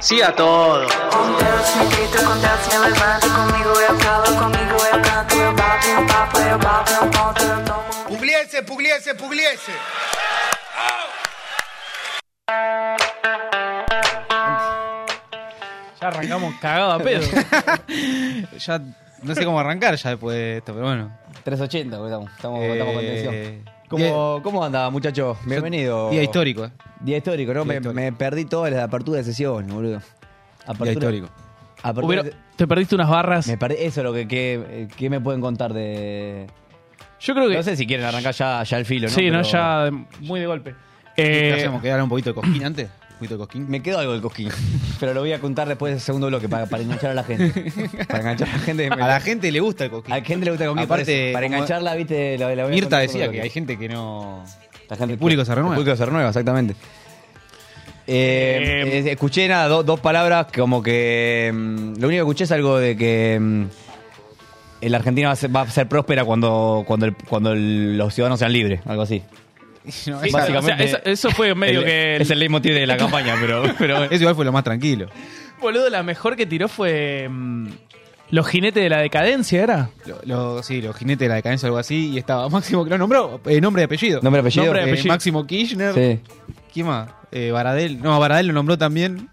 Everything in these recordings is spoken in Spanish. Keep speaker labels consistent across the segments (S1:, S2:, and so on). S1: Sí a todo.
S2: Conteos, me grito, acontece, me levanto. Comigo eu calo, comigo eu canto. Eu bato no papo, eu bato no ponto, eu tomo.
S3: Pugliese, Pugliese, Pugliese.
S4: Ya arrancamos cagado a pedo.
S5: Ya no sé cómo arrancar ya después de esto, pero bueno.
S6: 380, porque estamos, estamos, estamos con tensión.
S5: Eh, día-
S6: ¿Cómo, ¿Cómo anda, muchachos? Bienvenido.
S5: Día histórico, eh.
S6: Día histórico, ¿no?
S5: Día
S6: me,
S5: histórico.
S6: me perdí toda la apertura de sesión, boludo. Apertura,
S5: Día histórico.
S6: apertura
S4: Hubiera-
S6: de-
S4: te perdiste unas barras.
S6: me perdí- eso es lo que, que, que me pueden contar de...
S4: Yo creo que.
S6: No sé si quieren arrancar ya, ya el filo, ¿no?
S4: sí, no,
S6: Pero
S4: ya de- muy de golpe.
S5: ¿Qué
S4: Eh,
S5: hacemos? ¿Quedar un poquito de cosquín antes? ¿Un poquito de cosquín?
S6: Me quedó algo del cosquín. Pero lo voy a contar después del segundo bloque para, para enganchar a la gente. Para enganchar a la gente.
S5: A la gente le gusta el cosquín.
S6: a la gente le gusta el cosquín. por
S5: Aparte,
S6: eso. para
S5: como
S6: engancharla, viste, la, la voy a
S5: Mirta
S6: contar
S5: decía
S6: todo
S5: que
S6: lo
S5: hay gente que no...
S6: La gente-
S5: El público se renueva.
S6: El público se renueva, exactamente. Eh,
S4: Eh,
S5: Em.
S6: eh, escuché nada, do- dos palabras como que. mm, Lo único que escuché es algo de que. mm, el Argentina va a ser, va a ser próspera cuando, cuando, el- cuando el- los ciudadanos sean libres, algo así.
S5: no,
S4: sí,
S5: esa-
S6: básicamente-
S4: o sea, esa- eso fue medio
S6: El-
S4: que.
S6: Es el leitmotiv de la campaña, pero. pero
S5: Eso igual fue lo más tranquilo.
S4: Boludo, la mejor que tiró fue. mm, los jinetes de la decadencia, ¿era?
S5: Lo- lo- sí, los jinetes de la decadencia o algo así. Y estaba Máximo, que lo nombró, eh, nombre y apellido.
S6: Nombre y apellido.
S4: Nombre
S5: Nombre y
S4: y apellido.
S5: Máximo Kirchner.
S6: sí.
S5: ¿Quién más? Eh, Baradel. No, Baradel lo nombró también.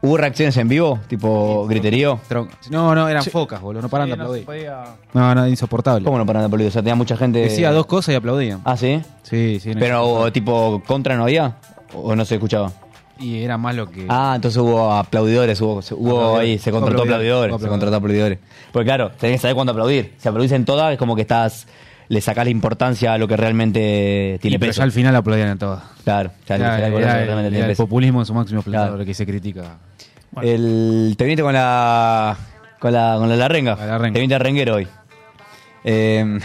S6: ¿Hubo reacciones en vivo? Tipo griterío.
S5: Tronco. No, no, eran focas, boludo. No paran
S4: Sí,
S5: de
S4: no se
S5: aplaudir.
S4: podía-
S5: No, no, insoportable.
S6: ¿Cómo no paran de aplaudir? O sea, tenía mucha gente.
S5: Decía dos cosas y aplaudían.
S6: Ah, sí.
S5: Sí, sí. no
S6: Pero
S5: insoportable.
S6: ¿hubo tipo contra no había. O no se escuchaba.
S5: Y era más lo que...
S6: Ah, entonces hubo aplaudidores, hubo, se- hubo
S5: Aplaudidores.
S6: ahí, se contrató
S5: Aplaudidores.
S6: aplaudidores, se contrató aplaudidores. Porque claro, tenés que saber cuándo aplaudir. Si aplaudís en todas, es como que estás, le sacás la importancia a lo que realmente tiene
S5: Y pero
S6: peso.
S5: ya al final aplaudían a todas.
S6: Claro, ya le-
S5: Era-
S6: ya le-
S5: era-
S6: realmente
S5: era
S6: tiene
S5: el
S6: peso.
S5: populismo en su máximo esplendor,
S6: Claro.
S5: lo que se critica.
S6: El, te viniste con la, con la, con la, renga.
S5: Con la renga.
S6: Te viniste renguero hoy. Eh,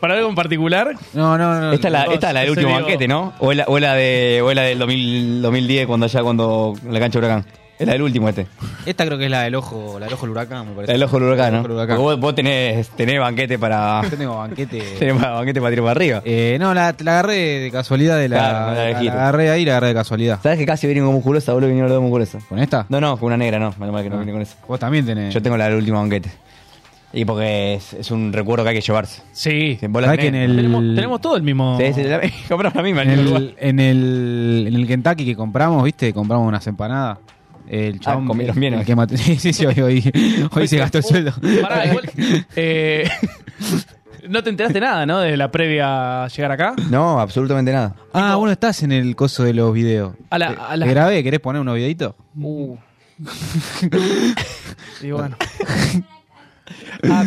S4: ¿Para algo en particular?
S5: No, no, no.
S6: esta es la,
S4: dos,
S6: esta es la del
S4: ese
S6: último
S4: digo.
S6: banquete, ¿no? O es la, o es la de, o es la del 2000 2010 cuando allá, cuando, en la cancha de huracán. Es la del último este.
S5: Esta creo que es la del ojo, la del ojo del huracán, me parece.
S6: El ojo del
S5: El
S6: huracán, ¿no?
S5: ojo del huracán.
S6: Porque Vos, vos tenés, tenés banquete para...
S5: Yo tengo banquete.
S6: Tenés banquete para tirar para arriba.
S5: eh, no, la, la agarré de casualidad de la.
S6: Claro, la
S5: la,
S6: elegiste.
S5: agarré ahí y la agarré de casualidad.
S6: ¿Sabes que casi vinieron con musculosa, boludo? Vinieron los dos musculosa.
S5: ¿Con esta?
S6: No, no, con una negra, no. Menos mal que no
S5: Ah.
S6: vine con esa.
S5: Vos también tenés.
S6: Yo tengo la del último banquete. Y porque es, es un recuerdo que hay que llevarse.
S4: Sí.
S6: Si vos la
S5: ¿Sabés que en
S6: tenés-
S5: el.
S4: Tenemos, tenemos todo el mismo.
S6: Sí, sí, la- compramos la misma.
S5: En
S6: en el
S5: el,
S6: lugar.
S5: en, el, en el Kentucky que compramos, ¿viste? Compramos unas empanadas. El chabón.
S6: Ah, comieron bien ¿eh?
S5: el
S6: hoy.
S5: que mató- sí, sí, sí, hoy, hoy, hoy se gastó el sueldo.
S4: Pará, igual. eh, no te enteraste nada, ¿no? De la previa a llegar acá.
S6: No, absolutamente nada.
S5: Ah, vos no estás en el coso de los videos.
S4: A la-
S5: Te-
S4: a la-
S5: te grabé, ¿querés poner unos videitos? Uh.
S4: Y bueno.
S6: No,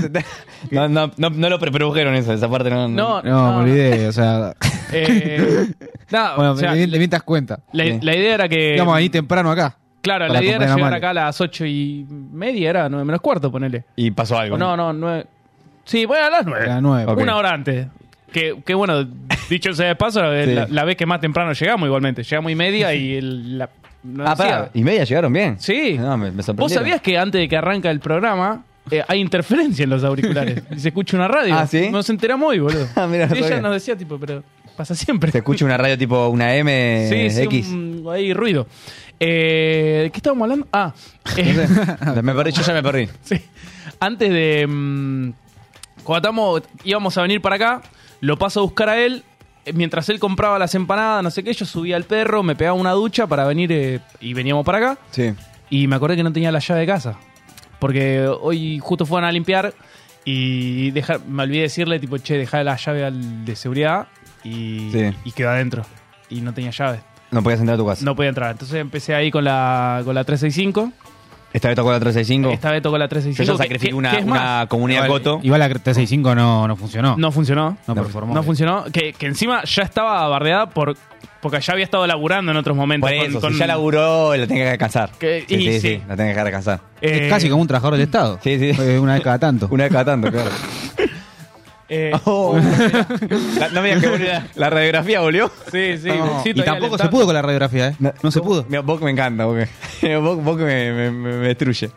S6: no, no, no lo preprodujeron eso, esa parte no.
S4: No,
S5: No, me olvidé, o sea.
S4: Eh, nada,
S5: bueno,
S4: o sea,
S5: me, me- me das cuenta.
S4: la, la idea era que.
S5: Íbamos ahí temprano acá.
S4: Claro,
S5: Para
S4: la idea era llegar
S5: acompañar a Mario.
S4: acá a las ocho y media, era nueve menos cuarto, ponele.
S6: Y pasó algo.
S4: O no, no, nueve. Sí, bueno, a las nueve.
S5: A las nueve.
S4: Una
S5: Ok.
S4: hora antes. Que, que bueno, dicho sea de paso, la,
S6: Sí.
S4: la- la vez que más temprano llegamos igualmente. Llegamos y media y el- la. no
S6: Ah,
S4: hacía.
S6: pará. Y media llegaron bien.
S4: Sí.
S6: No, me, me
S4: Vos
S6: sorprendió.
S4: sabías que antes de que arranca el programa eh, hay interferencia en los auriculares. y se escucha una radio.
S6: Ah, ¿sí?
S4: Nos enteramos hoy, boludo.
S6: Ah, mirá,
S4: y ella
S6: sabía.
S4: nos decía, tipo, pero pasa siempre.
S6: Se escucha una radio tipo una M
S4: Sí, sí,
S6: Eh, X.
S4: un- hay ruido. Eh, ¿De qué estábamos hablando? Ah, eh,
S6: Me perdí, yo ya me perdí.
S4: sí. antes de... mm, cuando estamos, íbamos a venir para acá, lo paso a buscar a él. eh, Mientras él compraba las empanadas, no sé qué, yo subía al perro, me pegaba una ducha para venir eh, y veníamos para acá.
S6: Sí.
S4: Y me acordé que no tenía la llave de casa. Porque hoy justo fueron a limpiar y deja- me olvidé decirle, tipo, che, dejá la llave al de seguridad y,
S6: Sí.
S4: y quedó adentro. Y no tenía llave.
S6: No podías entrar a tu casa.
S4: No podía entrar. Entonces empecé ahí con la, con la 365.
S6: Esta vez tocó la 365.
S4: Esta vez tocó la
S6: Yo
S4: 365.
S6: ya
S4: que-
S6: sacrifiqué
S4: que-
S6: una,
S4: que es
S6: una
S4: más,
S6: comunidad
S5: Igual,
S6: coto.
S5: igual la T65 no, no funcionó.
S4: No funcionó.
S5: No
S6: No,
S5: performó.
S4: No funcionó. Que, que encima ya estaba bardeada por Porque ya había estado laburando en otros momentos.
S6: Por
S4: con-
S6: eso,
S4: con-
S6: si ya laburó, la tenga que descansar.
S4: Que-
S6: Sí,
S4: y
S6: sí, sí,
S4: sí.
S6: la tenga que dejar descansar.
S4: Eh,
S5: es casi como un trabajador del Estado.
S6: Sí, sí.
S5: Eh, Una vez cada tanto.
S6: Una vez cada tanto, claro.
S4: eh,
S6: Oh. La- no me digas que volvió la- la radiografía volvió.
S4: Sí, sí.
S5: No.
S4: sí,
S5: y
S4: todavía
S5: tampoco
S4: le
S5: se
S4: está-
S5: pudo con la radiografía, ¿eh? No, se pudo.
S6: Mira, Bock me encanta, Bock, Bock- Bock me, me- me- me destruye.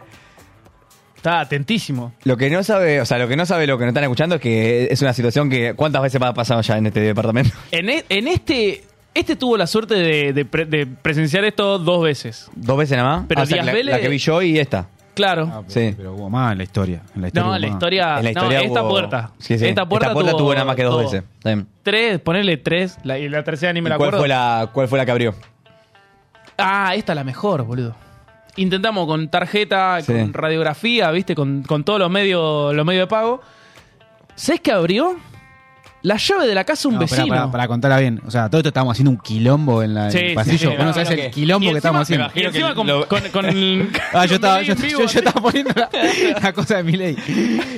S4: Está atentísimo.
S6: Lo que no sabe, o sea, lo que no sabe, lo que no están escuchando es que es una situación que cuántas veces ha pasado ya en este departamento.
S4: En, e- en este. Este tuvo la suerte de, de pre- de presenciar esto dos veces.
S6: Dos veces nada más.
S4: Pero
S6: Ah, o sea,
S4: Díaz
S6: la,
S4: Vélez-
S6: la que vi yo y esta.
S4: Claro.
S5: Ah, pero,
S6: Sí.
S5: pero hubo más en la historia. En la historia
S4: no,
S5: hubo
S4: la
S5: más.
S4: historia.
S6: En la historia
S4: no, esta
S6: hubo-
S4: puerta.
S6: Sí, sí.
S4: Esta puerta,
S6: tuvo, nada más que dos veces. Sí.
S4: Tres, ponele tres. La, y la tercera ni me
S6: ¿Y
S4: la
S6: cuál,
S4: acuerdo.
S6: fue la, ¿Cuál fue la que abrió?
S4: Ah, esta es la mejor, boludo. Intentamos con tarjeta,
S6: Sí.
S4: con radiografía, viste, con, con todos los medios, los medios de pago. ¿Sabes qué abrió? La llave de la casa de un
S5: No, pará,
S4: vecino.
S5: pará, para contarla bien. O sea, todo esto estábamos haciendo un quilombo en, la, en
S4: Sí,
S5: el
S4: sí,
S5: pasillo.
S4: sí,
S5: Vos no
S4: no,
S5: sabés
S6: creo
S5: el
S6: que-
S5: quilombo
S4: Y
S5: que estábamos
S4: encima-
S5: haciendo.
S4: Y encima con,
S6: lo-
S4: con, con el-
S5: Ah, yo estaba,
S4: con el
S5: yo,
S4: en vivo,
S5: yo- yo
S4: así.
S5: estaba poniendo la, la cosa de mi ley.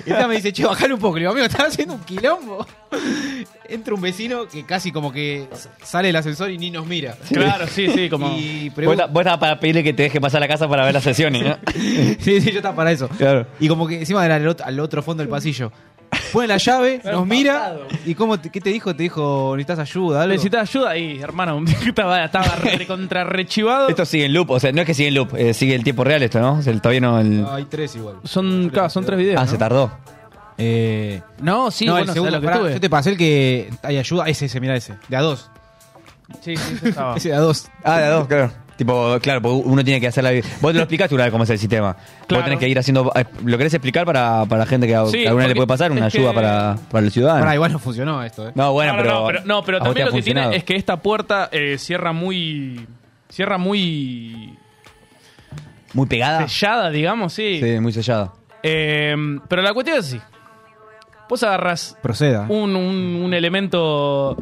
S5: Y esta me dice, che, bajale un poco. Le digo, amigo, estás haciendo un quilombo. Entra un vecino que casi como que sale del ascensor y ni nos mira.
S4: Claro, sí, sí, como.
S5: Y
S6: Vos,
S5: pregunta.
S6: esta- vos estabas para pedirle que te deje pasar a la casa para ver las sesiones, ¿no?
S5: Sí, sí, yo estaba para eso.
S6: Claro.
S5: Y como que encima era al otro, al otro fondo del pasillo. Pone la llave, nos mira. ¿Y cómo te- qué te dijo? Te dijo, necesitas ayuda. algo?".
S4: Necesitas ayuda ahí, hermano. Estaba, estaba re- contra rechivado.
S6: Esto sigue en loop, o sea, no es que sigue en loop, eh, sigue el tiempo real esto, ¿no? O sea, todavía no. el-
S5: Ah, hay tres igual.
S4: Son, claro, son tres videos.
S6: ah,
S4: ¿no?
S6: se tardó.
S5: Eh,
S4: No, sí,
S5: no,
S4: bueno, sabés
S5: el segundo,
S4: lo que
S5: pará,
S4: tuve.
S5: yo te pasé el que hay ayuda. Ese, ese, mira ese. De a dos.
S4: Sí, sí, sí, estaba.
S5: Ese de a dos.
S6: Ah, de a dos, claro. Tipo, claro, porque uno tiene que hacer la. Vos te lo explicaste una vez cómo es el sistema. Vos
S4: Claro.
S6: tenés que ir haciendo. eh, ¿Lo querés explicar para, para la gente que a-
S4: Sí,
S6: que alguna le
S4: porque
S6: puede pasar? Una
S4: es
S6: ayuda
S4: que-
S6: para, para el ciudadano.
S5: Pará, igual no funcionó esto, eh.
S6: no, bueno,
S4: No, no,
S6: pero.
S4: no, pero, no, pero
S6: a vos te
S4: también
S6: ha
S4: lo que
S6: funcionado.
S4: tiene es que esta puerta eh, cierra muy. Cierra muy.
S6: Muy pegada.
S4: sellada, digamos, sí.
S6: Sí, muy sellada.
S4: Eh, pero la cuestión es así. Vos agarras
S5: Proceda.
S4: un, un- un elemento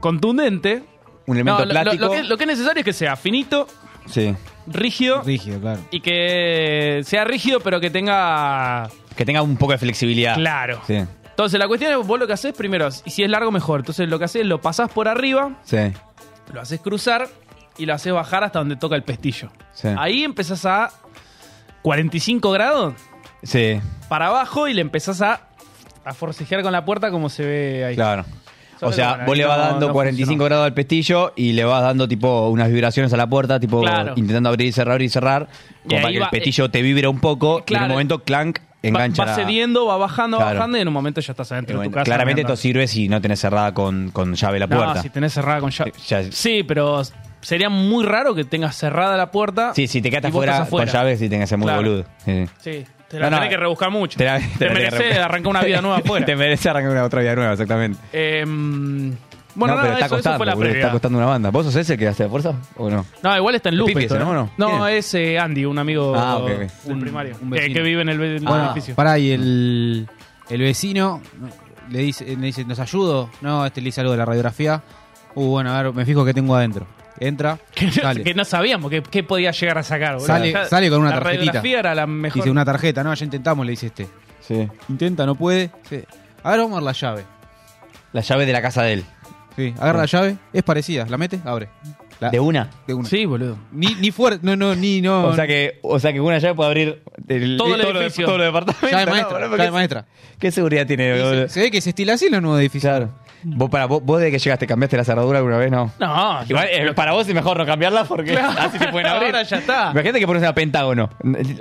S4: contundente.
S6: Un elemento
S4: No, lo- lo-
S6: plástico.
S4: lo que- lo que es necesario es que sea finito,
S6: Sí.
S4: rígido.
S5: Rígido, claro.
S4: Y que sea rígido, pero que tenga.
S6: Que tenga un poco de flexibilidad.
S4: Claro.
S6: Sí.
S4: Entonces, la cuestión es: vos lo que haces primero, y si es largo, mejor. Entonces, lo que haces, lo pasás por arriba,
S6: Sí.
S4: lo haces cruzar y lo haces bajar hasta donde toca el pestillo.
S6: Sí.
S4: Ahí empezás a 45 grados
S6: Sí,
S4: para abajo y le empezás a, a forcejear con la puerta como se ve ahí.
S6: claro.
S4: Solo
S6: O
S4: que,
S6: sea,
S4: bueno,
S6: vos
S4: ahí
S6: le vas
S4: no-
S6: dando
S4: no
S6: 45
S4: funcionó.
S6: grados al pestillo y le vas dando tipo unas vibraciones a la puerta, tipo
S4: Claro.
S6: intentando abrir y cerrar, abrir y cerrar,
S4: Y
S6: como
S4: ahí
S6: para que
S4: va, eh,
S6: el pestillo te vibre un poco y en
S4: claro.
S6: un momento clank engancha.
S4: Va, va
S6: la-
S4: cediendo, va bajando, va
S6: Claro.
S4: bajando y en un momento ya estás adentro
S6: Bueno,
S4: de tu casa.
S6: claramente
S4: mirando.
S6: esto sirve si no tenés cerrada con, con llave la puerta.
S4: No, si tenés cerrada con llave.
S6: Ya-
S4: Sí, pero sería muy raro que tengas cerrada la puerta.
S6: sí, si te quedaste
S4: Ah, y vos
S6: afuera,
S4: estás afuera.
S6: con llave sí tenés que ser muy
S4: Claro.
S6: boludo. Sí.
S4: Sí, te la
S6: No, no,
S4: tenés que rebuscar mucho. Te,
S6: la- la-
S4: mereces arrancar una vida nueva afuera.
S6: te mereces arrancar una otra vida nueva, exactamente.
S4: Em, bueno,
S6: no,
S4: nada,
S6: pero está
S4: eso, eso
S6: costando,
S4: fue la
S6: boludo, está
S4: prioridad.
S6: costando una banda. ¿Vos sos ese que hace a fuerza o no?
S4: No, igual está en
S6: El
S4: loop.
S6: Pipi
S4: esto,
S6: ese,
S4: ¿eh?
S6: ¿no? ¿no?
S4: No,
S6: ¿Quién
S4: es eh, Andy, un amigo
S6: Ah, ok, ok.
S4: del primario.
S5: un
S4: que-
S5: vecino.
S4: que vive en el, be- en el
S5: Bueno,
S4: edificio.
S5: Ah. pará, y el, el vecino le dice, eh, le dice, ¿nos ayudo? No, este le dice algo de la radiografía. Uh, bueno, a ver, me fijo que tengo adentro. Entra,
S4: Que,
S5: sale.
S4: que no sabíamos qué, qué podía llegar a sacar. boludo.
S5: Sale-
S4: Ya
S5: sale con una
S4: la
S5: tarjetita.
S4: radiografía era la mejor.
S5: Dice una tarjeta, no, ya intentamos, le dice este.
S6: Sí.
S5: Intenta, no puede. Sí. A ver, vamos a ver la llave.
S6: La llave de la casa de él.
S5: Sí, agarra la llave, es parecida, la mete, abre. La-
S6: ¿De una?
S5: de una.
S4: Sí, boludo.
S5: Ni, ni fuerte, no, no, ni no.
S6: O sea que, o sea que una llave puede abrir el-
S4: Todo el
S6: lo-
S4: edificio.
S6: todo lo departamento.
S5: llave
S6: ¿no?
S5: maestra,
S6: Boludo,
S5: llave
S6: ¿qué-
S5: maestra.
S6: ¿Qué seguridad tiene?
S5: Y
S6: boludo?
S5: Se, se ve que se estila así en los nuevos edificios.
S6: Claro. Vos, para, vos, vos desde que llegaste, ¿cambiaste la cerradura alguna vez? No.
S4: No,
S6: Igual, eh, para vos es mejor no cambiarla porque así te pueden abrir.
S4: Ahora ya está.
S6: Imagínate que pones una pentágono.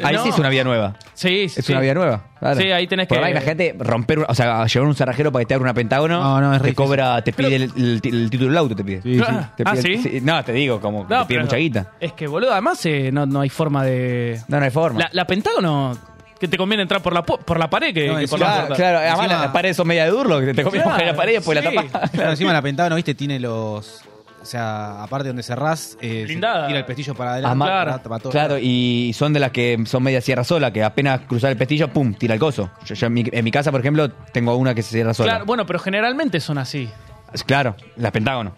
S6: Ahí
S4: No.
S6: sí es una vía nueva.
S4: Sí, sí.
S6: Es una vía nueva. Claro.
S4: Sí, ahí tenés
S6: Por
S4: que-
S6: ahí imagínate romper, un- o sea, llevar un cerrajero para que te abra una pentágono.
S5: No, no, es re
S6: Te cobra, te pide el, el ti- el título del auto, te pide.
S5: Sí, sí.
S6: Te
S4: Ah,
S6: pide-
S4: ¿sí?
S6: No, te digo, como que
S4: No,
S6: te pide
S4: pero-
S6: mucha guita.
S4: Es que, boludo, además eh, no, no hay forma de.
S6: No, no hay forma.
S4: La, la Pentágono, que te conviene entrar por la, pu- por la pared que,
S5: No,
S4: que por
S5: encima-
S4: la
S6: Claro,
S4: puerta.
S6: claro. Además,
S5: Encima-
S6: las paredes son media de durlo, que te comías
S4: Claro,
S6: la pared y después
S4: sí.
S6: la tapas.
S5: Claro, encima la Pentágono, viste, tiene los. O sea, aparte donde cerrás, eh, se
S4: Blindada.
S5: tira el pestillo para adelante.
S6: Ama-
S5: para-
S4: claro,
S5: para todo
S6: Claro,
S5: lado.
S6: y son de las que son media sierra sola, que apenas cruzar el pestillo, pum, tira el coso. Yo, yo en, mi, en mi casa, por ejemplo, tengo una que se cierra sola.
S4: Claro, bueno, pero generalmente son así.
S6: Es- Claro, la Pentágono.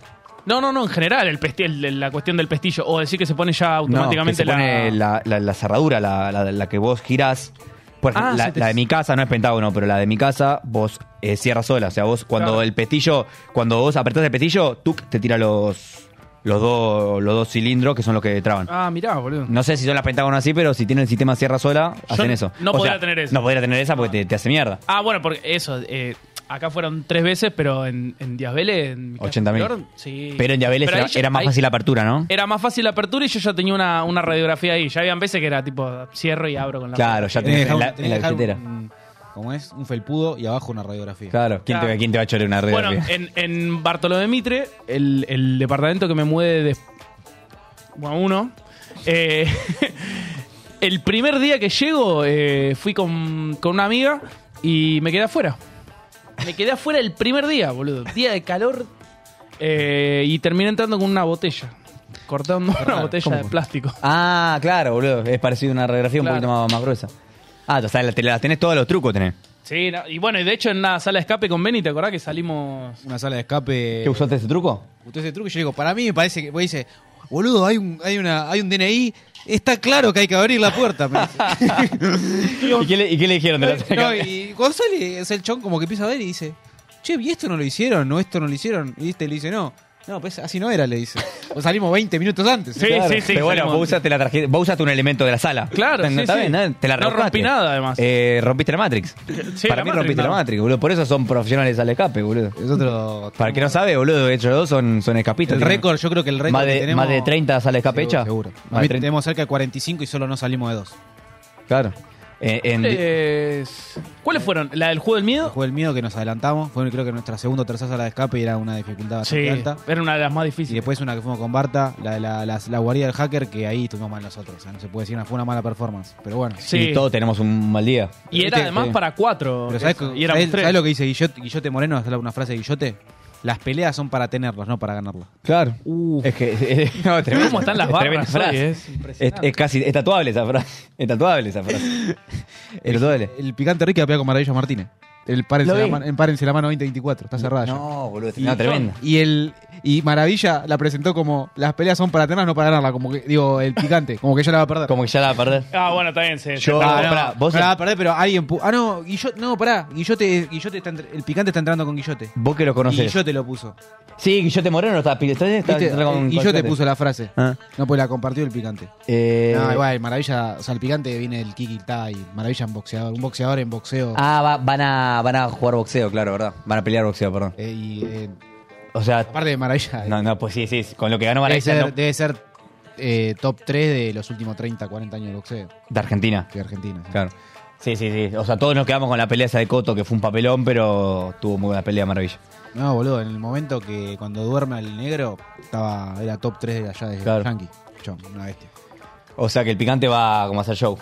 S4: No, no, no, en general, el pesti- el- la cuestión del pestillo. O decir que se pone ya
S6: Automáticamente
S4: automáticamente
S6: se pone la... La, la cerradura, la, la- la que vos girás. Por ejemplo,
S4: Ah,
S6: la,
S4: se te-
S6: la de mi casa no es pentágono, pero la de mi casa vos eh, cierras sola. O sea, vos cuando
S4: Claro.
S6: el pestillo, cuando vos apretás el pestillo, tú te tira los, los dos, los dos cilindros que son los que traban.
S4: Ah, mirá, boludo.
S6: No sé si son las pentágonas así, pero si tienen el sistema sierra sola, hacen eso.
S4: no
S6: O
S4: podría
S6: sea,
S4: tener eso.
S6: No podría tener esa porque te, te hace mierda.
S4: Ah, bueno, porque eso. eh, acá fueron tres veces, pero en, en Díaz Vélez. en mi casa
S6: 80.000.
S4: anterior, Sí.
S6: Pero en Diabeles
S4: Pero
S6: era,
S4: ahí ya- Eh,
S6: era más
S4: ahí
S6: fácil la apertura, ¿no?
S4: Era más fácil la apertura y yo ya tenía una, una radiografía ahí. Ya habían veces que era tipo cierro y abro con la
S6: Claro, ya tenés en la, en la
S5: Tenés que dejar
S6: billetera.
S5: un- ¿Cómo es? Un felpudo y abajo una radiografía.
S6: Claro, ¿quién,
S4: Claro.
S6: Te, quién te va a echar una red?
S4: Bueno, en, en Bartolomé Mitre, el, el departamento que me mueve de. Bueno, uno. eh, el primer día que llego, eh, fui con, con una amiga y me quedé afuera. Me quedé afuera el primer día, boludo. Día de calor. eh, y terminé entrando con una botella. Cortando una botella de plástico.
S6: Ah, claro, boludo. Es parecido a una radiografía
S4: Claro. Eh.
S6: un poquito más, más gruesa. Ah, o sea, la- te- las tenés todos los trucos, tenés.
S4: Sí, no, y bueno, y de hecho en una sala de escape con Benny, ¿te acordás que salimos?
S5: Una sala de escape.
S6: ¿Qué usaste ese truco?
S5: Usted ese truco y yo digo, para mí me parece que. Vos dice, boludo, hay un, hay una, hay un DNI. Está claro que hay que abrir la puerta. me dice.
S6: ¿Y qué le, y qué le dijeron? de la
S5: no, y cuando sale, es el chon como que empieza a ver y dice, che, ¿y esto no lo hicieron? ¿No esto no lo hicieron? Y este le dice, no. No, pues así no era, le dice. O salimos 20 minutos antes.
S4: Sí,
S6: Claro.
S4: sí, sí.
S6: Pero bueno,
S4: salimos.
S6: vos usaste, la tarjeta- vos usaste un elemento de la sala.
S4: Claro,
S6: Está-
S4: sí,
S6: está
S4: sí.
S6: bien, ¿no? Te la
S4: No
S6: raspaste.
S4: rompí nada, además.
S6: Eh, rompiste la Matrix.
S4: Sí,
S6: Para
S4: la
S6: mí
S4: Matrix,
S6: rompiste
S4: no.
S6: la Matrix, boludo. Por eso son profesionales al escape, boludo.
S5: Es otro...
S6: Para el que no sabe, boludo, de hecho los dos son, son escapistas.
S5: El
S6: Tienen-
S5: récord, yo creo que el récord
S6: Más
S5: que
S6: de,
S5: tenemos...
S6: más de 30 sale escape
S5: Seguro,
S6: hecha.
S5: Seguro. A
S6: Más
S5: mí
S6: de 30,
S5: tenemos cerca de 45 y solo no salimos de dos.
S6: claro. Eh, en-
S4: Es- ¿Cuáles fueron? ¿La del juego del miedo?
S5: Fue el miedo que nos adelantamos. Fue creo que nuestra segunda o tercera sala de escape y era una dificultad bastante
S4: Sí,
S5: alta.
S4: era una de las más
S5: Y
S4: difíciles.
S5: después una que fuimos con Barta, la de la, la- la guarida del hacker, que ahí estuvimos mal nosotros. O sea, no se puede decir, una- fue una mala performance. Pero bueno.
S4: Sí.
S6: Y todos tenemos un mal día.
S4: Y era
S6: Sí,
S4: además
S6: sí.
S4: para cuatro.
S5: Pero ¿sabes,
S4: eso,
S5: que-
S4: y éramos
S5: sabes-
S4: tres.
S5: sabes lo que dice Guillote, Guillote Moreno? ¿Hasta una frase de Guillote? Las peleas son para tenerlas, no para ganarlas.
S6: Claro. Es que. no, tremendo.
S4: ¿Cómo están las
S6: Tremenda
S4: barras hoy? eh? Es
S6: frase. Es, es casi. Es tatuable esa frase. Es tatuable esa frase. Es tatuable.
S5: El picante Ricky va a pelear con Maravillas Martínez. El párense,
S6: Lo
S5: la,
S6: vi.
S5: mano- el párense la mano 2024, está cerrada ya.
S6: No, boludo. No, tremendo.
S5: Y el y Maravilla la presentó como las peleas son para tenerlas, no para ganarlas. Como que, digo, el picante, como que ella la va a perder.
S6: Como que ya la va a perder.
S4: Ah, bueno, está bien. se-
S6: Yo-
S4: se-
S5: Ah,
S6: No,
S5: no,
S6: pará, vos-
S5: no la va a perder, pero alguien. pu- Ah, no, Guillote. No, pará. Guillote, Guillote está entre- el picante está entrando con Guillote.
S6: Vos que lo
S5: Y
S6: conocés.
S5: Guillote lo puso.
S6: Sí, Guillote Moreno lo está
S5: ¿Viste?
S6: pidiendo.
S5: y yo te puso la frase.
S6: Ah.
S5: No, pues la compartió el picante.
S6: Eh,
S5: no, igual, maravilla. O sea, el picante viene del Kiki Tai. Maravilla en boxeador. Un boxeador en boxeo.
S6: Ah, va- van, a, van a jugar boxeo, claro, ¿verdad? Van a pelear boxeo, perdón.
S5: Eh, y eh,
S6: O sea.
S5: aparte de maravilla. eh,
S6: No, no, pues sí, sí. sí. Con lo que ganó
S5: debe,
S6: Maravilla
S5: ser,
S6: no-
S5: debe ser, eh, top 3 de los últimos 30, 40 años de boxeo.
S6: de Argentina.
S5: Que Argentina. sí.
S6: Claro. Sí, sí, sí. O sea, todos nos quedamos con la pelea esa de Coto, que fue un papelón, pero tuvo muy buena pelea Maravilla.
S5: No, boludo. En el momento que cuando duerme el negro, estaba era top 3 de allá de
S6: Claro.
S5: Eh, Yankee. Yo, una bestia.
S6: O sea que el picante va como a hacer show.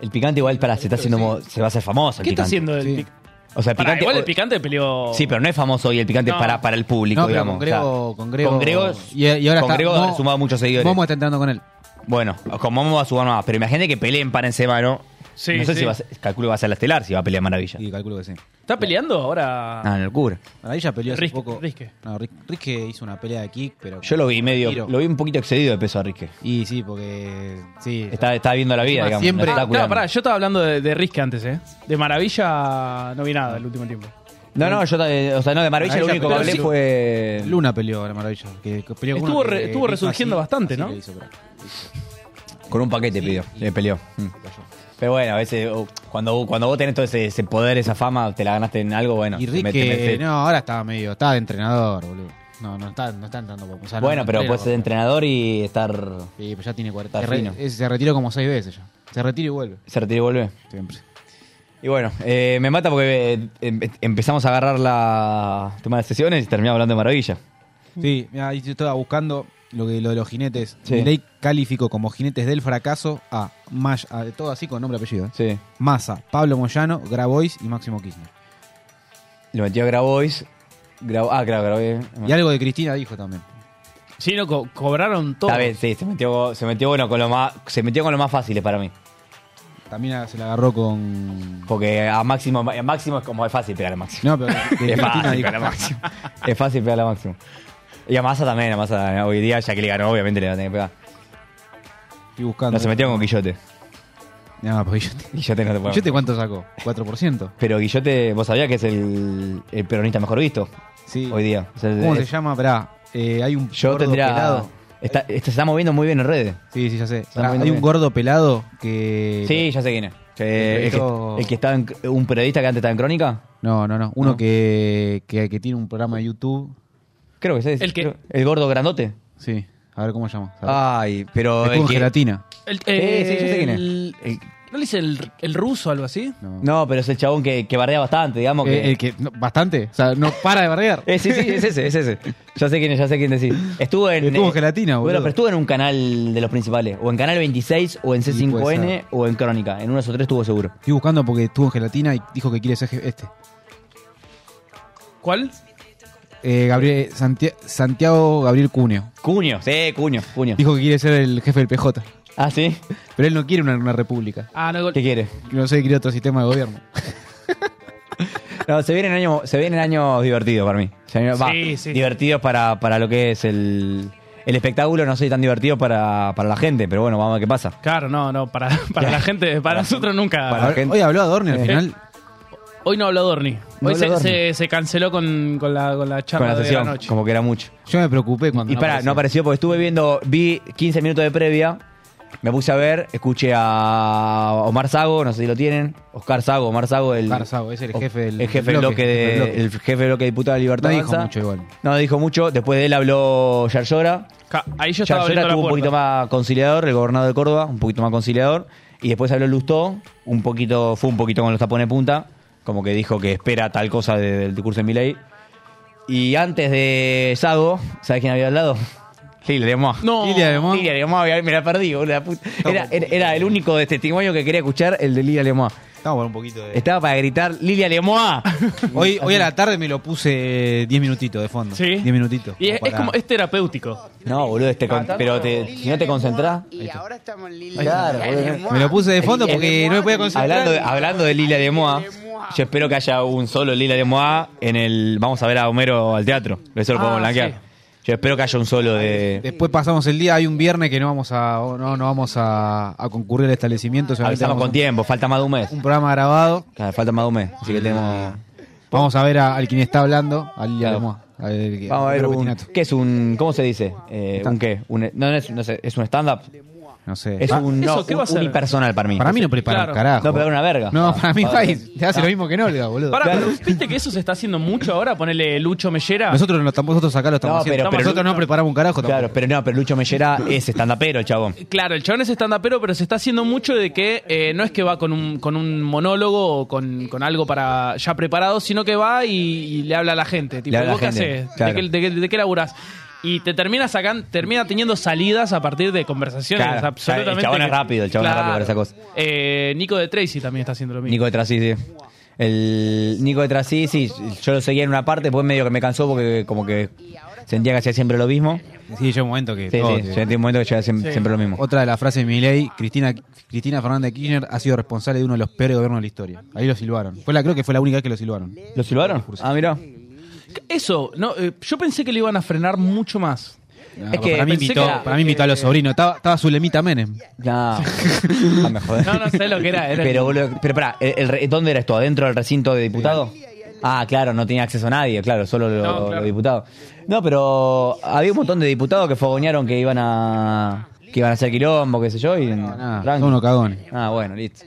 S6: El picante igual para se está haciendo mo- se va a hacer famoso. el
S4: ¿Qué está
S6: picante.
S4: haciendo el
S5: Sí.
S4: picante?
S6: O sea, el
S4: Pará,
S6: picante.
S4: igual el picante peleó.
S6: Sí, pero no es famoso hoy el picante
S4: No.
S6: para, para el público,
S5: no, pero
S6: digamos.
S5: con Grego.
S6: O sea,
S5: con Grego.
S6: con Grego,
S5: y, y ahora
S6: con
S5: está,
S6: Grego
S5: Mo-
S6: ha sumado muchos seguidores.
S5: Momo está entrando con él.
S6: Bueno, con Momo va a sumar más, pero imagínate que peleen para en semana.
S4: Sí,
S6: no sé
S4: sí.
S6: si va a ser, calculo que va a ser la estelar si va a pelear Maravilla.
S5: Y calculo que sí.
S4: ¿Está peleando ahora?
S6: Ah, locura.
S5: Maravilla peleó hace
S4: Riske,
S5: poco.
S4: Riske.
S5: No, Ris- Riske hizo una pelea de kick, pero.
S6: Yo lo vi medio,
S5: Tiro.
S6: lo vi un poquito excedido de peso a Rique.
S5: Y sí, porque. Sí.
S6: Está, está viendo la vida,
S5: Encima
S6: digamos.
S5: siempre-
S6: no
S4: Ah,
S6: está
S4: claro,
S6: curando.
S4: pará, yo estaba hablando de, de Riske antes, ¿eh? De Maravilla no vi nada el último tiempo.
S6: No, no, yo, ta- eh, o sea, no, de Maravilla lo
S5: Maravilla,
S6: único que
S5: pero
S6: hablé
S5: sí.
S6: fue...
S5: Luna peleó la Maravilla. Que, que peleó con
S4: Estuvo
S5: uno
S4: re-
S5: que
S4: estuvo
S5: hizo
S4: resurgiendo bastante, ¿no?
S5: le hizo, pero-
S6: Con un paquete pidió, le peleó. Mm. Pero bueno, a veces oh, cuando, cuando vos tenés todo ese, ese poder, esa fama, te la ganaste en algo, bueno.
S5: y
S6: te
S5: Rick,
S6: met- te metes-
S5: no, ahora estaba medio. Estaba de entrenador, boludo. No, no está, no está entrando. o sea, no-
S6: bueno,
S5: no
S6: pero
S5: entrena,
S6: puedes ser
S5: boludo.
S6: entrenador y estar...
S5: Sí, pero ya tiene 40.
S6: Está
S5: Se, re-
S6: fino.
S5: es- se retiró como seis veces ya. Se retira y vuelve.
S6: Se retira y vuelve.
S5: Siempre.
S6: Y bueno, eh, me mata porque eh, em- empezamos a agarrar la tema de las sesiones y terminamos hablando de maravilla.
S5: Sí, mira, ahí yo estaba buscando lo, que, lo de los jinetes.
S6: Sí.
S5: Milei calificó como jinetes del fracaso a, Maya, a- todo así con nombre y apellido. ¿eh?
S6: Sí.
S5: Massa, Pablo Moyano, Grabois y Máximo Kirchner.
S6: Lo metió a Grabois. Grabo- ah, claro, Grabois.
S5: Y algo de Cristina dijo también.
S4: Sí, no, co- cobraron todo.
S6: Está bien, sí, se metió, se metió bueno con lo más, se metió con lo más fáciles para mí.
S5: También a- se la agarró con.
S6: Porque a máximo, a máximo es como es fácil pegar a máximo.
S5: No, pero de
S6: es
S5: Cristina
S6: fácil
S5: dijo.
S6: pegar a máximo. es fácil pegar a máximo. Y a Massa también, a Massa eh, hoy día, ya que le ganó, obviamente le va a tener que pegar.
S5: Estoy buscando.
S6: No, se metió con Guillote.
S5: No, pues Guillote.
S6: Guillote no te puede.
S5: ¿Guillote cuánto sacó? ¿4%?
S6: Pero Guillote, vos sabías que es el, el peronista mejor visto
S5: Sí.
S6: hoy día. O sea,
S5: ¿Cómo se
S6: es-
S5: llama? Esperá. eh, hay un
S6: Yo
S5: gordo
S6: tendría.
S5: pelado.
S6: Está, este se está moviendo muy bien en redes.
S5: Sí, sí, ya sé. Ah,
S6: Pará,
S5: hay
S6: hay
S5: un
S6: un
S5: gordo pelado que.
S6: Sí, ya sé quién es. Eh, el,
S5: Esto-
S6: que, el que estaba en, un periodista que antes estaba en Crónica.
S5: No, no, no. Uno Que, que, que tiene un programa de YouTube.
S6: Creo que ese es.
S4: ¿El qué?
S6: creo- El gordo grandote.
S5: Sí. A ver cómo se llama.
S6: Ay, pero.
S5: es
S6: el
S5: con
S6: que-
S5: gelatina.
S4: El,
S6: Eh, sí, yo sé quién es.
S4: el-
S6: El-
S4: ¿No le dice el, el ruso o algo así?
S5: No.
S6: no, pero es el chabón que, que bardea bastante, digamos.
S5: Eh,
S6: Que,
S5: el que, no, bastante. O sea, no para de bardear.
S6: Eh, sí, sí, es ese, es ese. Ya sé quién es, ya sé quién decir. Estuvo en.
S5: Estuvo
S6: eh,
S5: en Gelatina, boludo.
S6: Bueno, pero estuvo en un canal de los principales. O en Canal 26, o en
S5: puede
S6: C5N,
S5: ser.
S6: o en Crónica. En uno de esos tres estuvo seguro.
S5: Estoy buscando porque estuvo en gelatina y dijo que quiere ser je- este.
S4: ¿Cuál?
S5: Eh, Gabriel, Santia- Santiago Gabriel Cuneo.
S6: Cuño, sí, Cuño, Cuño.
S5: Dijo que quiere ser el jefe del PJ.
S6: Ah, sí.
S5: Pero él no quiere una, una república.
S4: Ah, no,
S6: ¿Qué quiere?
S5: No sé, quiere otro sistema de gobierno.
S6: No, se vienen años, se vienen años divertidos para mí. Se vienen- va,
S4: Sí, sí.
S6: Divertidos para, para lo que es el, el espectáculo, no sé si tan divertido para, para la gente, pero bueno, vamos a ver qué pasa.
S4: Claro, no, no, para, para la gente, para nosotros nunca.
S6: Para-
S5: Ahora- Ah,
S6: gente- Eh,
S5: Hoy habló Adorni al final.
S4: Hoy no habló Dorni. Hoy
S6: habló
S4: se,
S6: Dorni.
S4: se- se canceló con, con la, con la charla
S6: Con la
S4: de la
S6: sesión,
S4: noche.
S6: como que era mucho.
S5: Yo me preocupé cuando.
S6: Y pará, no apareció porque estuve viendo, vi 15 minutos de previa, me puse a ver, escuché a Omar Sago, no sé si lo tienen, Oscar Sago, Omar Sago, el,
S5: Omar Sago, es el jefe del-
S6: el jefe
S5: del
S6: del bloque,
S5: bloque,
S6: de,
S5: del bloque.
S6: el jefe del bloque de Diputados de Libertad.
S5: No dijo
S6: Avanza.
S5: mucho igual.
S6: No dijo mucho, después de él habló Yarlora.
S4: Ca- Ahí yo estaba
S6: Yarlora
S4: abriendo la
S6: estuvo
S4: puerta.
S6: un poquito más conciliador, el gobernador de Córdoba, un poquito más conciliador, y después habló Lustó, un poquito, fue un poquito con los tapones de punta, como que dijo que espera tal cosa de- del discurso de Milei. Y antes de Sago, ¿sabes quién había hablado? Lilia Lemois.
S4: No.
S5: Lilia de Moa.
S6: Lilia Lemois, había- me la perdí, boludo, la puta. Era, era- era el único de testimonio que quería escuchar, el de Lilia Lemois.
S5: Estamos por un poquito de.
S6: Estaba para gritar, Lilia Lemois.
S5: Hoy, hoy a la tarde me lo puse 10 minutitos de fondo.
S4: Sí.
S5: 10 minutitos.
S4: Y es,
S5: para-
S4: es Ah, como, es terapéutico.
S6: No, boludo, este con- pero te- si no te concentrás.
S7: Y ahora estamos Lili.
S6: Claro, boludo.
S5: Me lo puse de fondo porque no me podía concentrar.
S6: Hablando de, hablando de Lila de Moa, yo espero que haya un solo Lila de Moa en el. Vamos a ver a Homero al teatro. Eso lo podemos
S4: Ah,
S6: blanquear.
S4: sí.
S6: Yo espero que haya un solo de.
S5: Después pasamos el día, hay un viernes que no vamos a no, no vamos a, a concurrir al establecimiento. solamente
S6: Avisamos
S5: vamos
S6: con tiempo, falta más de un mes.
S5: a- Un programa grabado.
S6: Claro, falta más de un mes. Así que tenemos.
S5: Vamos a ver a- al quien está hablando, al Lilia
S6: Claro.
S5: Lemois, al- al-
S6: Vamos a ver
S5: Pedro
S6: un.
S5: Pettinato.
S6: ¿Qué es un. ¿Cómo se dice? Eh,
S5: Stand-up.
S6: ¿Un qué? Un- no, no es, no sé, ¿es un stand-up?
S5: No sé.
S6: Es
S5: Pa-
S6: un.
S4: ¿Eso
S6: no,
S4: qué
S6: un-
S4: va a ser?
S6: unipersonal para mí.
S5: para mí no prepara un
S4: Claro.
S5: carajo.
S6: No, pero una verga.
S5: No, para mí
S6: Para-
S5: país te hace lo mismo que Nolga, boludo.
S4: Ah, Pará, pero ¿viste que eso se está haciendo mucho ahora? Ponele Lucho Mellera.
S5: Nosotros no lo estamos, nosotros acá lo estamos
S6: No,
S5: haciendo.
S6: pero- pero-
S5: nosotros no preparamos un carajo
S6: Claro,
S5: tampoco.
S6: pero no, pero Lucho Mellera es stand-upero, el chabón.
S4: Claro, el chabón es estandapero, pero se está haciendo mucho de que eh, no es que va con un, con un monólogo o con, con algo para ya preparado, sino que va y, y le habla a la gente. Tipo,
S6: Le habla a
S4: ¿vos
S6: la
S4: qué
S6: gente,
S4: haces?
S6: claro.
S4: ¿De, qué, de qué- de qué laburás? Y te termina sacan, termina teniendo salidas a partir de conversaciones
S6: Claro,
S4: absolutamente.
S6: el chabón es
S4: que-
S6: rápido, el chabón es rápido para esa cosa.
S4: Eh, Nico de Tracy también está haciendo lo mismo.
S6: Nico de Trasí, sí. El Nico de Trasí, sí, yo lo seguía en una parte, después medio que me cansó porque como que sentía que hacía siempre lo mismo.
S5: Sí, llega un momento que.
S6: Sí,
S5: todo,
S6: sí,
S5: tío.
S6: sentí un momento que yo hacía siem-
S4: Sí.
S6: siempre lo mismo.
S5: Otra de las frases de Milei, Cristina, Cristina Fernández de Kirchner ha sido responsable de uno de los peores gobiernos de la historia. Ahí lo silbaron. Fue la, creo que fue la única vez que lo silbaron.
S6: ¿Lo silbaron? Ah, mirá.
S4: Eso, no, eh, yo pensé que le iban a frenar mucho más.
S5: No,
S6: Es que
S5: para, mí
S6: pensé
S5: invitó,
S6: que era-
S5: para mí invitó a los sobrinos. Estaba, estaba Zulemita Menem.
S6: No, Ah, me jodés.
S4: No, no sé lo que era, era-
S6: pero, boludo, pero pará, ¿el- el re- ¿dónde era esto? ¿Adentro del recinto de diputados? Ah, claro, no tenía acceso a nadie, claro, solo lo-
S4: No, claro.
S6: los diputados. No, pero había un montón de diputados que fogonearon que iban a que iban a hacer quilombo, qué sé yo, y
S5: No, nada,
S6: tranqui.
S5: son unos cagones.
S6: Ah, bueno, listo.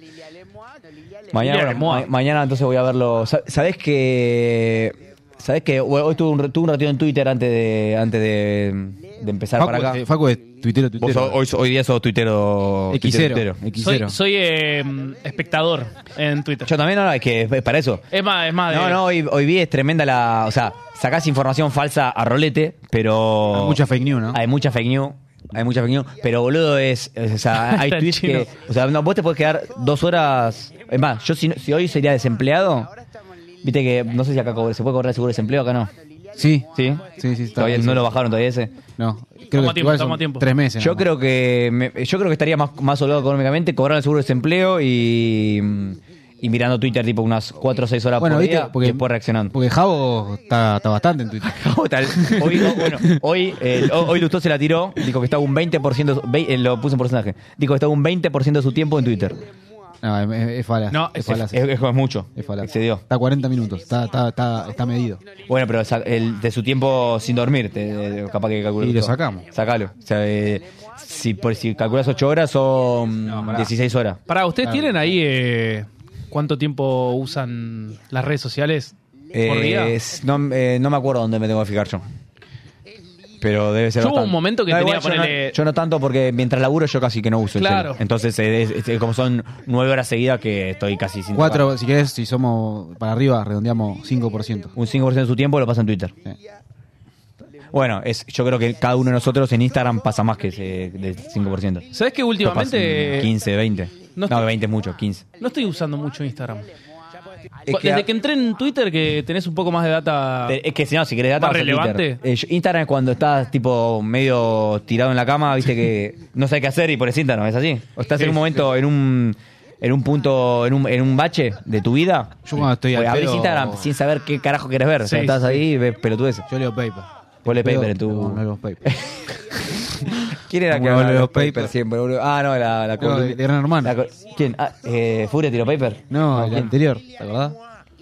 S6: Mañana,
S4: Bien,
S6: bueno,
S4: Moa.
S6: ma- mañana entonces voy a verlo. Sa- ¿Sabés que sabés que bueno, hoy tuve un, re- tuve un ratito en Twitter antes de antes de, de empezar
S5: Facu,
S6: para acá?
S5: eh, Facu es tuitero,
S6: Vos
S5: tuitero.
S6: sos- hoy, hoy día sos tuitero,
S5: Xero,
S6: tuitero, tuitero.
S4: Soy,
S5: Xero.
S4: soy eh, espectador en Twitter.
S6: Yo también, no, no, es que es para eso.
S4: Es más, es más. de-
S6: No, no, hoy, hoy vi es tremenda la. O sea, sacás información falsa a rolete, pero.
S5: Hay mucha fake news, ¿no?
S6: Hay mucha fake news. Hay mucha fake news. Pero boludo es. es- o sea,
S4: Está
S6: hay
S4: el
S6: tweets
S4: chino.
S6: que. O sea, no, vos te podés quedar dos horas. Es más, yo si, no- si hoy sería desempleado. Viste que. No sé si acá cobra- se puede cobrar el seguro de desempleo, acá no.
S5: Sí.
S6: ¿Sí?
S5: Sí, sí, está
S6: Todavía
S5: bien,
S6: no
S5: sí.
S6: lo bajaron todavía ese.
S5: No, creo
S4: Toma
S5: que
S4: tiempo,
S5: igual
S4: toma
S5: son
S4: tiempo.
S5: tres meses.
S6: Yo
S5: nomás.
S6: creo que me- yo creo que estaría más, más holgado económicamente cobrando el seguro de desempleo y, mm, y mirando Twitter tipo unas 4 o 6 horas
S5: Bueno,
S6: por
S5: viste,
S6: día
S5: porque-
S6: porque, después reaccionando.
S5: Porque Javo está, está bastante en Twitter.
S6: Total. Hoy, oh, bueno, hoy, eh, ho- hoy Lustó se la tiró, dijo que estaba un 20%, de su- vei- eh, lo puse en porcentaje, dijo que estaba un 20% de su tiempo en Twitter.
S5: No, es- es, es falaz.
S4: No,
S5: es,
S4: es-
S5: falaz.
S6: Es, es- es mucho.
S5: Es falaz.
S6: Excedió.
S5: Está a 40 minutos, está, está, está, está medido.
S6: Bueno, pero sa- el, de su tiempo sin dormir, te- eh, capaz que calculas.
S5: Y lo sacamos.
S6: Sacalo. O sea, eh, si, por, si calculas 8 horas son 16 horas.
S4: Pará, ¿ustedes tienen ahí eh, cuánto tiempo usan las redes sociales por
S6: Eh,
S4: día?
S6: es- no, eh, no me acuerdo dónde me tengo que fijar yo. Pero debe ser
S4: Yo hubo
S6: bastante.
S4: un momento que
S6: No,
S4: tenía,
S6: igual yo,
S4: ponele-
S6: no, yo no tanto porque mientras laburo yo casi que no uso el
S4: Claro.
S6: celu. Entonces, eh, es- es- como son 9 horas seguidas que estoy casi sin tocar.
S5: Cuatro, si querés, si somos para arriba, redondeamos 5%.
S6: Un 5% de su tiempo lo pasa en Twitter.
S5: Sí.
S6: Bueno, es, yo creo que cada uno de nosotros en Instagram pasa más que ese del 5%.
S4: ¿Sabés que
S6: Capaz un
S4: últimamente
S6: 15, 20.
S4: no
S6: No,
S4: estoy-
S6: 20 es mucho, 15.
S4: no estoy usando mucho Instagram? Pues,
S6: Es que,
S4: Desde que entré en Twitter que tenés un poco más de data...
S6: es que si no, si querés data,
S4: Más
S6: vas a Twitter.
S4: relevante.
S6: Eh, yo- Instagram es cuando estás tipo medio tirado en la cama, viste que no sabes qué hacer y por eso Instagram, ¿es así? O estás en un momento, en un en un punto, en un, en un bache de tu vida.
S5: Yo cuando estoy al
S6: pues, abrís
S5: pedo-
S6: Instagram sin saber qué carajo querés ver. o sea,
S4: Sí,
S6: estás
S4: sí.
S6: ahí y ves pelotudeces.
S5: Yo leo paper.
S6: Ponle
S5: Leo-
S6: paper en tu-
S5: No, no leo paper.
S6: ¿Quién era que
S5: Bueno,
S6: hablaba de los
S5: los
S6: papers
S5: papers.
S6: siempre, boludo? Ah, no, la, la
S5: No, de- de Gran Hermano.
S6: la co- ¿Quién? Ah, eh, ¿Furia tiró paper?
S5: No, el
S6: ¿quién?
S5: anterior, ¿te acordás?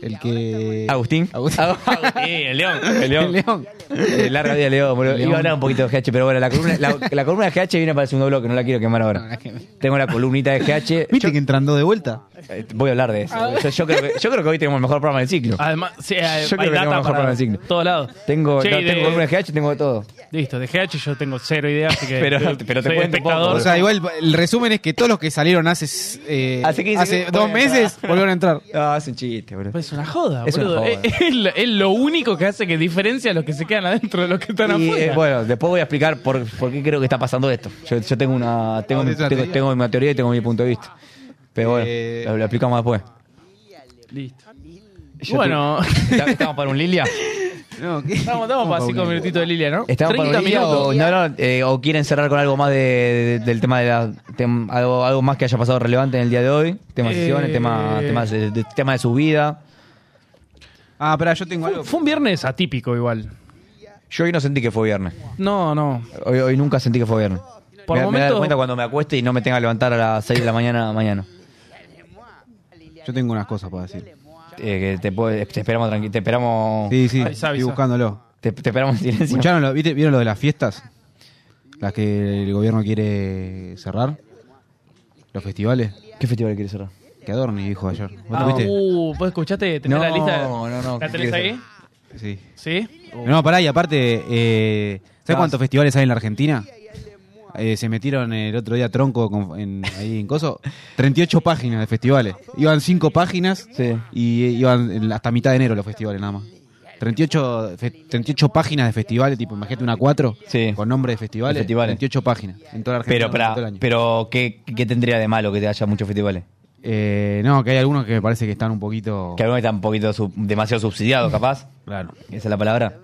S5: El que.
S6: Agustín. Ah,
S4: el león.
S6: El León.
S5: El León.
S6: Eh, larga vida, León. boludo.
S5: León.
S6: Iba a hablar un poquito de GH, pero bueno, la columna, la, la columna de GH viene para el segundo bloque, no la quiero quemar
S5: No,
S6: ahora.
S5: la quemé.
S6: Tengo la columnita de GH.
S5: ¿Viste
S6: Yo-
S5: que entrando de vuelta?
S6: eh, voy a hablar de eso.
S4: Ah.
S6: Yo, yo creo que, yo creo que hoy tenemos el mejor programa del ciclo.
S5: Ah.
S4: Además, sí, eh, hay,
S6: Yo creo
S4: hay
S6: que tengo
S4: data
S6: mejor programa
S4: para
S6: de signo.
S4: todos lados.
S6: Tengo,
S4: Che,
S6: no,
S4: y de-
S6: tengo columna de GH, tengo de todo.
S4: Listo, de GH yo tengo cero idea, así que
S6: Pero- pero te
S4: soy
S6: cuento un poco,
S4: espectador.
S5: O sea, igual el resumen es que todos los que salieron hace, eh,
S6: Hace
S5: hace,
S6: 15
S5: dos
S6: volvieron a
S5: meses
S6: entrar.
S5: volvieron a entrar.
S6: Ah, es un chiste, boludo.
S4: Pero es una joda,
S6: Es una
S4: boludo.
S5: Eh,
S6: joda.
S4: Es, es lo- es lo único que hace que diferencia a los que se quedan adentro de los que están
S6: Y,
S4: afuera.
S6: eh, bueno, después voy a explicar por, por qué creo que está pasando esto. Yo, yo tengo una tengo, mi-
S5: ¿Tenés una
S6: tengo,
S5: teoría?
S6: tengo una teoría y tengo mi punto de vista. Pero bueno,
S5: Eh,
S6: lo, lo explicamos después.
S4: Listo. Y
S6: Yo
S4: bueno,
S6: ¿Está- ¿Estamos para un Lilia?
S5: No, ¿qué?
S4: estamos, estamos para cinco minutitos de Lilia, ¿no?
S6: ¿Estamos para un Lilia o, no, no, eh, o quieren cerrar con algo más de- de- del tema de la, tem- algo, algo más que haya pasado relevante en el día de hoy? Tema de sesiones,
S4: Eh.
S6: tema, temas de, de- tema de su vida.
S5: Ah, espera, yo tengo algo.
S4: Fue un viernes atípico igual.
S6: Yo hoy no sentí que fue viernes.
S4: No, no.
S6: Hoy, hoy nunca sentí que fue viernes.
S4: Por
S6: me, me
S4: momentos-
S6: da cuenta cuando me acueste y no me tenga que levantar a las 6 de la mañana mañana.
S5: Yo tengo unas cosas para decir.
S6: Eh, que te, puedo- te esperamos tranqui- te esperamos
S5: Sí, sí,
S4: Avisa,
S5: estoy
S4: avisa.
S5: buscándolo.
S6: Te, te esperamos en silencio.
S5: ¿Escucharon lo, viste- ¿Vieron lo de las fiestas? Las que el gobierno quiere cerrar. Los festivales.
S6: ¿Qué festival quieres cerrar?
S5: Que Adorni dijo ayer. ¿Vos
S4: Ah,
S5: lo viste?
S4: uh, ¿vos escuchaste? ¿Tenés
S6: No,
S4: la lista?
S6: no, no,
S4: ¿La
S6: ¿qué
S4: tenés
S6: querés
S4: ahí?
S5: Sí.
S4: ¿Sí?
S5: No, pará, y aparte, eh,
S6: Ah,
S5: ¿sabes cuántos
S6: sí.
S5: festivales hay en la Argentina? Eh, se metieron el otro día tronco con- en, ahí en Coso. 38 páginas de festivales. Iban 5 páginas
S6: Sí.
S5: y eh, iban en- hasta mitad de enero los festivales nada más. 38, fe- 38 páginas de festivales, tipo, imagínate una 4
S6: Sí.
S5: con nombre de festivales,
S6: De festivales.
S5: 38 páginas en toda la Argentina
S6: Pero,
S5: durante
S6: para,
S5: todo el año.
S6: pero ¿qué, ¿qué tendría de malo que te haya muchos festivales?
S5: Eh, no, que hay algunos que me parece que están un poquito...
S6: Que algunos están un poquito sub- demasiado subsidiados, capaz.
S5: Claro.
S6: Esa es la palabra.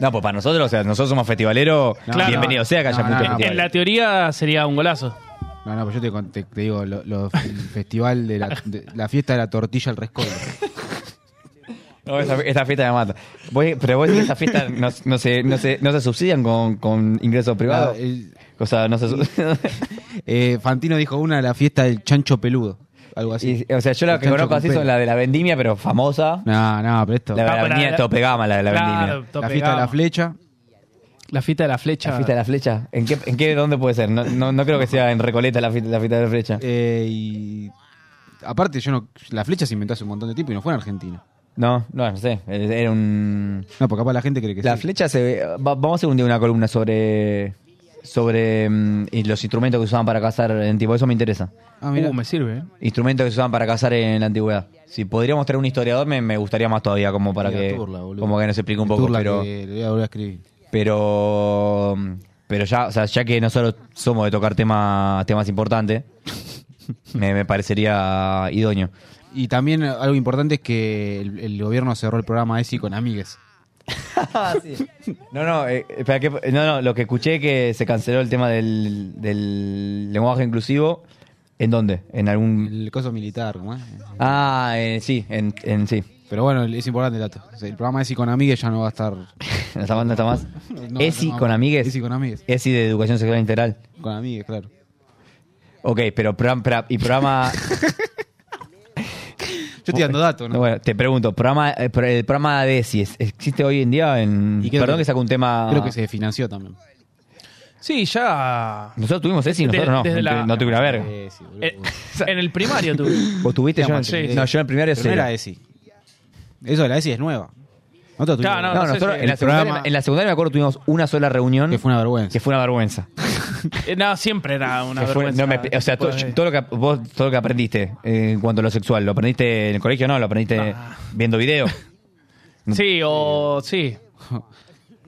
S6: No, pues para nosotros, o sea, nosotros somos festivaleros,
S5: Claro.
S6: bienvenido sea que haya
S5: No,
S6: muchos
S5: no, no.
S4: En
S6: festivales.
S4: la teoría sería un golazo.
S5: No, no, pero yo te, con- te- te digo, lo, lo- el festival de la, de- la fiesta de la tortilla al rescoldo.
S6: No, esa, esa fiesta me mata. Voy- pero vos decís que esas fiestas no, no se, no, se, no se subsidian con, con ingresos privados.
S5: Claro, el-
S6: O sea, no se sub-
S5: Ah, Eh, Fantino dijo una la fiesta del chancho peludo. Algo así.
S6: Y, O sea, yo la
S5: El
S6: que
S5: chancho
S6: conozco
S5: con
S6: así
S5: pelo.
S6: son la de la vendimia, pero famosa.
S5: No, no, pero esto.
S6: La de
S5: La,
S6: la
S4: pero Ah, la-
S6: vendimia, es todo pegama, la de la vendimia.
S4: Claro, tope
S5: fiesta de la
S4: gama.
S5: flecha.
S4: La fiesta de la flecha.
S6: La fiesta de la flecha. ¿En qué, en qué dónde puede ser? No, no, no creo que sea en Recoleta la fiesta, la fiesta de la flecha.
S5: eh, y. Aparte, yo no. La flecha se inventó hace un montón de tiempo y no fue en Argentina.
S6: No, no, no sé. Era un.
S5: No, porque capaz la gente cree que
S6: La
S5: sí.
S6: flecha se ve. va- vamos a hacer un día una columna sobre. sobre mm, y los instrumentos que usaban para cazar en tipo. Eso me interesa.
S5: Ah, mirá.
S4: Uh, me sirve, ¿eh?
S6: Instrumentos que se usaban para cazar en la antigüedad. Si podríamos traer un historiador, me, me gustaría más todavía, como para
S5: Mira,
S6: que.
S5: Turla, boludo.
S6: como que nos explique un
S5: Me
S6: poco.
S5: turla
S6: Pero,
S5: que le voy a volver a escribir.
S6: pero. Pero ya, o sea, ya que nosotros somos de tocar temas temas importantes, me, me parecería Ah, idóneo.
S5: Y también algo importante es que el, el gobierno cerró el programa ESI con amigues.
S6: No, no, eh, espera, ¿qué- no, no, lo que escuché que se canceló el tema del, del lenguaje inclusivo. ¿En dónde? ¿En algún...?
S5: El coso militar, ¿cómo es?
S6: Ah, eh, sí, en, en sí.
S5: Pero bueno, es importante el dato. O sea, El programa ESI con amigues ya no va a estar.
S6: No está más, no está más.
S5: no,
S6: ESI
S5: no,
S6: con amigues.
S5: ESI con amigues.
S6: ESI de Educación Sexual Integral.
S5: Con amigues, claro.
S6: Ok, pero, program- pra- y programa...
S5: Yo te dando datos, ¿no?
S6: Bueno, te pregunto, programa, eh, pro- el programa de si es- existe hoy en día en...
S5: Y creo
S6: Perdón que,
S5: que-
S6: saco un tema...
S5: Creo que se financió también.
S4: Sí, ya.
S6: Nosotros tuvimos ese y
S4: Desde-
S6: nosotros no.
S4: desde
S6: no,
S4: la-
S6: tu- no tuve una verga.
S5: Eh, sí, boludo.
S4: eh, en el primario tú.
S6: ¿Vos tuviste? Yo, en-
S4: Sí.
S6: No, yo en el primario
S5: Pero no
S6: cero.
S5: era ESI. Eso de la ESI es nueva. Nosotros tuvimos-
S4: Claro, no,
S6: No,
S4: sé
S6: nosotros
S4: si-
S6: en, la
S5: el
S6: secundaria-
S5: programa-
S6: en la secundaria me acuerdo tuvimos una sola reunión
S5: que fue una vergüenza.
S6: que fue una vergüenza.
S4: Eh, no, siempre era una
S6: Que fue-
S4: vergüenza.
S6: no me- o sea, todo,
S4: Después de-
S6: todo lo que vos todo lo que aprendiste eh, en cuanto a lo sexual, lo aprendiste en el colegio, no, lo aprendiste viendo video.
S4: Sí, o. Sí.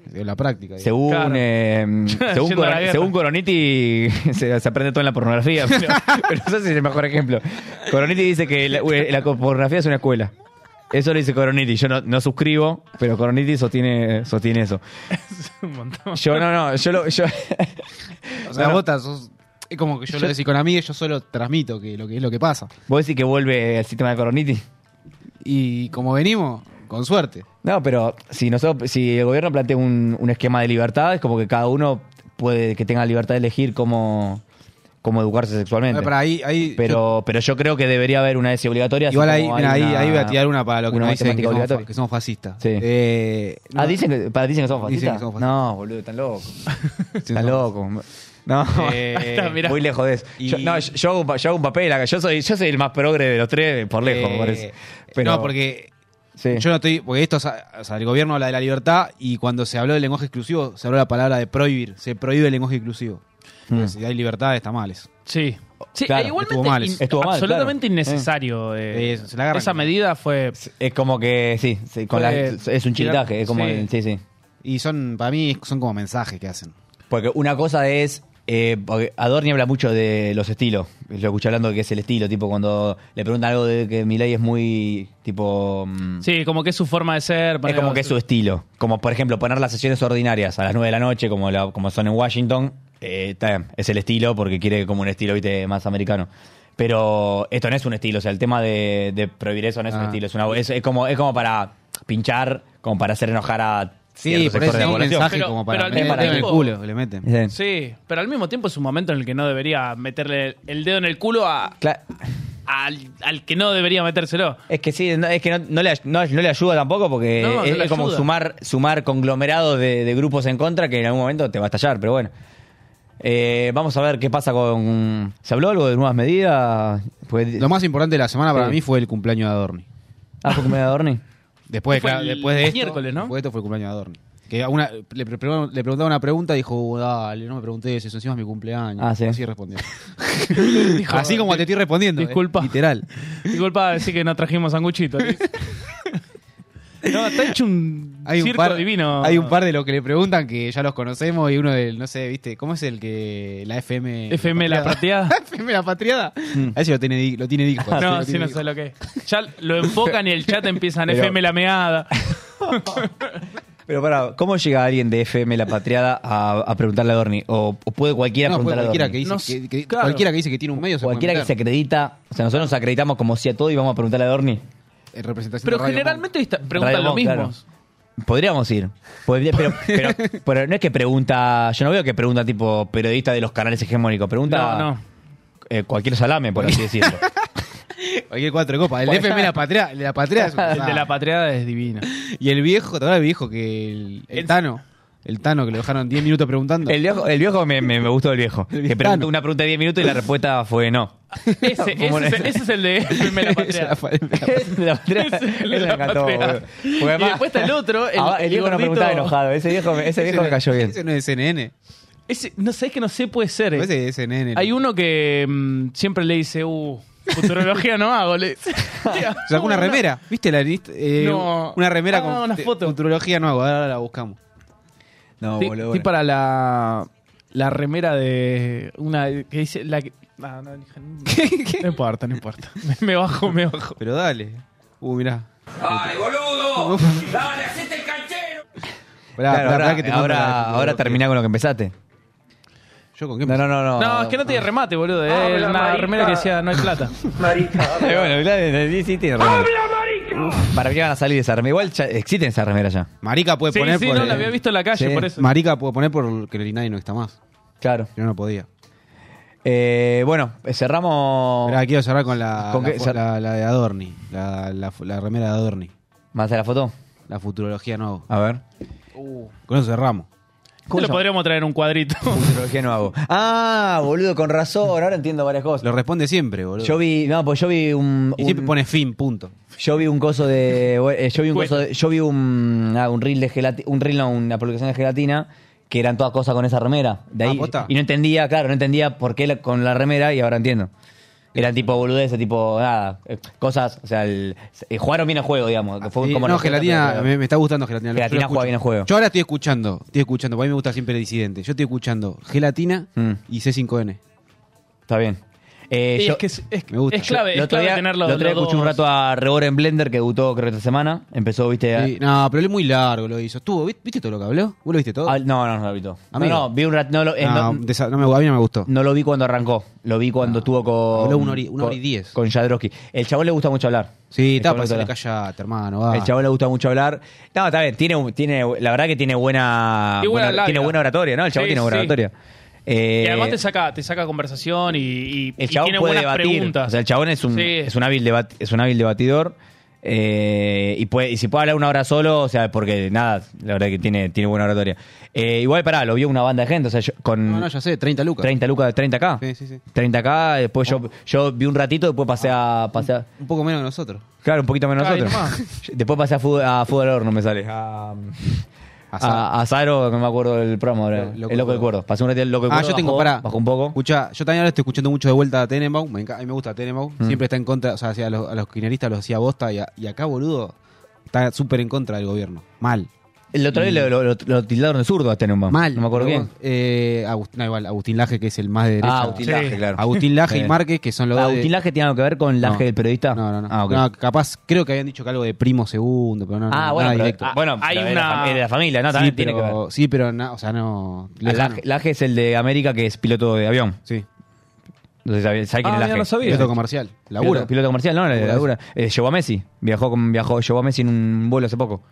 S5: De la práctica. digamos.
S6: Según
S4: Claro.
S6: eh, según,
S4: Yendo a la
S6: Coron-
S4: guerra.
S6: según Coroniti se, se aprende todo en la pornografía, pero, pero no sé si es el mejor ejemplo. Coroniti dice que la, la pornografía es una escuela. Eso lo dice Coroniti, yo no, no suscribo, pero Coroniti sostiene, sostiene eso.
S4: Un montón.
S6: Yo no, no, yo lo, yo,
S5: O sea, vos estás- sos- es como que yo, lo decís con amigos, yo solo transmito que lo que es lo que pasa.
S6: ¿Vos decís que vuelve el sistema de Coroniti?
S5: Y como venimos, con suerte.
S6: No, pero si nosotros, si el gobierno plantea un, un esquema de libertad, es como que cada uno puede que tenga libertad de elegir cómo, cómo educarse sexualmente.
S5: Pero ahí, ahí yo-
S6: pero, pero yo creo que debería haber una ESI obligatoria. así
S5: igual ahí,
S6: como
S5: mira,
S6: hay
S5: ahí,
S6: una-
S5: ahí voy a tirar una para lo que
S6: una
S5: nos dicen que
S6: matemática
S5: somos, fa-
S6: obligatoria.
S5: que somos fascistas.
S6: Sí.
S5: Eh,
S6: Ah,
S5: no,
S6: dicen que, para- dicen que somos
S5: Dicen
S6: fascistas.
S5: que somos fascistas.
S6: No, boludo, están locos.
S5: Sí,
S6: están
S5: no.
S6: locos. No,
S5: Eh,
S4: está, mirá.
S6: muy lejos de eso. Yo,
S5: y-
S6: no, yo, yo hago, un pa- yo hago un papel acá. Yo soy, yo soy el más progre de los tres, por lejos, me
S5: eh,
S6: parece. Pero,
S5: no, porque
S6: sí.
S5: yo no estoy. Porque esto, es a- o sea, el gobierno habla de la libertad y cuando se habló del lenguaje exclusivo, se habló la palabra de prohibir. Se prohíbe el lenguaje exclusivo.
S6: Mm.
S5: Si hay libertad, está mal eso.
S4: Sí. Sí,
S6: Claro,
S4: e igualmente
S5: estuvo mal
S4: in-
S5: eso.
S6: Estuvo mal,
S4: absolutamente
S6: claro.
S4: innecesario. eh,
S5: Eh, se la agarran.
S4: esa medida fue.
S6: Es como que, sí, sí, con la-
S4: Fue-
S6: es un chiletaje, es como,
S4: Sí.
S6: el- sí, sí.
S5: Y son, para mí, son como mensajes que hacen.
S6: Porque una cosa es. Eh, porque Adorni habla mucho de los estilos. Lo escuché hablando de que es el estilo. Tipo, cuando le preguntan algo de que Milei es muy. Tipo. mm,
S4: Sí, como que es su forma de ser.
S6: es
S4: manera-
S6: como que es su estilo. Como, por ejemplo, poner las sesiones ordinarias a las 9 de la noche, como, la- como son en Washington. eh, está bien, es el estilo porque quiere como un estilo, viste, más americano. Pero esto no es un estilo. O sea, el tema de, de prohibir eso no es un
S5: Ah.
S6: estilo. Es, una, es, es como, es como para pinchar, como para hacer enojar a. cierto
S5: por
S6: sector
S5: eso
S6: de
S5: es
S6: la
S5: un
S6: población.
S5: mensaje
S4: Pero-
S5: como
S4: pero
S5: para
S4: al
S5: meter
S6: mismo
S5: en el
S4: tiempo-
S5: culo, que le meten.
S6: Sí.
S4: Sí, pero al mismo tiempo es un momento en el que no debería meterle el dedo en el culo a,
S6: Cla-
S4: al, al que no debería metérselo.
S6: Es que sí, no- es que no, no le, ay- no- no le ayuda tampoco porque
S4: No, no
S6: es,
S4: le
S6: es como
S4: ayuda.
S6: sumar, sumar conglomerados de, de grupos en contra que en algún momento te va a estallar, pero bueno. Eh, vamos a ver qué pasa con... ¿Se habló algo de nuevas medidas? Pues-
S5: Lo más importante de la semana para
S6: Sí.
S5: mí fue el cumpleaños de Adorni.
S6: Ah, fue comida de Adorni.
S5: Después,
S4: Fue
S5: claro,
S4: el
S5: después de esto,
S4: miércoles, ¿no?
S5: después de esto fue el cumpleaños de Adorni. Que a una, le, pre- pre- le preguntaba una pregunta y dijo, "Uh, dale, no me pregunté eso, encima es mi cumpleaños.
S6: Ah, sí.
S5: Así respondió. Dijo, Así como te estoy respondiendo. eh,
S4: disculpa.
S5: literal.
S4: Disculpa decir que no trajimos sanguchito. Luis. no, está hecho un
S5: Hay un,
S4: circo
S5: par,
S4: divino.
S5: hay un par de los que le preguntan que ya los conocemos y uno del, no sé, viste, ¿cómo es el que la FM...
S4: FM la plateada.
S5: FM la patriada. A ese lo tiene, di- lo tiene dijo.
S4: No, sí, no sé lo que es. Ya lo enfocan y el chat empiezan FM la meada.
S6: Pero pará, ¿cómo llega alguien de FM La Patriada a, a preguntarle a Adorni? ¿O, o puede cualquiera
S5: No, fue
S6: preguntarle a
S5: cualquiera que,
S6: Adorni?
S5: dice,
S4: No
S5: que,
S4: sé,
S5: que-
S4: claro.
S5: cualquiera que dice que tiene un medio se puede
S6: Cualquiera que se
S5: meter.
S6: acredita, o sea, nosotros nos acreditamos como si a todo y vamos a preguntarle a Adorni.
S5: En Eh, representación
S4: Pero
S5: de Radio
S4: generalmente esta-
S6: Radio
S4: preguntan lo
S6: Monk,
S4: mismo.
S6: claro. Podríamos ir. Podría- pero, pero- pero no es que pregunta. Yo no veo que pregunta tipo periodista de los canales hegemónicos. Pregunta
S4: No, no.
S6: eh, cualquier salame, por así decirlo.
S5: Monk. Cualquier cuatro copas. El de FM la patria, el de la patria es un-
S4: El de la patriada es divino.
S5: Y el viejo, ¿te acuerdas del viejo que el, el
S4: El-
S5: Tano? El Tano que lo dejaron 10 minutos preguntando.
S6: El viejo, el viejo me, me- me gustó el viejo.
S5: El
S6: que
S5: viejano.
S6: preguntó una pregunta de 10 minutos y la respuesta fue no.
S4: Ese, ese, es, ese es el de FM la
S5: Se
S4: patriada.
S5: la fue-
S6: La patria-
S4: Ese es el
S6: ese
S4: de
S6: me
S4: la
S6: encantó,
S4: patria.
S6: boludo. Porque
S4: Y después está el otro, el-
S6: Ah,
S4: el
S6: viejo no
S4: gordito.
S6: preguntaba enojado. Ese viejo, me- ese viejo me cayó bien.
S5: Ese no es CNN.
S4: Ese- no sé, es que no sé, puede ser. eh.
S5: Ese es CNN.
S4: Hay uno que mm, siempre le dice, uh, futurología no hago. Le...
S5: Sacó una remera. ¿Viste la lista? Eh,
S4: No.
S5: Una remera
S4: Ah,
S5: con
S4: una foto.
S5: futurología no hago. Ahora la buscamos.
S6: No,
S4: Sí,
S6: boludo.
S4: sí, para la, la remera de una que dice la que- no, no, dije, no, no importa, no importa. Me, me bajo, me bajo.
S5: Pero dale. Uh, mirá. ¡Ay, boludo! ¡Dale, hacete el canchero! Pará,
S6: Claro,
S5: pará,
S6: ahora
S5: pará que te mando la de
S6: ahora, ahora
S5: futurología.
S6: termina con lo que empezaste.
S5: Yo con qué
S6: No, no, no. No,
S4: No, es que no te remate, boludo. es una remera que decía no hay plata.
S6: Eh, bueno, claro, sí, sí, tiene remera. Para qué van a salir de esa remera. Igual ya existen esas remeras ya.
S5: Marica puede
S4: Sí,
S5: poner
S4: sí,
S5: por.
S4: no
S5: el-
S4: la había visto en la calle,
S6: sí.
S4: por eso.
S5: Marica puede poner por que nadie no está más.
S6: Claro.
S5: Yo no podía.
S6: Eh, bueno, cerramos.
S5: Mirá, quiero cerrar con la,
S6: ¿Con
S5: la
S6: qué?
S5: fo-
S6: Cer-
S5: la- la de Adorni, la, la fu- la remera de Adorni,
S6: ¿Más de la foto?
S5: la futurología no hago.
S6: A ver.
S5: Con eso cerramos.
S6: ¿Cómo
S4: lo
S6: se llama?
S4: podríamos traer en un cuadrito.
S6: Futurología no hago. Ah, boludo, con razón. Ahora entiendo varias cosas.
S5: Lo responde siempre, boludo.
S6: Yo vi, no, pues yo vi un,
S5: y siempre
S6: un-
S5: pone fin, punto.
S6: yo vi un coso de, eh, yo vi un coso de- yo vi un, ah, un reel de gelatina, un reel no, una publicación de gelatina que eran todas cosas con esa remera. De
S5: Ah,
S6: ahí
S5: ¿posta?
S6: y no entendía, claro, no entendía por qué la- con la remera y ahora entiendo.
S5: Eh.
S6: Eran tipo boludeces, tipo nada, eh, cosas, o sea, el, eh, jugaron bien el juego, digamos. que fue
S5: Sí,
S6: como
S5: no,
S6: la-
S5: gelatina, me, me está gustando gelatina. Yo
S6: Gelatina
S5: lo
S6: juega
S5: escucho.
S6: bien el juego.
S5: Yo ahora estoy escuchando, estoy escuchando, porque a mí me gusta siempre el disidente. Yo estoy escuchando gelatina
S6: Mm.
S5: y C5N.
S6: Está bien. Eh,
S4: Y
S6: yo-
S4: es que es, es-
S5: Me gusta.
S4: es clave,
S6: lo
S4: es
S6: otro
S4: clave
S6: día,
S4: tener los,
S6: lo otro día
S4: los
S6: escuché un
S4: dos.
S6: rato a Rebor Ah, en Blender que debutó creo que esta semana. Empezó, viste, a-
S5: Sí, no, pero él es muy largo lo hizo. Estuvo, ¿viste, viste todo lo que habló? ¿Vos lo viste todo?
S6: Ah, no, no, no lo vi todo. No,
S5: Amigo.
S6: no, vi un rat- no, lo, eh,
S5: no,
S6: no-
S5: desa- no me, a mí no me gustó.
S6: no lo vi cuando arrancó. Lo vi cuando estuvo con.
S5: habló una hora y- una
S6: con-
S5: hora y diez.
S6: Con Jadrowski. El chabón le gusta mucho hablar.
S5: Sí,
S6: El
S5: está,
S6: chabón
S5: para
S6: le gusta
S5: que
S6: hablar.
S5: callate, hermano. va.
S6: El chabón le gusta mucho hablar. No, está bien, tiene, un- tiene, la verdad que tiene buena,
S4: Y buena labia.
S6: tiene buena oratoria, ¿no? El chabón
S4: Sí,
S6: tiene buena
S4: sí.
S6: oratoria. Eh,
S4: Y además te saca, te saca conversación y, y- y
S6: el chabón
S4: tiene
S6: puede
S4: buenas
S6: debatir.
S4: preguntas.
S6: O sea, el chabón es un,
S4: Sí.
S6: es un hábil debat- es un hábil debatidor. eh, y, puede, y si puede hablar una hora solo, o sea, porque nada, la verdad que tiene, tiene buena oratoria. Eh, igual, pará, lo vio una banda de gente, o sea, yo- con
S5: No, no, ya sé, 30 lucas.
S6: 30 lucas, 30k.
S5: Sí, sí, sí.
S6: 30k, después yo, yo vi un ratito, después pasé a, pasé a-
S5: Un poco menos que nosotros.
S6: Claro, un poquito menos
S4: Ay,
S6: nosotros. después pasé a fútbol, a fútbol al horno, me sale. A,
S5: Azar.
S6: a, a Zaro, no me acuerdo del programa ahora.
S5: Lo- Loco
S6: el loco
S5: de
S6: de cuerdo. Pasé un ratito el loco de
S5: Ah,
S6: cuerdo.
S5: yo tengo,
S6: bajó,
S5: pará.
S6: Bajó un poco.
S5: Escucha, yo también ahora estoy escuchando mucho de vuelta a Tenenbaum. Me enca- a mí me gusta Tenenbaum.
S6: Mm.
S5: Siempre está en contra, o sea, hacía a los, a los kirchneristas los hacía bosta y, a- y acá, boludo, está súper en contra del gobierno. Mal.
S6: El otro día lo, lo, lo- lo tildaron de zurdo a este Neumann.
S5: Mal.
S6: No me acuerdo
S5: Pero
S6: quién.
S5: vos, Eh, Agustín, no, igual, Agustín Laje, que es el más de derecha.
S6: Ah, Agustín
S4: Sí.
S6: Laje, claro.
S5: Agustín Laje
S6: Sí.
S5: y Márquez, que son los
S6: Ah,
S5: dos. de-
S6: Agustín Laje tiene algo que ver con Laje,
S5: No.
S6: el periodista.
S5: No, no, no.
S6: Ah, ok.
S5: No, capaz, creo que habían dicho que algo de primo segundo, pero no.
S6: Ah,
S5: no,
S6: bueno,
S5: nada
S6: pero,
S5: directo.
S6: ah, bueno,
S4: Hay
S6: hay una.
S4: una-
S6: de la familia, ¿no?
S5: Sí,
S6: También tiene que
S5: pero-
S6: ver.
S5: Sí, pero, na- o sea, no. lejano.
S6: Ah, Laje, Laje es el de América que es piloto de avión.
S5: Sí.
S6: No sé, ¿sabes
S4: Ah,
S6: quién es
S4: mira,
S6: Laje?
S4: no sabía.
S5: Piloto comercial. Labura.
S6: Piloto, piloto comercial, no, la
S5: Labura.
S6: labura. Eh, llevó a Messi. Viajó, con, viajó, llevó a Messi en un vuelo hace poco.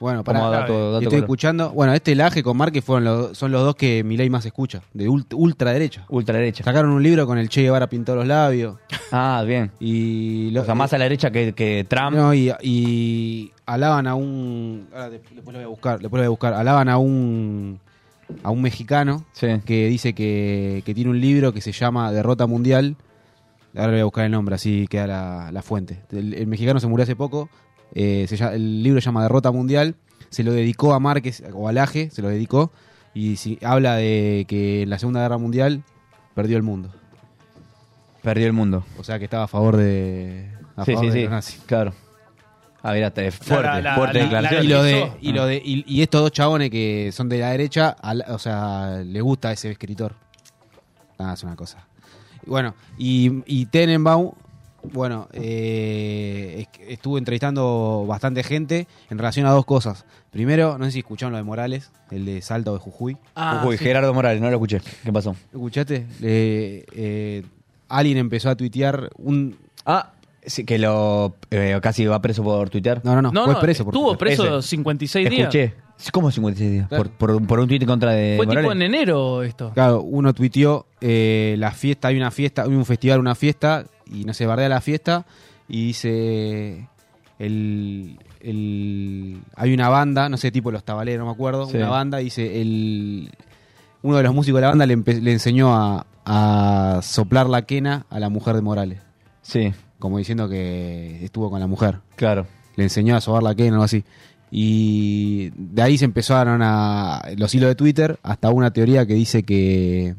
S5: Bueno, para.
S6: Como dato, dato
S5: eh, estoy
S6: color.
S5: escuchando. Bueno, este Laje con Márquez fueron los, son los dos que Milei más escucha, de ult- ultraderecha.
S6: Ultraderecha.
S5: Sacaron un libro con el Che Guevara pintado los labios.
S6: Ah, bien.
S5: Y
S6: O
S5: los
S6: sea, más a la derecha que, que Trump.
S5: No, y, y alaban a un. Ahora después lo voy a buscar, después lo voy a buscar. Alaban a un. a un mexicano
S6: Sí.
S5: que dice que, que tiene un libro que se llama Derrota Mundial. Ahora le voy a buscar el nombre, así queda la, la fuente. El, el mexicano se murió hace poco. eh, se llama- el libro se llama Derrota Mundial. Se lo dedicó a Márquez o a Laje, se lo dedicó. Y si- habla de que en la Segunda Guerra Mundial perdió el mundo.
S6: Perdió el mundo.
S5: O sea que estaba a favor de. a
S6: Sí,
S5: favor
S6: sí,
S5: de
S6: sí.
S5: los nazis.
S6: Claro. Ah, mira, te- fuerte,
S4: la-
S6: fuerte
S4: la-
S6: declaración.
S5: y, lo de,
S4: analizó.
S5: y, lo de, y, y estos dos chabones que son de la derecha, al- o sea, le gusta ese escritor. Ah, es una cosa. Y Bueno, y, y Tenenbaum, bueno, eh, es- estuvo entrevistando bastante gente en relación a dos cosas. Primero, no sé si escucharon lo de Morales, el de Salta o de Jujuy.
S4: Ah,
S6: Uy, Gerardo Morales, no lo escuché. ¿Qué pasó?
S5: ¿Escuchaste? Eh, eh, alguien empezó a tuitear un...
S6: Ah, sí, que lo eh, casi va preso por Twitter.
S5: No, no, no,
S4: no,
S5: fue
S4: no,
S5: preso. por-
S4: estuvo preso
S6: Ese.
S4: 56 días.
S6: Escuché. Sí, ¿Cómo 56 días?
S5: Claro.
S6: Por, por- por un tuit en contra de
S4: Fue tipo
S6: Morales.
S4: en enero esto.
S5: Claro, uno tuiteó eh, la fiesta, hay una fiesta, hay un festival, una fiesta, y no se bardea la fiesta, y dice el, el- hay una banda, no sé, tipo los tabaleros, no me acuerdo,
S6: Sí.
S5: una banda, dice el uno de los músicos de la banda le, empe- le enseñó a, a soplar la quena a la mujer de Morales,
S6: Sí,
S5: como diciendo que estuvo con la mujer
S6: claro.
S5: le enseñó a sobar la quena o algo así. Y de ahí se empezaron a los hilos de Twitter hasta una teoría que dice que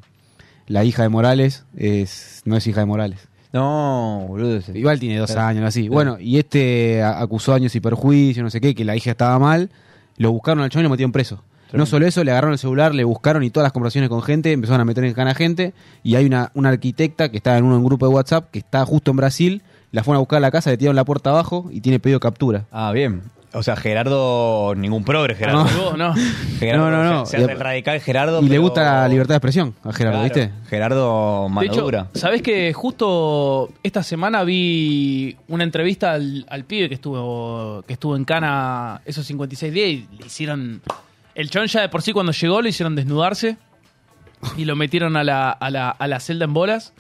S5: la hija de Morales es, no es hija de Morales.
S6: No, boludo. ese.
S5: Igual tiene dos
S6: Claro.
S5: años, así. Bueno, y este a- acusó años y perjuicio, no sé qué, que la hija estaba mal. Lo buscaron al chabón y lo metieron preso. No solo eso, le agarraron el celular, le buscaron y todas las conversaciones con gente, empezaron a meter en cana gente. Y hay una, una arquitecta que estaba en un grupo de WhatsApp que está justo en Brasil. La fueron a buscar a la casa, le tiraron la puerta abajo y tiene pedido de captura.
S6: Ah, bien. O sea, Gerardo, ningún progre, Gerardo.
S4: Y vos, no.
S6: Gerardo,
S5: No, no, no.
S6: Se hace
S5: Y-
S6: el radical Gerardo.
S5: Y le
S6: pero-
S5: gusta la libertad de expresión a Gerardo,
S6: Claro.
S5: ¿viste?
S6: Gerardo
S4: De
S6: mano
S4: hecho,
S6: dura.
S4: ¿sabés que justo esta semana vi una entrevista al, al pibe que estuvo que estuvo en Cana esos 56 días y le hicieron... El chon ya de por sí cuando llegó lo hicieron desnudarse y lo metieron a la, a la, a la celda en bolas.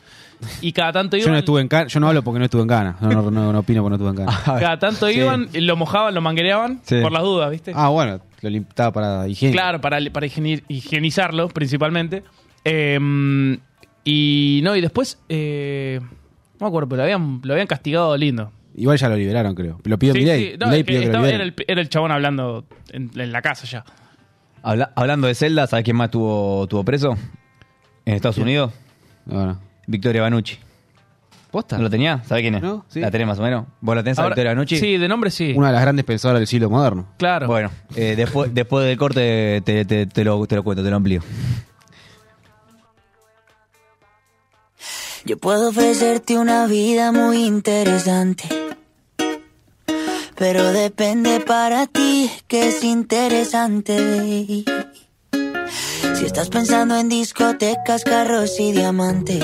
S4: Y cada tanto iban.
S5: Yo no estuve en Cana, yo no hablo porque no estuve en Cana. No, no, no, no opino porque no estuve en Cana.
S4: Cada tanto iban, lo mojaban, lo manguereaban,
S5: Ah, Sí.
S4: por las dudas, ¿viste?
S5: Ah, bueno, lo lim- estaba para higiene.
S4: Claro, para, para higieni- higienizarlo principalmente. Eh, y no, y después, eh, no me acuerdo, pero lo habían, lo habían castigado lindo.
S5: Igual ya lo liberaron, creo. Lo pidió
S4: Sí,
S5: Milei.
S4: sí, no,
S5: Milei
S4: es que
S5: pidió que lo
S4: estaba- era,
S5: liberen.
S4: el, era el chabón hablando en, en la casa ya.
S6: Habla- hablando de Zelda, ¿sabes quién más tuvo, tuvo preso? En Estados Unidos.
S5: No, no.
S6: Victoria Banucci.
S5: ¿Posta?
S6: ¿No lo tenía? ¿Sabes quién es?
S5: No, sí.
S6: La tenés más o menos. ¿Vos la tenés a
S4: Ahora-
S6: Victoria Banucci?
S4: Sí, de nombre sí.
S5: Una de las grandes pensadoras del siglo moderno.
S4: Claro.
S6: Bueno, eh, después, después del corte te, te- te lo, te lo cuento, te lo amplío.
S8: Yo puedo ofrecerte una vida muy interesante. Pero depende para ti que es interesante. Si estás pensando en discotecas, carros y diamantes.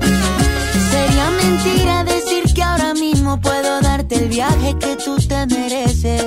S8: Sería mentira decir que ahora mismo puedo darte el viaje que tú te mereces.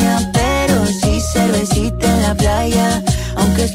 S8: pero sí cervecita en la playa. Aunque es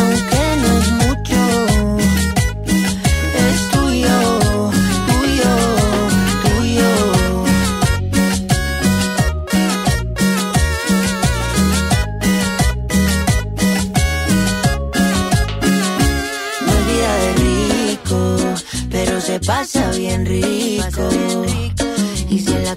S8: Aunque no es mucho, es tuyo, tuyo, tuyo. No es vida de rico, pero se pasa bien rico. Y si en la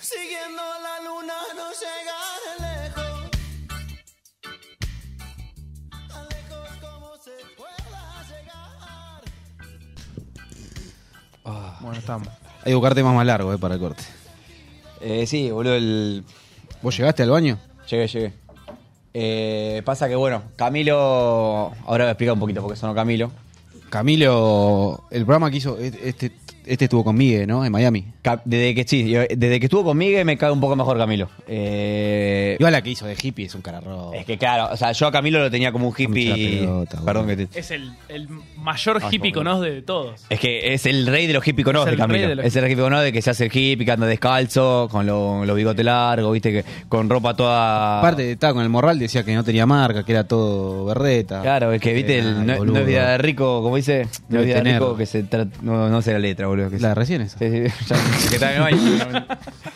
S8: Siguiendo la luna no llega de lejos. Tan lejos como se pueda llegar.
S4: Ah. Bueno, estamos.
S5: Hay que buscar temas más largo, eh, para el corte.
S6: Eh, sí, boludo, el...
S5: ¿Vos llegaste al baño?
S6: Llegué, llegué. Eh, pasa que, bueno, Camilo... Ahora voy a explicar un poquito porque sonó Camilo.
S5: Camilo, el programa que hizo este, este este estuvo con Migue, ¿no? En Miami.
S6: Cap- Desde que, sí, yo- desde que estuvo conmigo me cae un poco mejor Camilo. Eh,
S5: Igual la que hizo de hippie es un cararro.
S6: es que claro, o sea, yo a Camilo lo tenía como un
S5: Mucha
S6: hippie.
S5: pelota, boludo.
S6: Perdón que te-
S4: Es el, el mayor
S5: Ay,
S4: hippie
S5: pobre.
S4: conoz de todos.
S6: Es que es el rey de los hippie conos
S4: Es
S6: de
S4: el rey
S6: Camilo.
S4: de los-
S6: Es el rey hippie conos de que se hace el hippie, que anda descalzo, con lo- los bigotes largos, viste, que con ropa toda.
S5: Aparte, estaba con el morral, decía que no tenía marca, que era todo berreta.
S6: Claro, es que viste,
S5: Eh, Ay,
S6: el, no,
S5: boludo.
S6: no es vida de rico, como dice, no
S5: Debe
S6: es vida de
S5: tener.
S6: rico que se trata. No, no sé la letra, boludo. Que
S5: La
S6: se-
S5: de recién esa.
S6: Sí, sí, ya- que está en el baño.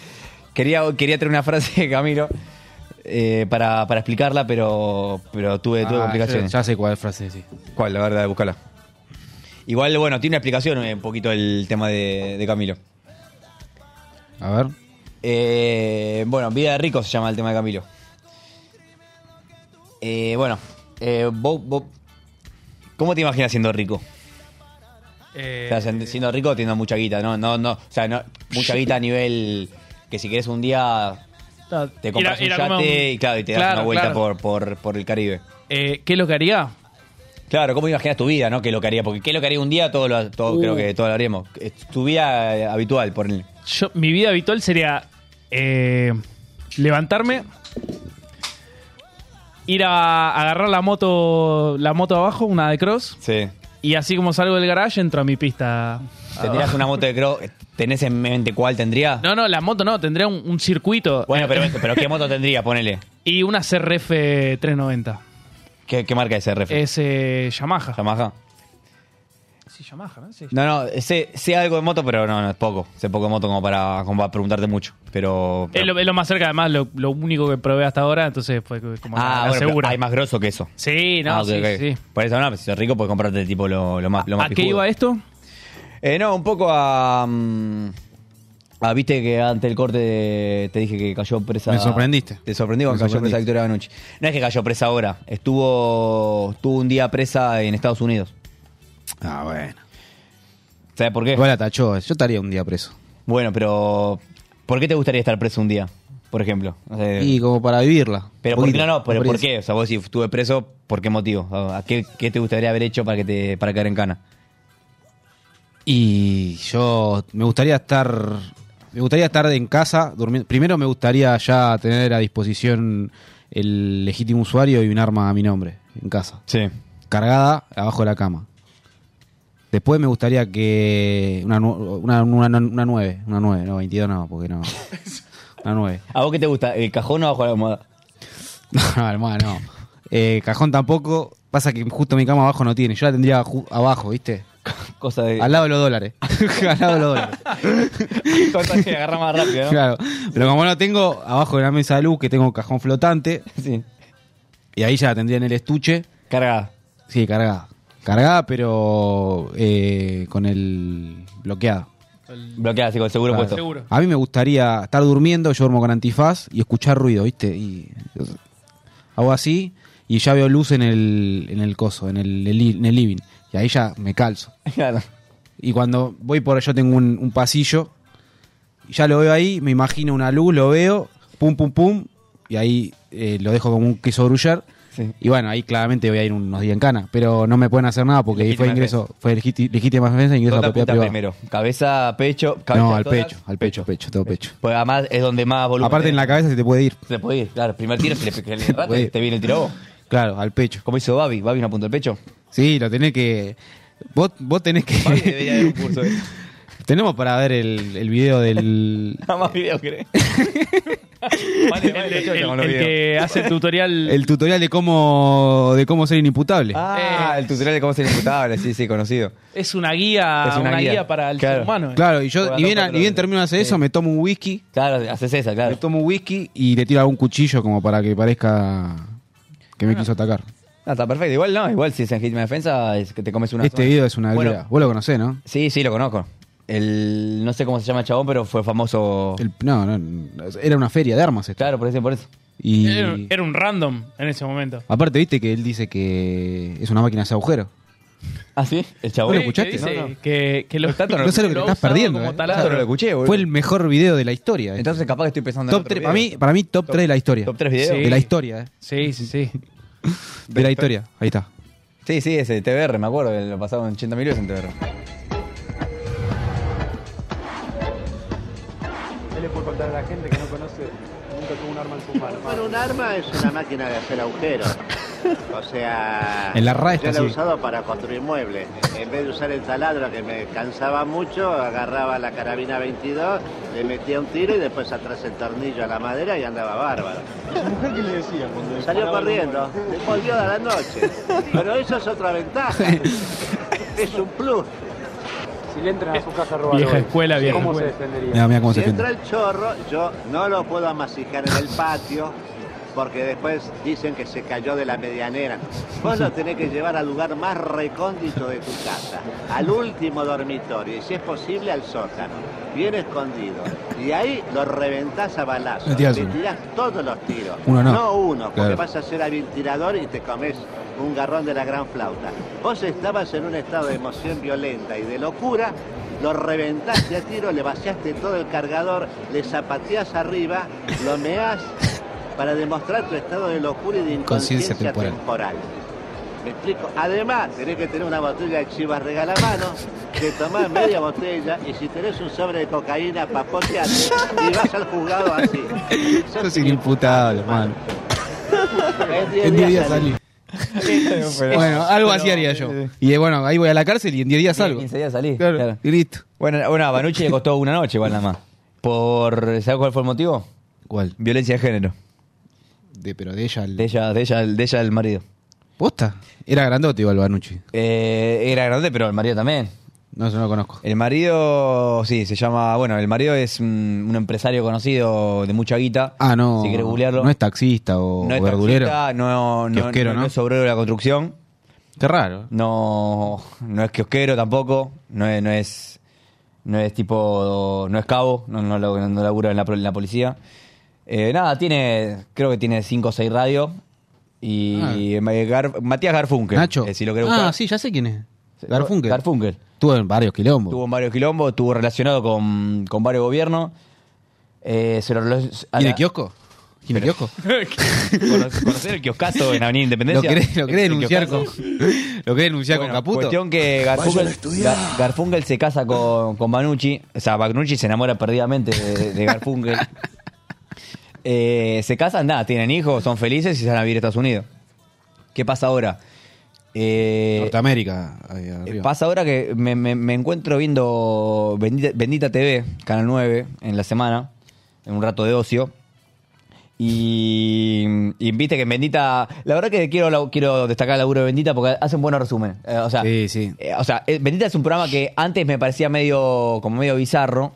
S6: quería, quería tener una frase de Camilo eh, para, para explicarla, pero, pero tuve, tuve
S5: Ah,
S6: complicaciones.
S5: Ya, ya sé cuál frase decís.
S6: ¿Cuál? La verdad, búscala. Igual, bueno, tiene una explicación eh, un poquito el tema de, de Camilo.
S5: A ver.
S6: Eh, bueno, Vida de Rico se llama el tema de Camilo. Eh, bueno, eh, vos- vos- ¿cómo te imaginas siendo rico?
S4: Eh,
S6: O sea, sen- siendo rico teniendo mucha guita, ¿no? No, no, o sea, no, mucha guita a nivel que si querés un día
S4: ta-
S6: te compras
S4: ir a- ir a
S6: un
S4: comer
S6: yate
S4: un-
S6: y claro, y te das
S4: Claro,
S6: una vuelta
S4: claro.
S6: por, por, por el Caribe.
S4: Eh, ¿Qué es lo que haría?
S6: Claro, ¿cómo imaginas tu vida, no? ¿Qué lo que haría? Porque ¿qué lo que haría un día? Todo lo, todo,
S4: Uh.
S6: creo que todo lo haríamos. Es Tu vida eh, habitual, por el...
S4: Yo- mi vida habitual sería eh, levantarme, ir a agarrar la moto, la moto abajo, una de cross,
S6: Sí.
S4: y así como salgo del garage entro a mi pista.
S6: Tendrías una moto de cross, eh, ¿tenés en mente cuál tendría?
S4: No, no, la moto no, tendría un, un circuito Eh,
S6: Bueno, pero, pero ¿qué moto tendría? Ponele.
S4: y una CRF 390.
S6: ¿Qué, qué marca es RF?
S4: Es eh, Yamaha.
S6: Yamaha.
S4: Sí, Yamaha, ¿no? Sí.
S6: No, no, sé, sé algo de moto, pero no, no, es poco. Sé poco de moto como para, como para preguntarte mucho. Pero.
S4: Es lo, es lo más cerca, además, lo, lo único que probé hasta ahora, entonces fue como la-
S6: ah,
S4: la
S6: bueno, pero
S4: segura.
S6: hay más grosso que eso.
S4: Sí, no,
S6: Ah, ok,
S4: sí,
S6: ok.
S4: sí. Ah,
S6: Por eso no, pero si sos rico puedes comprarte tipo lo, lo más, lo más
S4: ¿A qué
S6: pijudo.
S4: iba esto?
S6: Eh, no, un poco a, mm, a- Viste que ante el corte de- te dije que cayó presa.
S5: Me sorprendiste.
S6: Te sorprendí cuando
S5: Me
S6: cayó
S5: sorprendiste.
S6: presa Victoria Ganucci. No es que cayó presa ahora. Estuvo, estuvo un día presa en Estados Unidos.
S5: Ah, bueno.
S6: ¿Sabes por qué?
S5: Igual la tachó. Yo estaría un día preso.
S6: Bueno, pero. ¿Por qué te gustaría estar preso un día? Por ejemplo. O sea,
S5: Y como para vivirla.
S6: pero
S5: Un
S6: por qué
S5: poquito,
S6: no, no, pero
S5: un
S6: ¿por
S5: poquito.
S6: qué? O sea, vos si estuve preso, ¿por qué motivo? ¿A qué, qué te gustaría haber hecho para que te para caer en cana?
S5: Y yo me gustaría estar. Me gustaría estar en casa. durmiendo. Primero me gustaría ya tener a disposición el legítimo usuario y un arma a mi nombre en casa.
S6: Sí.
S5: cargada abajo de la cama. Después me gustaría que. Una, nu- una, una, una 9, una 9, no, 22 no, porque no. Una 9.
S6: ¿A vos qué te gusta? ¿El cajón o abajo de la almohada?
S5: No, no, hermano, no. Eh, cajón tampoco. Pasa que justo mi cama abajo no tiene. Yo la tendría ju- abajo, ¿viste?
S6: Cosa de.
S5: Al lado de los dólares. Al lado de los dólares.
S6: Cosa que agarra más rápido, ¿no?
S5: Claro. Pero como no tengo abajo de la mesa de luz, que tengo un cajón flotante,
S6: Sí.
S5: y ahí ya la tendría en el estuche.
S6: Cargada.
S5: Sí, cargada. Cargada, pero eh, con el bloqueado.
S6: Bloqueada, así con el seguro
S5: Claro.
S6: puesto.
S4: Seguro.
S5: A mí me gustaría estar durmiendo, yo duermo con antifaz y escuchar ruido, ¿viste? Y hago así y ya veo luz en el, en el coso, en el, en el living. Y ahí ya me calzo.
S6: Claro.
S5: Y cuando voy por yo tengo un, un pasillo, y ya lo veo ahí, me imagino una luz, lo veo, pum, pum, pum, y ahí eh, lo dejo como un queso gruyar.
S6: Sí.
S5: Y bueno, ahí claramente voy a ir unos días en cana, pero no me pueden hacer nada porque ahí fue
S6: Legítima
S5: ingreso, fue legíti- legítima defensa, e ingreso a
S6: Tota
S5: la propiedad
S6: punta
S5: privada.
S6: primero. Cabeza, pecho. cabeza
S5: No,
S6: de
S5: al
S6: todas.
S5: pecho, al pecho, pecho, todo pecho.
S6: Pues además es donde más volumen.
S5: Aparte en la cabeza se te puede ir.
S6: Te puede ir, claro. Primer tiro, si le, que le
S5: Te
S6: erraste,
S5: puede ir.
S6: te viene el tiro a vos.
S5: Claro, al pecho.
S6: Como hizo Babi. Babi no apuntó el pecho.
S5: Sí, lo tenés que. Vos, vos tenés
S6: Babi debería
S5: que.
S6: dar un curso. ¿eh?
S5: Tenemos para ver el, el video del.
S6: Nada más video que vale,
S4: El,
S6: vale,
S4: de-
S6: yo
S4: el-
S6: llamo los
S4: el
S6: videos.
S4: que hace el tutorial.
S5: El tutorial de cómo. de cómo ser inimputable.
S4: Eh.
S6: Ah, el tutorial de cómo ser imputable. Sí, sí, conocido.
S4: Es una guía,
S6: Es una
S4: una, guía.
S6: guía
S4: para el
S6: Claro.
S4: ser humano. eh.
S5: Claro, y yo
S6: Bueno,
S5: ni bien,
S6: tampoco
S5: ni bien
S6: lo-
S5: termino de hacer eso, me tomo un whisky.
S6: Claro, haces esa,
S5: Me
S6: claro.
S5: tomo un whisky y le tiro algún cuchillo como para que parezca que me quiso atacar.
S6: No, está perfecto. Igual no, igual si es en legítima defensa es que te comes una
S5: este
S6: sola.
S5: video es una
S6: Bueno,
S5: vereda. Vos lo conocés, ¿no?
S6: Sí, sí, lo conozco. El, no sé cómo se llama el chabón, pero fue famoso.
S5: El- no, no, era una feria de armas esto.
S6: Claro, por eso, por eso.
S5: Y.
S4: Era, era un random en ese momento.
S5: Aparte, viste que él dice que es una máquina de agujero.
S6: ¿Ah, sí? El
S5: ¿No
S6: chabón.
S5: lo
S4: Sí,
S5: escuchaste?
S4: que dice
S5: No, no.
S4: Que, que lo,
S5: no sé lo que te
S4: ha
S5: estás
S4: usado
S5: perdiendo,
S4: como
S5: eh.
S4: taladro.
S5: Claro,
S6: lo escuché, boludo.
S5: Fue el mejor video de la historia. este.
S6: Entonces capaz que estoy pensando en
S5: Top
S6: otro
S5: tres,
S6: video.
S5: para, mí, para mí, top 3 de la historia.
S6: Top 3 videos.
S4: Sí.
S5: De la historia, ¿eh?
S4: Sí, sí, sí.
S5: De la historia. Ahí está.
S6: Sí, sí, ese TBR, me acuerdo, que lo pasaron 80 mil veces en TBR.
S9: para la gente que no conoce nunca tuvo un arma en sus manos.
S10: Bueno, un arma es una máquina de hacer agujeros. O sea,
S5: En la RAE
S10: yo
S5: está
S10: la
S5: así.
S10: usaba para construir muebles. En vez de usar el taladro que me cansaba mucho, agarraba la carabina 22, le metía un tiro y después atrás el tornillo a la madera y andaba bárbaro.
S9: ¿Su mujer qué le decía cuando
S10: Salió
S9: disparaba
S10: corriendo,
S9: el número?
S10: volvió a la noche. Pero eso es otra ventaja. Es un plus.
S9: Si le entran a su casa a robar
S4: Vieja
S9: hoy,
S4: escuela, vieja
S9: ¿Cómo se
S4: escuela.
S9: defendería?
S5: Mirá, mirá cómo se
S10: si entra
S5: defiende.
S10: el chorro, yo no lo puedo amasijar en el patio porque después dicen que se cayó de la medianera. Vos lo tenés que llevar al lugar más recóndito de tu casa, al último dormitorio y si es posible al sótano, bien escondido. Y ahí lo reventás a balazos,
S5: Le
S10: le
S5: tirás
S10: tirás
S5: uno.
S10: todos los tiros.
S5: Uno no.
S10: uno, porque
S5: Claro.
S10: vas a ser tirador y te comes un garrón de la gran flauta. Vos estabas en un estado de emoción violenta y de locura, lo reventaste a tiro, le vaciaste todo el cargador, le zapateás arriba, lo meás para demostrar tu estado de locura y de inconsciencia
S5: Conciencia
S10: temporal.
S5: temporal.
S10: ¿Me explico? Además, tenés que tener una botella de chivas regalamano, te tomás media botella y si tenés un sobre de cocaína, papoteate y vas al juzgado así.
S5: Eso es inimputable, hermano.
S10: Es diez
S5: En 10
S10: días
S5: días salí.
S6: Pero-
S5: Bueno, algo así haría yo. Y eh, bueno, ahí voy a la cárcel y en 10 días salgo.
S6: 15 días salí.
S5: Claro.
S6: claro.
S5: Y listo.
S6: Bueno, bueno, a Banucci le costó una noche igual nada más. Por, ¿Sabes cuál fue el motivo?
S5: ¿Cuál?
S6: Violencia de género.
S5: De, pero de ella al.
S6: De ella, de ella, de ella el marido.
S5: ¿Posta? Era grandote igual Banucci.
S6: Eh, era grande, pero el marido también.
S5: No, eso no lo conozco.
S6: El marido, sí, se llama. Bueno, el marido es mm, un empresario conocido de mucha guita.
S5: Ah, no.
S6: Si quieres googlearlo.
S5: No es taxista o
S6: No es
S5: verdulero.
S6: taxista, no, no,
S5: Kiosquero,
S6: no,
S5: ¿no?
S6: es obrero de la construcción.
S5: Qué raro.
S6: No, no es kiosquero tampoco. No es, no es, no es tipo. No es cabo. No, no, lo- no labura en la, pro- en la policía. Eh, nada, tiene. Creo que tiene 5 o 6 radios. Y,
S5: Ah.
S6: y Gar- Matías Garfunkel.
S5: Nacho.
S6: eh, si lo querés
S5: ah,
S6: buscar.
S5: sí, ya sé quién es. Garfunkel.
S6: Garfunkel.
S5: Estuvo en varios quilombos.
S6: Estuvo en varios quilombos, estuvo relacionado con, con varios gobiernos. Eh, se lo relo- a
S5: ¿Tiene
S6: la-
S5: kiosco? ¿Tiene
S6: Pero-
S5: kiosco?
S6: cono- ¿Conocer el kioscazo en Avenida
S5: ¿Lo
S6: Independencia?
S5: querés, lo querés
S6: El
S5: denunciar con,
S6: kioscazo.
S5: ¿Lo querés denunciar
S6: Bueno,
S5: con Caputo?
S6: Cuestión que Garfunkel, Gar- Garfunkel se casa con, con Banucci. O sea, Banucci se enamora perdidamente de, de Garfunkel. Eh, se casan, nada, tienen hijos, son felices y se van a vivir a Estados Unidos. ¿Qué pasa ahora? Eh,
S5: Norteamérica. ahí arriba.
S6: Pasa ahora que me, me- me encuentro viendo Bendita, Bendita TV, Canal 9, en la semana, en un rato de ocio. Y, y viste que en Bendita. La verdad que quiero, lau- quiero destacar el laburo de Bendita porque hacen buenos resúmenes. Eh, o sea,
S5: Sí, sí.
S6: eh, o sea, eh, Bendita es un programa que antes me parecía medio como medio bizarro.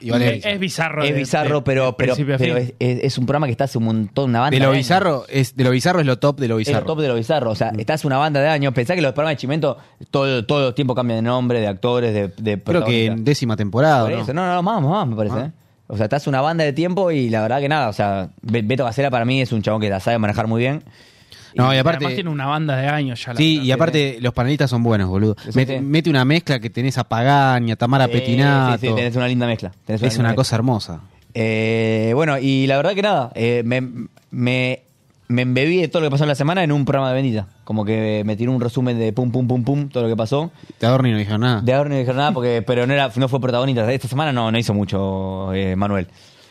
S5: Igual es-
S4: Es, es bizarro.
S6: es
S4: de-
S6: bizarro,
S4: de-
S6: pero,
S4: de
S6: pero,
S4: principio a
S6: pero
S4: fin.
S6: es, es- es un programa que está hace un montón, una banda.
S5: de lo
S6: años.
S5: bizarro es, de lo bizarro es lo top de lo
S6: Es
S5: bizarro. Mm.
S6: lo top de lo bizarro. O sea, estás una banda de años. Pensá que los programas de Chimento todo, todo el tiempo cambian de nombre, de actores, de, de
S5: Creo que
S6: protagonistas.
S5: en décima temporada.
S6: Por
S5: ¿no?
S6: eso. No, no, no, más, más, me parece.
S5: Ah.
S6: ¿eh? O sea, estás una banda de tiempo y la verdad que nada. O sea, Be- Beto Casera para mí es un chabón que la sabe manejar muy bien.
S5: No, y aparte.
S4: Además tiene una banda de años ya. la
S5: Sí,
S4: verdad.
S5: y aparte los panelistas son buenos, boludo.
S6: Sí,
S5: Mete,
S6: sí.
S5: mete una mezcla que tenés a Pagani, a Tamara
S6: Sí,
S5: Petinato.
S6: Sí, sí, tenés una linda mezcla. tenés
S5: es
S6: linda
S5: una
S6: mezcla.
S5: cosa hermosa.
S6: Eh, bueno, y la verdad que nada, eh, me, me, me embebí de todo lo que pasó en la semana en un programa de Benita. Como que me tiró un resumen de pum, pum, pum, pum, todo lo que pasó.
S5: Te Adorni no dijo nada.
S6: De ahora no dijeron nada, porque, pero no, era, no fue protagonista. Esta semana no, no hizo mucho eh, Manuel.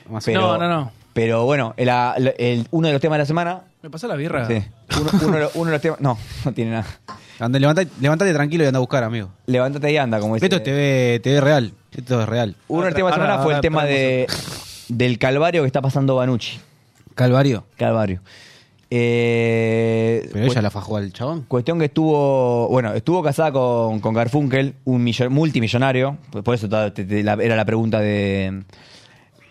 S5: Más
S4: No,
S6: Pero-
S4: no, no.
S6: Pero bueno, el- el- el- uno de los temas de la semana.
S4: Me pasó la birra.
S6: Sí, uno, uno de los- uno de los temas. No, no tiene nada.
S5: Andá, levantá- levantate tranquilo y anda a buscar, amigo.
S6: Levántate y anda, como dice.
S5: Esto te ve, te ve real. Esto es real.
S6: Uno de los temas de la semana fue el tema de, del calvario que está pasando Banucci.
S5: Calvario.
S6: Calvario. Eh,
S5: Pero ella la fajó al chabón.
S6: Cuestión que estuvo, bueno, estuvo casada con, con Garfunkel, un millo- multimillonario, por, por eso ta- te- te- la- era la pregunta de,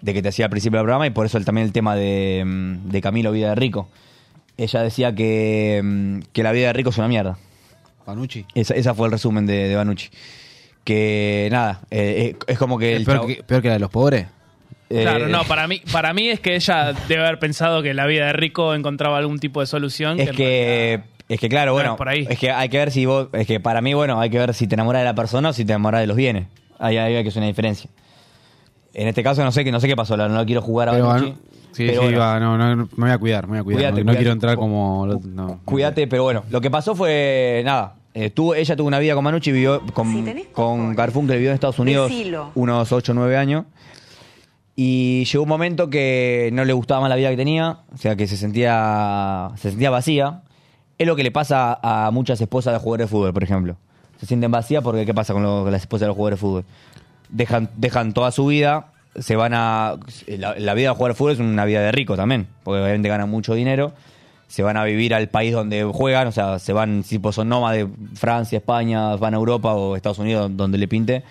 S6: de que te hacía al principio del programa y por eso el- también el tema de, mm, de Camilo Vida de Rico. Ella decía que, mm, que la vida de Rico es una mierda.
S5: Panucci.
S6: Esa, esa fue el resumen de, de Banucci. Que nada, eh, eh, es como que el...
S5: peor,
S6: chavo-
S5: que, peor que la de los pobres.
S6: eh,
S4: Claro, no, para mí, para mí es que ella debe haber pensado que la vida de Rico encontraba algún tipo de solución.
S6: Es
S4: en
S6: que,
S4: realidad-
S6: es que claro,
S4: No es
S6: bueno,
S4: por ahí.
S6: es que hay que ver si vos, es que para mí, bueno, hay que ver si te enamorás de la persona o si te enamorás de los bienes. Ahí hay que es una diferencia. En este caso no sé qué, no sé qué pasó, la- no lo quiero jugar a
S5: Pero,
S6: Banucci,
S5: Banu- sí,
S6: pero
S5: sí,
S6: bueno,
S5: va, no, no, me voy a cuidar, me voy a cuidar.
S6: Cuídate,
S5: no no
S6: cuídate.
S5: quiero entrar como. lo- No,
S6: Cuídate, pero bueno, lo que pasó fue nada. eh, tuvo- ella tuvo una vida con Manucci, vivió con, con Garfunkel, vivió en Estados Unidos unos 8 o 9 años. Y llegó un momento que no le gustaba más la vida que tenía, o sea, que se sentía, se sentía vacía. Es lo que le pasa a muchas esposas de jugadores de fútbol, por ejemplo. Se sienten vacías porque ¿qué pasa con, lo- con las esposas de los jugadores de fútbol? Dejan, dejan toda su vida, se van a... La, la vida de jugar fútbol es una vida de rico también, porque obviamente ganan mucho dinero. Se van a vivir al país donde juegan, o sea, se van, tipo, son nómades de Francia, España, van a Europa o Estados Unidos, donde le pinte.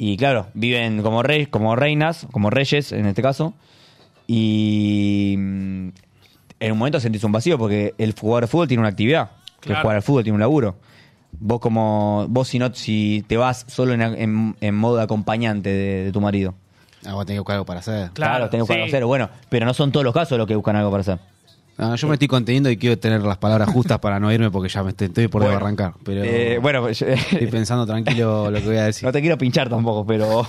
S6: Y claro, viven como rey, como reinas, como reyes en este caso. Y mm, en un momento sentís un vacío porque el jugador de fútbol tiene una actividad. Que el
S4: Claro.
S6: jugador de fútbol tiene un laburo. Vos como vos si no si te vas solo en, en- en modo acompañante de, de tu marido.
S5: Ah, vos tenés que buscar algo para hacer.
S6: Claro, tenés que buscar algo
S5: sí.
S6: hacer. Bueno, pero no son todos los casos los que buscan algo para hacer.
S5: No, Ah, yo me estoy conteniendo y quiero tener las palabras justas para no irme porque ya me estoy, estoy por
S6: Bueno.
S5: arrancar. Pero
S6: Eh, bueno, estoy
S5: pensando tranquilo lo que voy a decir.
S6: No te quiero pinchar tampoco, pero.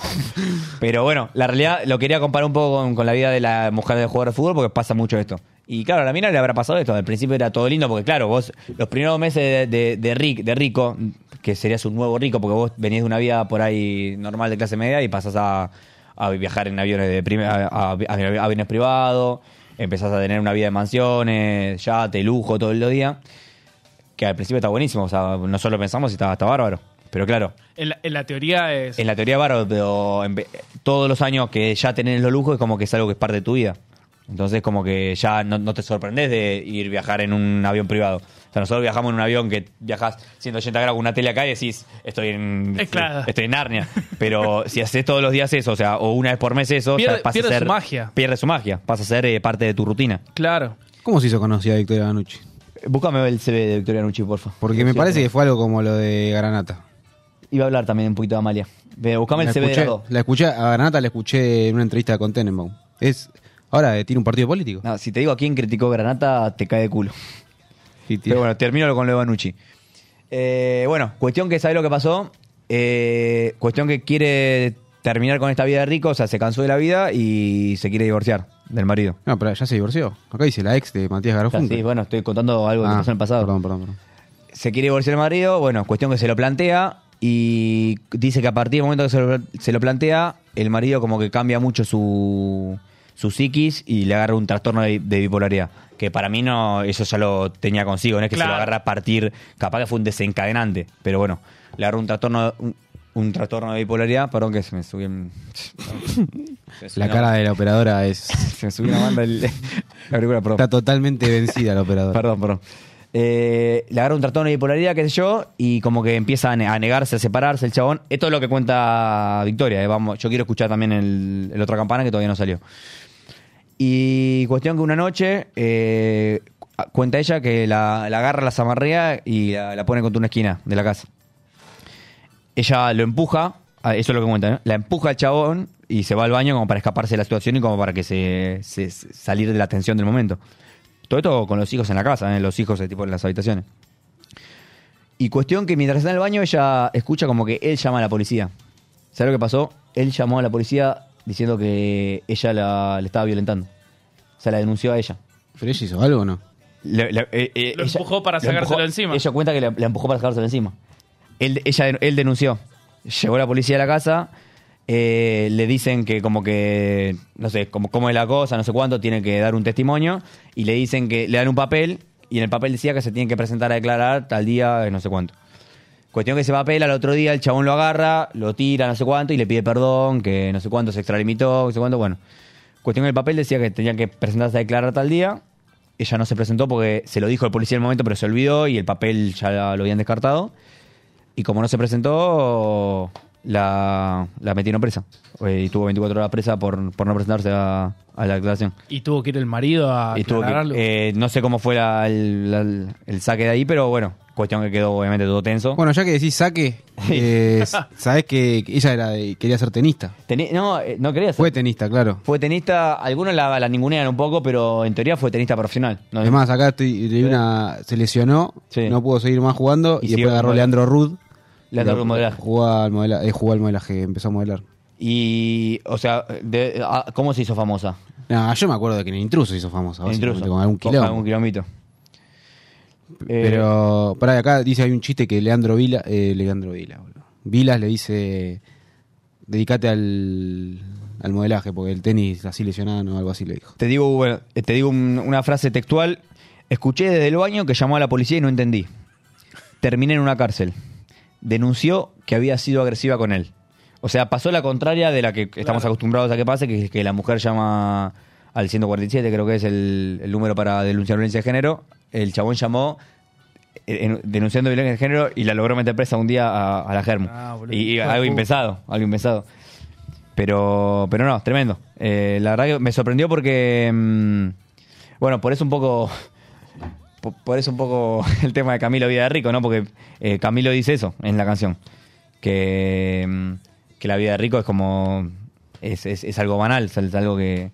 S6: Pero bueno, la realidad lo quería comparar un poco con, con la vida de la mujer del jugador de fútbol porque pasa mucho esto. Y claro, a la mina le habrá pasado esto. Al principio era todo lindo porque, claro, vos, los primeros meses de, de- de Rick, de Rico, que serías un nuevo rico porque vos venías de una vida por ahí normal de clase media y pasás a, a viajar en aviones de prime- a, a- a aviones privados, empezás a tener una vida de mansiones, yate, lujo todo el día. Que al principio está buenísimo, o sea, nosotros lo pensamos y está, está bárbaro. Pero claro,
S4: En la, en la teoría es.
S6: en la teoría bárbaro, pero en ve- todos los años que ya tenés los lujos es como que es algo que es parte de tu vida. Entonces como que ya no, no te sorprendes de ir viajar en un avión privado. O sea, nosotros viajamos en un avión que viajas 180 grados con una tele acá y decís, estoy en,
S4: Eh, claro.
S6: estoy en Narnia. Pero si haces todos los días eso, o sea, o una vez por mes eso, ya
S4: Pierde-
S6: pasa
S4: pierde
S6: a
S4: su
S6: ser,
S4: magia.
S6: Pierde su magia, pasa a ser eh, parte de tu rutina.
S4: Claro.
S5: ¿Cómo se hizo conocida Victoria Ganucci?
S6: Búscame Eh, el CV de Victoria Nucci, porfa.
S5: Porque me parece que fue algo como lo de Granata.
S6: Iba a hablar también un poquito de Amalia. Ve, Buscame el
S5: la
S6: CV de
S5: escuché,
S6: las dos.
S5: la escuché- a Granata la escuché en una entrevista con Tenenbaum. Es, ahora eh, tiene un partido político.
S6: No, si te digo a quién criticó Granata, te cae de culo. Pero bueno, termino con lo de Banucci. Eh, bueno, cuestión que sabe lo que pasó. eh, cuestión que quiere terminar con esta vida de rico, o sea, se cansó de la vida y se quiere divorciar del marido.
S5: No, pero ya se divorció. Acá dice la ex de Matías
S6: O sea,
S5: Garofunk.
S6: sí, bueno, estoy contando algo que
S5: Ah,
S6: pasó en el pasado.
S5: Perdón, perdón, perdón.
S6: Se quiere divorciar del marido, bueno, cuestión que se lo plantea y dice que a partir del momento que se lo, se lo plantea, el marido como que cambia mucho su, su psiquis y le agarra un trastorno de, de bipolaridad. Que para mí no, eso ya lo tenía consigo, no es que se lo
S4: Claro.
S6: agarra a partir, capaz que fue un desencadenante, pero bueno, le agarra un trastorno... Un, un trastorno de bipolaridad, perdón que se me subió. en- se
S5: La
S6: me-
S5: cara de la operadora es.
S6: Se me subió una banda el- la película, perdón.
S5: Está totalmente vencida la operadora.
S6: Perdón, perdón. Eh, le agarra un trastorno de bipolaridad, qué sé yo, y como que empieza a, ne- a negarse, a separarse el chabón. Esto es lo que cuenta Victoria. eh, Vamos, yo quiero escuchar también el, el otra campana que todavía no salió. Y cuestión que una noche eh, cu- cuenta ella que la, la agarra, la zamarrea y la, la pone contra una esquina de la casa. Ella lo empuja, ah, eso es lo que cuenta, ¿no? la empuja al chabón y se va al baño como para escaparse de la situación y como para que se, se- se- salir de la tensión del momento. Todo esto con los hijos en la casa, ¿eh? los hijos eh, tipo en las habitaciones. Y cuestión que mientras está en el baño ella escucha como que él llama a la policía. ¿Sabes lo que pasó? Él llamó a la policía diciendo que ella la, le estaba violentando. O sea, la denunció a ella.
S5: ¿Pero ella hizo algo o no?
S6: Le- le- eh, eh,
S4: Lo
S6: ella-
S4: empujó para
S6: lo
S4: sacárselo
S6: empujó-
S4: encima.
S6: Ella cuenta que le, le empujó para sacárselo encima. Él, ella, denu- él denunció. Llegó la policía a la casa. eh, le dicen que como que, no sé, como, cómo es la cosa, no sé cuánto, tiene que dar un testimonio. Y le dicen que le dan un papel. Y en el papel decía que se tienen que presentar a declarar tal día, eh, no sé cuánto. Cuestión que ese papel al otro día el chabón lo agarra, lo tira, no sé cuánto, y le pide perdón, que no sé cuánto se extralimitó, no sé cuánto, bueno. Cuestión que el papel decía que tenía que presentarse a declarar tal día. Ella no se presentó porque se lo dijo el policía en el momento, pero se olvidó y el papel ya lo habían descartado. Y como no se presentó, la, la metieron presa. Eh, Y tuvo 24 horas presa por, por no presentarse a, a la declaración.
S4: Y tuvo que ir el marido
S5: Ah,
S4: a
S6: Y tuvo que-
S4: aclararlo.
S6: eh, no sé cómo fue la- el, la- el saque de ahí, pero bueno, cuestión que quedó obviamente todo tenso.
S5: Bueno, ya que decís saque, eh, sabés que ella era de- quería ser tenista.
S6: Teni- no, eh, no quería ser.
S5: Fue tenista, claro.
S6: Fue tenista, algunos la, la ningunean un poco, pero en teoría fue tenista profesional. No,
S5: Es más, acá estoy, leí una, se lesionó,
S6: Sí.
S5: no pudo seguir más jugando
S6: Y
S5: y,
S6: siguió
S5: después agarró
S6: con-
S5: Leandro Rudd.
S6: Leandro
S5: Lo-
S6: Rudd modelaje.
S5: Jugó al, modela- eh, jugó al modelaje, empezó a modelar.
S6: Y, o sea, de- ah, ¿cómo se hizo famosa?
S5: No, yo me acuerdo de que en Intruso hizo famosa, básicamente,
S6: Intruso.
S5: con algún
S6: Con
S5: kilo.
S6: algún kilomito. Eh,
S5: Pero, pará, acá dice, hay un chiste que Leandro Vila, eh, Leandro Vila, boludo. Vilas le dice, dedícate al, al modelaje, porque el tenis así lesionado o algo así le dijo.
S6: Te digo, bueno, eh, te digo un- una frase textual. Escuché desde el baño que llamó a la policía y no entendí. Terminé en una cárcel. Denunció que había sido agresiva con él. O sea, pasó la contraria de la que estamos acostumbrados a que pase, que es que la mujer llama al 147, creo que es el, el número para denunciar violencia de género. El chabón llamó eh, en- denunciando violencia de género y la logró meter presa un día a, a la Germu.
S11: Ah, boludo.
S6: y, y
S11: Hijo de
S6: algo
S11: puta.
S6: impensado, algo impensado. Pero, pero no, tremendo. Eh, la verdad que me sorprendió porque. mm, bueno, por eso un poco. Por, por eso un poco el tema de Camilo Vida de Rico, ¿no? Porque eh, Camilo dice eso en la canción. Que, mm, que la vida de Rico es como. Es, es- es algo banal, es, algo que,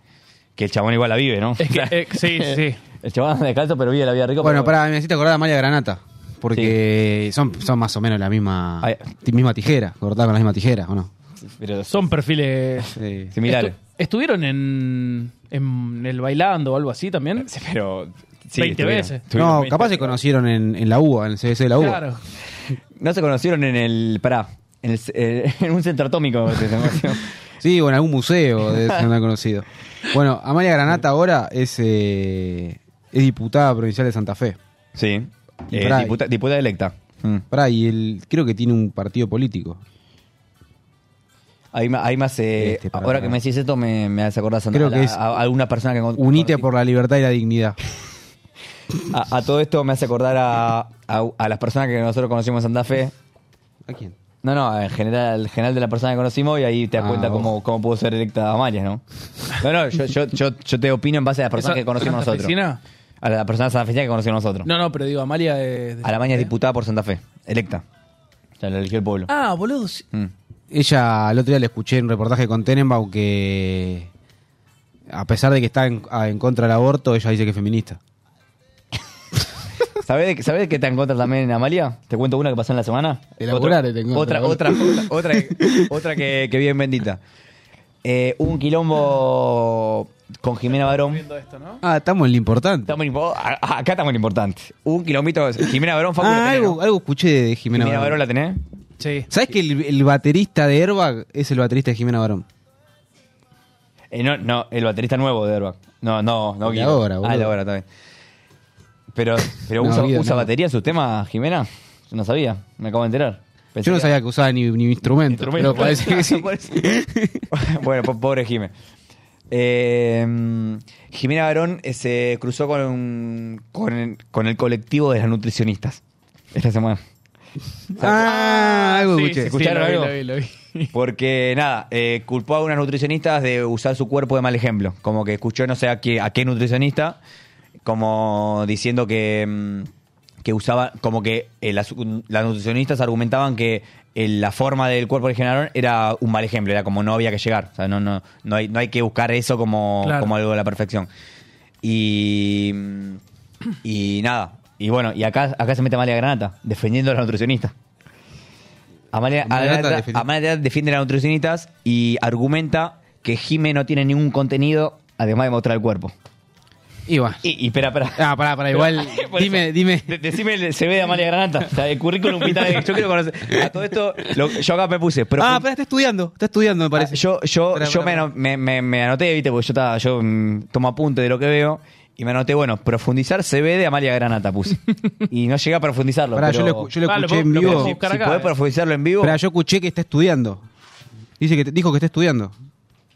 S6: que el chabón igual la vive, ¿no?
S4: Es que, eh, sí, sí.
S6: El chabón anda descalzo, pero vive la vida de Rico.
S5: Bueno,
S6: pero-
S5: pará, me necesito acordar a Amalia Granata. Porque son, son más o menos la misma, ti- misma tijera, cortada con la misma tijera, ¿o no?
S6: pero
S4: Son perfiles
S5: Similares.
S4: Estu- ¿Estuvieron en, en el bailando o algo así también?
S6: pero. sí,
S4: 20
S6: estuvieron.
S4: veces.
S5: No,
S6: Estuvieron
S5: capaz se conocieron en, en la UBA, en el CBC de la UBA.
S4: Claro.
S6: No se conocieron en el. Pará. En, el- eh, en un centro atómico. se conocieron.
S5: Sí, o en algún museo de ser conocido. Bueno, Amalia Granata ahora es, eh, es diputada provincial de Santa Fe.
S6: Sí. Eh, diputa- diputada electa. Mm.
S5: Pará, y el, creo que tiene un partido político.
S6: Ahí, ma- ahí más. eh,
S5: Este, pará,
S6: ahora
S5: pará.
S6: que me decís esto, me, me hace acordar a,
S5: Creo
S6: a la-
S5: que es
S6: a- a alguna persona que. con-
S5: Unite por la libertad y la dignidad.
S6: A, a todo esto me hace acordar a, a- a las personas que nosotros conocimos en Santa Fe.
S5: ¿A quién?
S6: No, no, en general, el general de la persona que conocimos y ahí te das
S5: Ah,
S6: cuenta
S5: vos.
S6: cómo, cómo pudo ser electa Amalia, ¿no? No, no, yo, yo, yo, yo te opino en base a las personas
S4: ¿Esa-
S6: que conocimos nosotros.
S4: santafesina?
S6: A la persona santafesina que conocimos nosotros.
S4: No, no, pero digo, Amalia de, de-
S6: A la maña es diputada por Santa Fe, electa. O sea, la eligió el pueblo.
S4: Ah, boludo. sí.
S5: Ella, el otro día le escuché en un reportaje con Tenenbaum que, a pesar de que está en, a- en contra del aborto, ella dice que es feminista.
S6: ¿Sabés, de qué- ¿Sabés de qué te encuentras también, Amalia? Te cuento una que pasó en la semana.
S5: Elaborá,
S6: Otra-
S5: te encuentro,
S6: otra,
S5: boludo.
S6: otra, otra, otra, que- otra que, que bien bendita. Eh, un quilombo con Jimena Barón.
S5: Ah, estamos en lo importante.
S6: Estamos en impo- a- a- acá estamos en lo importante. Un kilómetro. Jimena Barón, Facu,
S5: Ah,
S6: la tenés,
S5: algo,
S6: ¿no?
S5: algo escuché de Jimena,
S6: Jimena
S5: Barón.
S6: Barón la tenés.
S4: Sí.
S5: ¿Sabes que el, el baterista de Airbag es el baterista de Jimena Barón?
S6: Eh, no, no, el baterista nuevo de Airbag. No, no, no,
S5: De
S6: Guido.
S5: ahora,
S6: Ah, de
S5: boludo.
S6: ahora, está bien. Pero, pero
S5: No,
S6: usa,
S5: Guido,
S6: usa
S5: no.
S6: batería en sus temas, Jimena. Yo no sabía, me acabo de enterar. Pensé
S5: Yo no
S6: que-
S5: sabía que usaba ni, ni instrumento,
S6: Instrumento. pues.
S5: pero parece que sí.
S6: bueno, po- pobre Jimé. Eh, Jimena Barón eh, se cruzó con, con, con el colectivo de las nutricionistas esta semana.
S5: Ah, algo
S6: Sí,
S5: escuché.
S6: sí, ¿Escucharon
S4: sí, lo vi,
S6: algo?
S4: lo vi, lo vi.
S6: Porque nada, eh, culpó a unas nutricionistas de usar su cuerpo de mal ejemplo. Como que escuchó no sé a qué, a qué nutricionista, como diciendo que, mm, que usaba, como que eh, las, las nutricionistas argumentaban que eh, la forma del cuerpo del generador era un mal ejemplo, era como no había que llegar. O sea, no, no, no, hay, no hay que buscar eso como,
S4: Claro.
S6: como algo de la perfección. Y, mm, y nada. Y bueno, y acá, acá se mete Amalia Granata, defendiendo a la nutricionista. Amalia,
S5: Amalia
S6: Granata,
S5: Granata defiende-
S6: Amalia Granata defiende a las nutricionistas y argumenta que Jime no tiene ningún contenido además de mostrar el cuerpo.
S5: Y bueno.
S6: Y, y espera, espera.
S5: Ah, pará, pará, igual.
S6: Por
S5: dime,
S6: eso.
S5: dime.
S6: De- decime el CV de Amalia Granata. O sea, el currículum vitae. Yo quiero conocer. A todo esto, lo- yo acá me puse. Pero Ah,
S5: Ah, pará, está estudiando, está estudiando, me parece.
S6: yo, yo,
S5: Pará,
S6: yo
S5: pará,
S6: me, ano- me- me- me anoté, viste, porque yo, estaba, yo mm, tomo apunte de lo que veo. Y me anoté, bueno, profundizar CV de Amalia Granata puse. Y no llegué a profundizarlo.
S5: Pará,
S6: pero-
S5: yo lo escu- yo lo Ah, lo escuché puedo- en lo vivo. podemos
S6: Si,
S5: buscar
S6: si
S5: acá,
S6: podés
S5: eh.
S6: profundizarlo en vivo,
S5: Pero yo escuché que está estudiando. Dice que te- dijo que está estudiando.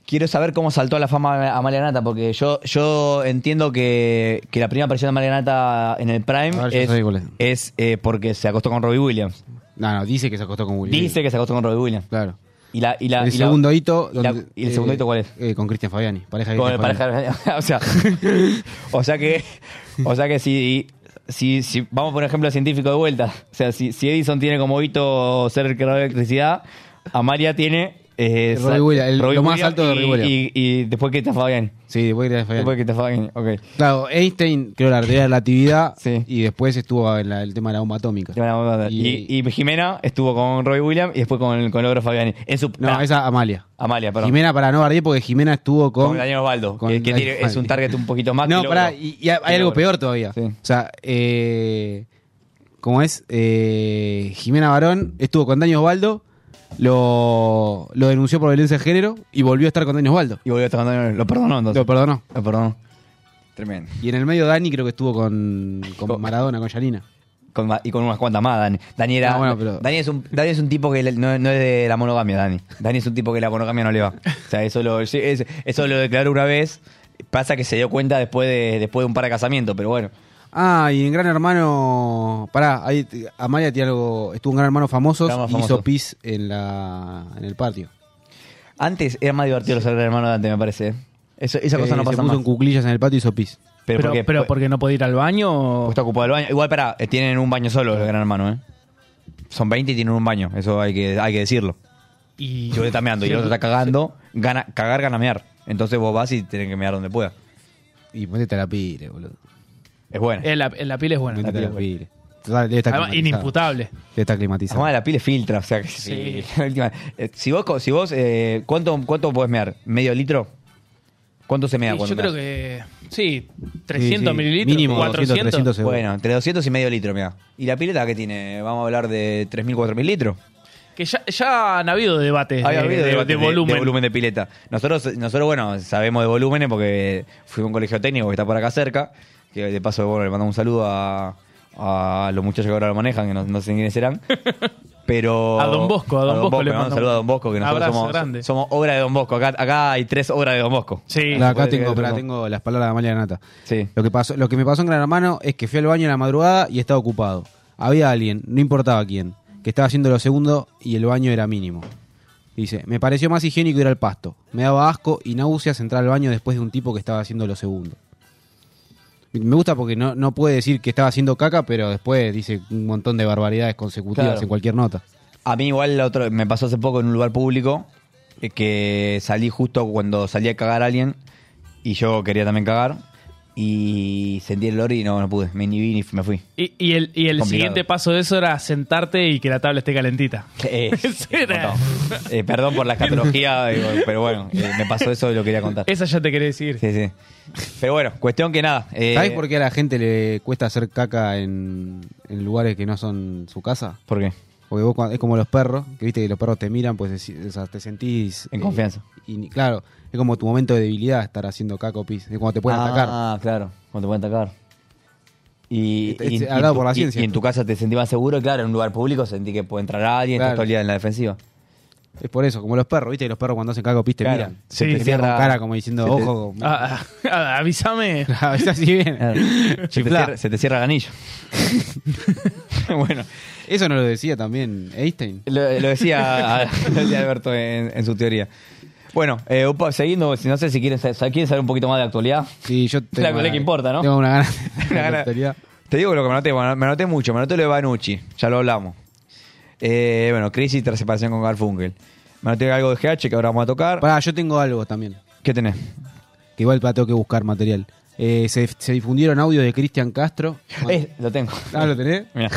S6: quiero saber cómo saltó a la fama Amalia Granata. Porque yo, yo entiendo que, que la primera aparición de Amalia Granata en el Prime
S5: A ver, yo
S6: es,
S5: sé Ah, cuál es.
S6: es, eh, porque se acostó con Robbie Williams.
S5: No, no, dice que se acostó con Willy.
S6: Dice que se acostó con Robbie Williams.
S5: Claro.
S6: Y la, y la,
S5: el
S6: y la-
S5: segundo hito.
S6: y la-
S5: donde-
S6: y el segundo
S5: eh,
S6: hito, ¿cuál es?
S5: eh, con Cristian Fabiani. Pareja de
S6: Con el
S5: Cristian Fabiani.
S6: pareja- o sea, o sea que, o sea que si, si, si- vamos por ejemplo al científico de vuelta, o sea, si, si Edison tiene como hito ser el creador de electricidad, Amalia tiene eh,
S5: Robbie
S6: sa-
S5: Williams, el-
S6: Robbie
S5: lo más
S6: Williams
S5: alto de Robbie
S6: y-
S5: Williams.
S6: Y, y después que está Fabián.
S5: Sí, después que está Fabián.
S6: Después que está Fabián, ok.
S5: Claro, Einstein creó la teoría de la relatividad y después estuvo en la- el tema de la bomba atómica.
S6: Y, y Jimena estuvo con Robbie Williams y después con, con Logro Fabiani. En su-
S5: No,
S6: ah,
S5: esa Amalia.
S6: Amalia, perdón.
S5: Jimena, para no bardear, porque Jimena estuvo con.
S6: con Daniel Osvaldo,
S5: con
S6: que, que
S5: Daniel
S6: tiene- es un
S5: Osvaldo.
S6: target un poquito más.
S5: No,
S6: que
S5: pará,
S6: Logro.
S5: y, y hay
S6: Que
S5: algo
S6: Logro.
S5: peor todavía. O sea, eh, como es, Eh, Jimena Barón estuvo con Daniel Osvaldo, lo, lo denunció por violencia de género y volvió a estar con Dani Osvaldo.
S6: Y volvió a estar con Dani Lo perdonó entonces.
S5: Lo perdonó.
S6: Lo perdonó. Tremendo.
S5: Y en el medio Dani creo que estuvo con, con Maradona, con Yanina.
S6: Con ma- y con unas cuantas más, Dani. Dani, era-
S5: No, bueno, pero-
S6: Dani es, un, Dani es un tipo que le- no, no es de la monogamia, Dani. Dani es un tipo que la monogamia no le va. O sea, eso lo, es- eso lo declaró una vez. Pasa que se dio cuenta después de, después de un par de casamientos, pero bueno.
S5: Ah, y en Gran Hermano. Pará, ahí, te- Amalia tiene algo. Estuvo en Gran Hermano famosos
S6: Gran Hermano
S5: y hizo
S6: Famosos.
S5: pis en, la, en el patio.
S6: Antes era más divertido los hermanos de antes, me parece. ¿eh? Eso- esa cosa
S5: Eh,
S6: no
S5: se
S6: pasa
S5: puso
S6: más.
S5: en cuclillas en el patio y hizo pis.
S6: Pero,
S4: Pero,
S6: porque,
S4: pero porque no puede ir al baño.
S6: está ocupado el baño. Igual, pará, eh, tienen un baño solo los gran hermano, ¿eh? Son 20 y tienen un baño. Eso hay que, hay que decirlo.
S4: Y
S6: Y uno está meando y el otro está cagando. Gana, cagar gana mear. Entonces vos vas y tenés que mear donde pueda.
S5: Y ponete la pile, boludo.
S6: Es buena.
S4: Eh, la, la piel es buena.
S5: Ponete
S6: pila
S5: la
S6: es
S5: pile. Total, debe estar
S4: Además,
S5: climatizado.
S4: inimputable.
S5: Debe estar climatizado.
S6: Además, la pile filtra. O sea, que
S4: Sí.
S6: sí. la última- eh, si vos, co- si vos eh, ¿cuánto, ¿cuánto podés mear? ¿Medio litro? ¿Cuánto se mea
S4: Y
S6: cuando
S4: yo creo
S6: meas?
S4: que. Sí, 300
S5: sí.
S4: mililitros.
S5: Mínimo
S4: 400.
S5: 200, 300 seguro.
S6: Bueno, entre 200 y medio litro, mira. ¿Y la pileta que tiene? Vamos a hablar de 3.000, 4.000 litros.
S4: Que ya, ya han habido debates
S6: Había
S4: de,
S6: habido
S4: de-
S6: debates
S4: de volumen.
S6: de de pileta. Nosotros, nosotros, bueno, sabemos de volúmenes porque fui a un colegio técnico que está por acá cerca. Que de paso, bueno, le mandamos un saludo a, a los muchachos que ahora lo manejan, que no, no sé quiénes serán. Pero.
S4: A Don Bosco, a Don Bosco le
S6: le mandamos un
S4: mandamos.
S6: saludo a Don Bosco, que nosotros
S4: Abrazo
S6: somos,
S4: grande.
S6: somos obra de Don Bosco. Acá, acá hay tres obras de Don Bosco.
S4: Sí.
S5: Pará, acá
S6: Puede
S5: tengo,
S6: que-
S5: pará, tengo las palabras de Amalia Nata.
S6: Sí.
S5: Lo que, pasó, lo que me pasó en Gran Hermano es que fui al baño en la madrugada y estaba ocupado. Había alguien, no importaba quién, que estaba haciendo lo segundo y el baño era mínimo. Dice, me pareció más higiénico ir al pasto. Me daba asco y náuseas entrar al baño después de un tipo que estaba haciendo lo segundo. Me gusta porque no, no puede decir que estaba haciendo caca, pero después dice un montón de barbaridades consecutivas
S6: Claro.
S5: en cualquier nota.
S6: A mí igual la otra- me pasó hace poco en un lugar público eh, que salí justo cuando salí a cagar a alguien y yo quería también cagar y sentí el olor y no, no pude, me inhibí y me fui.
S4: Y, y el, y el
S6: Complicado.
S4: siguiente paso de eso era sentarte y que la tabla esté calentita.
S6: Eh,
S4: Eso era.
S6: no. Eh, perdón por la escatología, digo, pero bueno, eh, me pasó eso y lo quería contar.
S4: Esa ya te quería decir.
S6: Sí, sí. Pero bueno, cuestión que nada. eh,
S5: ¿Sabes por qué a la gente le cuesta hacer caca en, en lugares que no son su casa?
S6: ¿Por qué?
S5: Porque vos cuando- es como los perros, que viste que los perros te miran, pues deci- o sea, te sentís...
S6: En
S5: eh,
S6: confianza.
S5: y ni- claro, es como tu momento de debilidad estar haciendo caco pis. Es cuando te pueden atacar.
S6: Ah, claro, cuando te pueden atacar. Y,
S5: Este- este-
S6: y- y en
S5: hablado
S6: tu-
S5: por la
S6: y-
S5: ciencia.
S6: y en tu casa te sentí más seguro, claro, en un lugar público sentí que puede entrar alguien,
S5: Claro.
S6: estás todo el día en la defensiva.
S5: Es por eso, como los perros, viste que los perros cuando hacen caco pis te
S6: Claro.
S5: miran.
S4: Sí,
S5: te
S4: se
S5: miran
S6: cierra-
S5: con cara como diciendo,
S6: se te-
S5: ojo,
S4: Ah, ah, avísame.
S5: claro, está así bien.
S6: Claro. Se, te
S5: Chiflá.
S6: cierra, se te cierra el anillo. bueno,
S5: Eso no lo decía también Einstein.
S6: lo, lo decía, lo decía Alberto en, en su teoría. Bueno, eh, Upa, siguiendo, si- no sé si quieren, sa- sa- quieren saber un poquito más de actualidad.
S5: Sí, yo tengo...
S6: Claro, es que importa, ¿no?
S5: Tengo una gana.
S6: Una gana-
S5: actualidad.
S6: Te digo lo que me anoté, bueno, me anoté mucho, me anoté lo de Banucci, ya lo hablamos. Eh, bueno, crisis tras separación con Garfunkel. Me anoté algo de GH que ahora vamos a tocar.
S5: Pará, yo tengo algo también.
S6: ¿Qué tenés?
S5: Que igual para tengo que buscar material. Eh, se, se difundieron audios de Cristian Castro.
S6: Eh, lo tengo.
S5: Ah, ¿lo tenés?
S6: Mirá.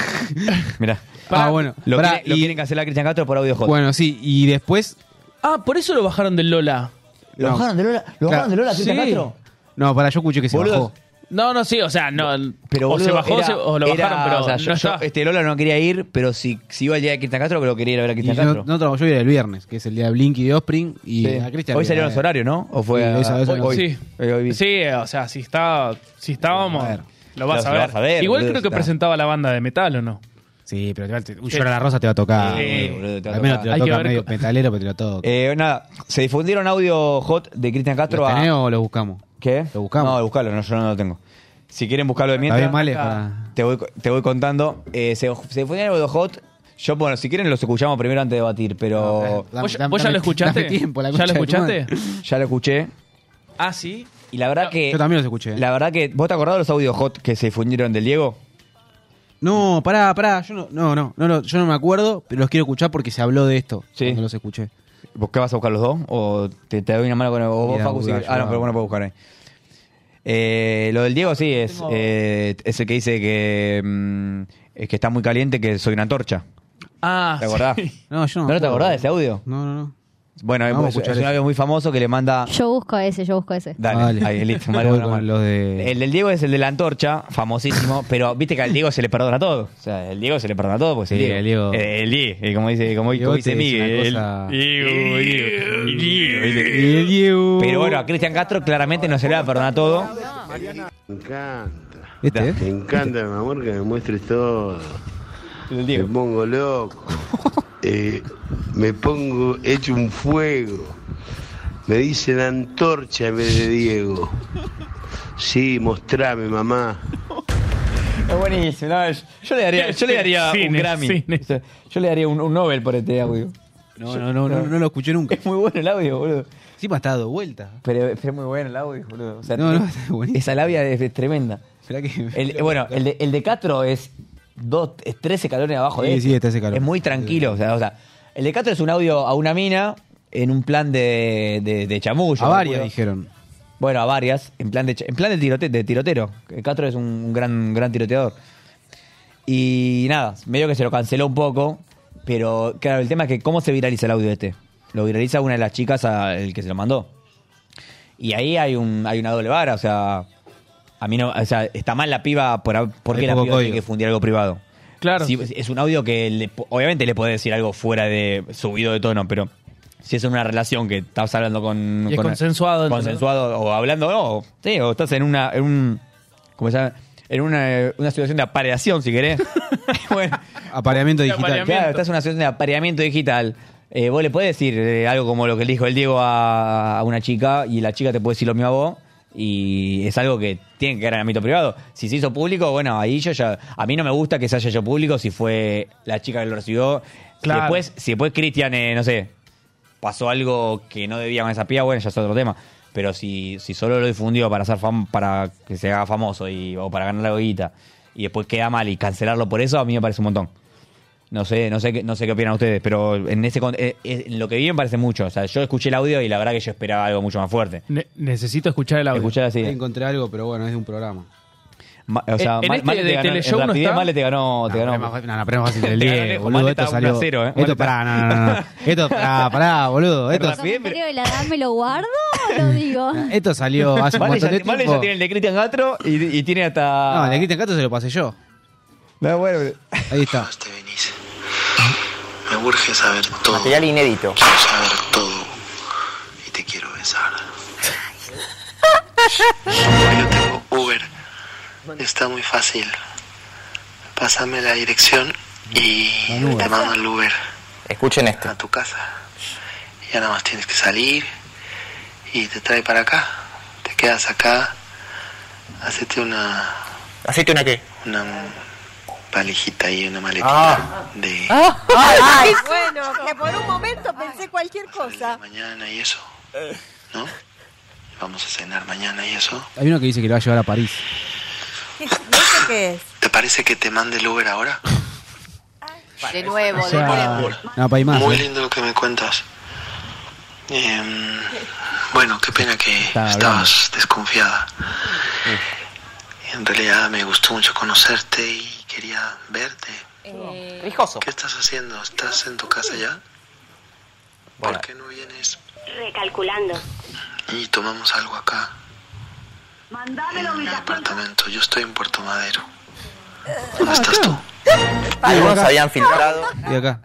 S6: Mirá.
S5: Ah, bueno.
S6: Lo,
S5: Pará,
S6: quiere- lo
S5: y-
S6: quieren cancelar a Cristian Castro por audio J.
S5: Bueno, sí, y después.
S4: Ah, por eso lo bajaron del Lola.
S6: ¿Lo
S5: no.
S6: bajaron de Lola? ¿Lo bajaron
S5: Claro.
S6: de Lola a Cristian
S5: Sí.
S6: Castro?
S5: No, para yo escuché que se
S6: Boludo,
S5: bajó.
S4: No, no, sí, o sea, no.
S6: Pero
S4: o se
S6: boludo,
S4: bajó
S6: era-
S4: se- o lo
S6: era-
S4: bajaron, pero
S6: o sea, yo,
S4: no
S6: yo-
S4: está.
S6: este Lola no quería ir, pero si, si iba el día de Cristian Castro, pero quería ir a ver a
S5: Y
S6: Cristian
S5: yo,
S6: Castro.
S5: no trabajó, yo era el viernes, que es el día de Blinky y de Offspring. Y
S6: Sí.
S5: a Cristian
S6: Hoy
S5: le-
S6: salieron los horarios, ¿no? ¿O fue
S5: Sí,
S6: a-
S5: hoy sal- hoy-
S6: hoy?
S4: sí.
S6: Hoy- hoy vi.
S4: Sí, o sea, si está, si estábamos,
S5: A ver.
S4: lo vas,
S6: Lo-
S4: a,
S6: lo
S4: ver.
S6: vas a ver,
S4: Igual
S6: boludo,
S4: creo que
S6: está.
S4: presentaba la banda de metal, ¿o no?
S5: Sí, pero te va- te- un llorar a la rosa te va a tocar.
S4: Sí,
S6: boludo, te va a
S5: Al menos
S6: tocar.
S5: te lo
S4: Hay que
S5: toca
S4: ver
S5: medio
S4: co-
S5: metalero, pero te lo toca.
S6: Eh, nada, se difundieron audio hot de Cristian Castro
S5: ¿Lo tenés
S6: a...
S5: o lo buscamos?
S6: ¿Qué?
S5: Lo buscamos.
S6: No, buscalo, no, yo no lo tengo. Si quieren buscarlo de
S5: ¿Está
S6: mientras...
S5: bien, Male?
S4: acá.
S5: Para-
S6: Te voy, te voy contando. Eh, se, se difundieron audio hot. Yo, bueno, si quieren los escuchamos primero antes de debatir,
S5: eh,
S6: pero...
S5: Dame-
S4: ¿Vos, ya-
S5: dame-
S4: vos ya
S5: dame-
S4: lo escuchaste?
S5: dame tiempo, la
S4: ¿Ya lo
S5: concha de tu
S4: escuchaste?
S5: madre.
S6: Ya lo escuché.
S4: Ah, sí.
S6: Y la verdad que...
S5: Yo también los escuché.
S6: La verdad que... ¿Vos te acordás de los audios hot que se difundieron del Diego?
S5: No, pará, pará. Yo no, no, no, no, no, yo no me acuerdo, pero los quiero escuchar porque se habló de esto
S6: Sí.
S5: cuando los escuché.
S6: ¿Vos qué vas a buscar los dos? ¿O te, te doy una mano con el, o vos,
S5: Mirá,
S6: Facu? si-
S5: Buda,
S6: ah, no,
S5: yo-
S6: pero bueno, puedo buscar ahí. Eh, lo del Diego sí es, eh, es el que dice que, mm, es que está muy caliente, que soy una antorcha.
S4: Ah,
S6: ¿Te acordás?
S4: sí.
S5: No, yo no.
S6: ¿No
S5: me
S6: te
S5: acuerdo.
S6: acordás de ese audio?
S5: No, no, no.
S6: Bueno,
S5: Vamos a
S6: es,
S5: escuchar
S6: es un
S5: eso.
S6: audio muy famoso que le manda.
S11: Yo busco ese, yo busco ese.
S6: Dale,
S5: Vale.
S6: ahí, listo,
S5: Voy
S6: mandale una
S5: con
S6: mano.
S5: los de-
S6: El del Diego es el de la antorcha, famosísimo, pero viste que al Diego se le perdona todo. O sea, el Diego se le perdona todo, pues el
S5: Sí,
S6: Diego.
S5: el Diego.
S6: Eh, El Diego, eh, como dice, como,
S5: Diego
S6: como dice
S5: te dice
S6: Miguel.
S5: una cosa-
S6: Diego, Diego, Diego, dice. Pero bueno, a Cristian Castro claramente no se le va a perdonar todo.
S12: Me encanta.
S5: Este, ¿eh?
S12: Me encanta, mi amor, que me muestres todo. Me pongo loco. Eh, me pongo hecho un fuego. Me dicen antorcha en vez de Diego. Sí, mostrame, mamá.
S6: Es buenísimo. no, yo, yo le daría, yo le daría un
S4: Cine,
S6: Grammy.
S4: cine.
S6: O sea, yo le daría un, un Nobel por este audio.
S5: No, no, no, no, no lo escuché nunca.
S6: Es muy bueno el audio, boludo.
S5: Sí, me ha dado vuelta.
S6: Pero, pero es muy bueno el audio, boludo. O sea,
S5: No, no,
S6: te-
S5: está buenísimo.
S6: esa labia Eh, es, es tremenda.
S5: Esperá que-
S6: El- bueno, el de, el de Castro es, dos, es 13 calones abajo de
S5: Sí,
S6: este.
S5: sí, está ese calor.
S6: Es muy tranquilo. O sea, o sea, el de Castro es un audio a una mina en un plan de, de, de chamullo.
S5: A varias
S6: boludo.
S5: dijeron.
S6: Bueno, a varias, en plan de, ch- en plan de, tirote, de tirotero. Castro es un, un gran, un gran tiroteador. Y nada, medio que se lo canceló un poco, pero claro, el tema es que cómo se viraliza el audio este. Lo viraliza una de las chicas a- el que se lo mandó. Y ahí hay un hay una doble vara, o sea, a mí no, o sea, está mal la piba por, porque
S5: Hay
S6: la
S5: poco
S6: piba tiene
S5: código.
S6: que fundir algo privado.
S4: Claro.
S6: Si- es un audio que le po- obviamente le puede decir algo fuera de subido de tono, pero si es en una relación que estás hablando con
S4: Y es
S6: con-
S4: consensuado, ¿entendés?
S6: consensuado o hablando, no, sí, o estás en una en un ¿cómo se llama? En una, eh, una situación de apareación, si querés. bueno,
S5: Apareamiento digital.
S6: Claro, estás en una situación de apareamiento digital. Eh, vos le podés decir eh, algo como lo que le dijo el Diego a, a una chica y la chica te puede decir lo mismo a vos y es algo que tiene que quedar en ámbito privado. Si se hizo público, bueno, ahí yo ya... A mí no me gusta que se haya hecho público si fue la chica que lo recibió. Si
S4: Claro.
S6: después, si después Cristian, eh, no sé, pasó algo que no debía con esa piba, bueno, ya es otro tema. Pero si, si solo lo difundió para ser fam- para que se haga famoso y, o para ganar la guita y después queda mal y cancelarlo por eso, a mí me parece un montón. No sé, no sé, qué- no sé qué opinan ustedes, pero en ese con- eh, eh, en lo que vi me parece mucho. O sea, yo escuché el audio y la verdad que yo esperaba algo mucho más fuerte.
S4: Ne- necesito escuchar el audio.
S6: Escuchar así.
S5: Encontré algo, pero bueno, es de un programa.
S6: ma- o sea,
S4: En- en
S6: mal,
S4: este
S6: Male
S4: de
S6: te ganó, en
S4: Teleshow no
S6: rapidez
S4: está.
S6: Male te ganó, te
S5: No,
S6: ganó.
S5: pero es más fácil- no, no, pero es más fácil que el
S6: Te ganó
S5: 10,
S6: lejos,
S5: boludo.
S6: Male
S5: Esto
S6: está
S5: salió.
S6: 1-0, eh. Male
S5: Esto,
S6: está-
S5: pará, no, no, no, no. Esto, pará, pará, boludo. Esto,
S11: ¿Sos un periodo de la edad? ¿Me lo guardo o lo digo?
S5: esto salió hace un
S6: Male
S5: montón
S6: ya,
S5: de
S6: Male ya
S5: tiempo.
S6: tiene el de Cristian Gatro y, y tiene hasta.
S5: No, el de Cristian Cato se lo pasé yo.
S6: No, bueno.
S5: Ahí está.
S13: Me urge saber todo.
S6: Material inédito.
S13: Quiero saber todo. Y te quiero besar. Yo tengo Uber. Está muy fácil. Pásame la dirección y te mando el Uber. Escuchen esto. A tu casa. Ya nada más tienes que salir y te trae para acá. Te quedas acá. Hacete una. ¿Hacete una qué? Una valijita y una maletita
S6: Ah.
S13: de.
S14: Ay, bueno, que por un momento pensé cualquier cosa.
S13: mañana y eso. ¿No? Vamos a cenar mañana y eso.
S5: Hay uno que dice que lo va a llevar a París.
S14: ¿Qué- ¿No sé qué es?
S13: ¿Te parece que te mande el Uber ahora?
S14: De nuevo,
S5: O sea, no, para ir más.
S13: Muy
S5: eh.
S13: lindo lo que me cuentas. Em, bueno, qué pena que
S5: Está
S13: estabas desconfiada. En realidad me gustó mucho conocerte y quería verte. ¿Qué estás haciendo? ¿Estás en tu casa ya? ¿Por qué no vienes
S3: Recalculando.
S13: y tomamos algo acá? en mi apartamento. Yo estoy en Puerto Madero.
S5: Ah,
S13: ¿Dónde estás tú?
S5: Algunos habían
S13: filtrado.
S5: Y acá.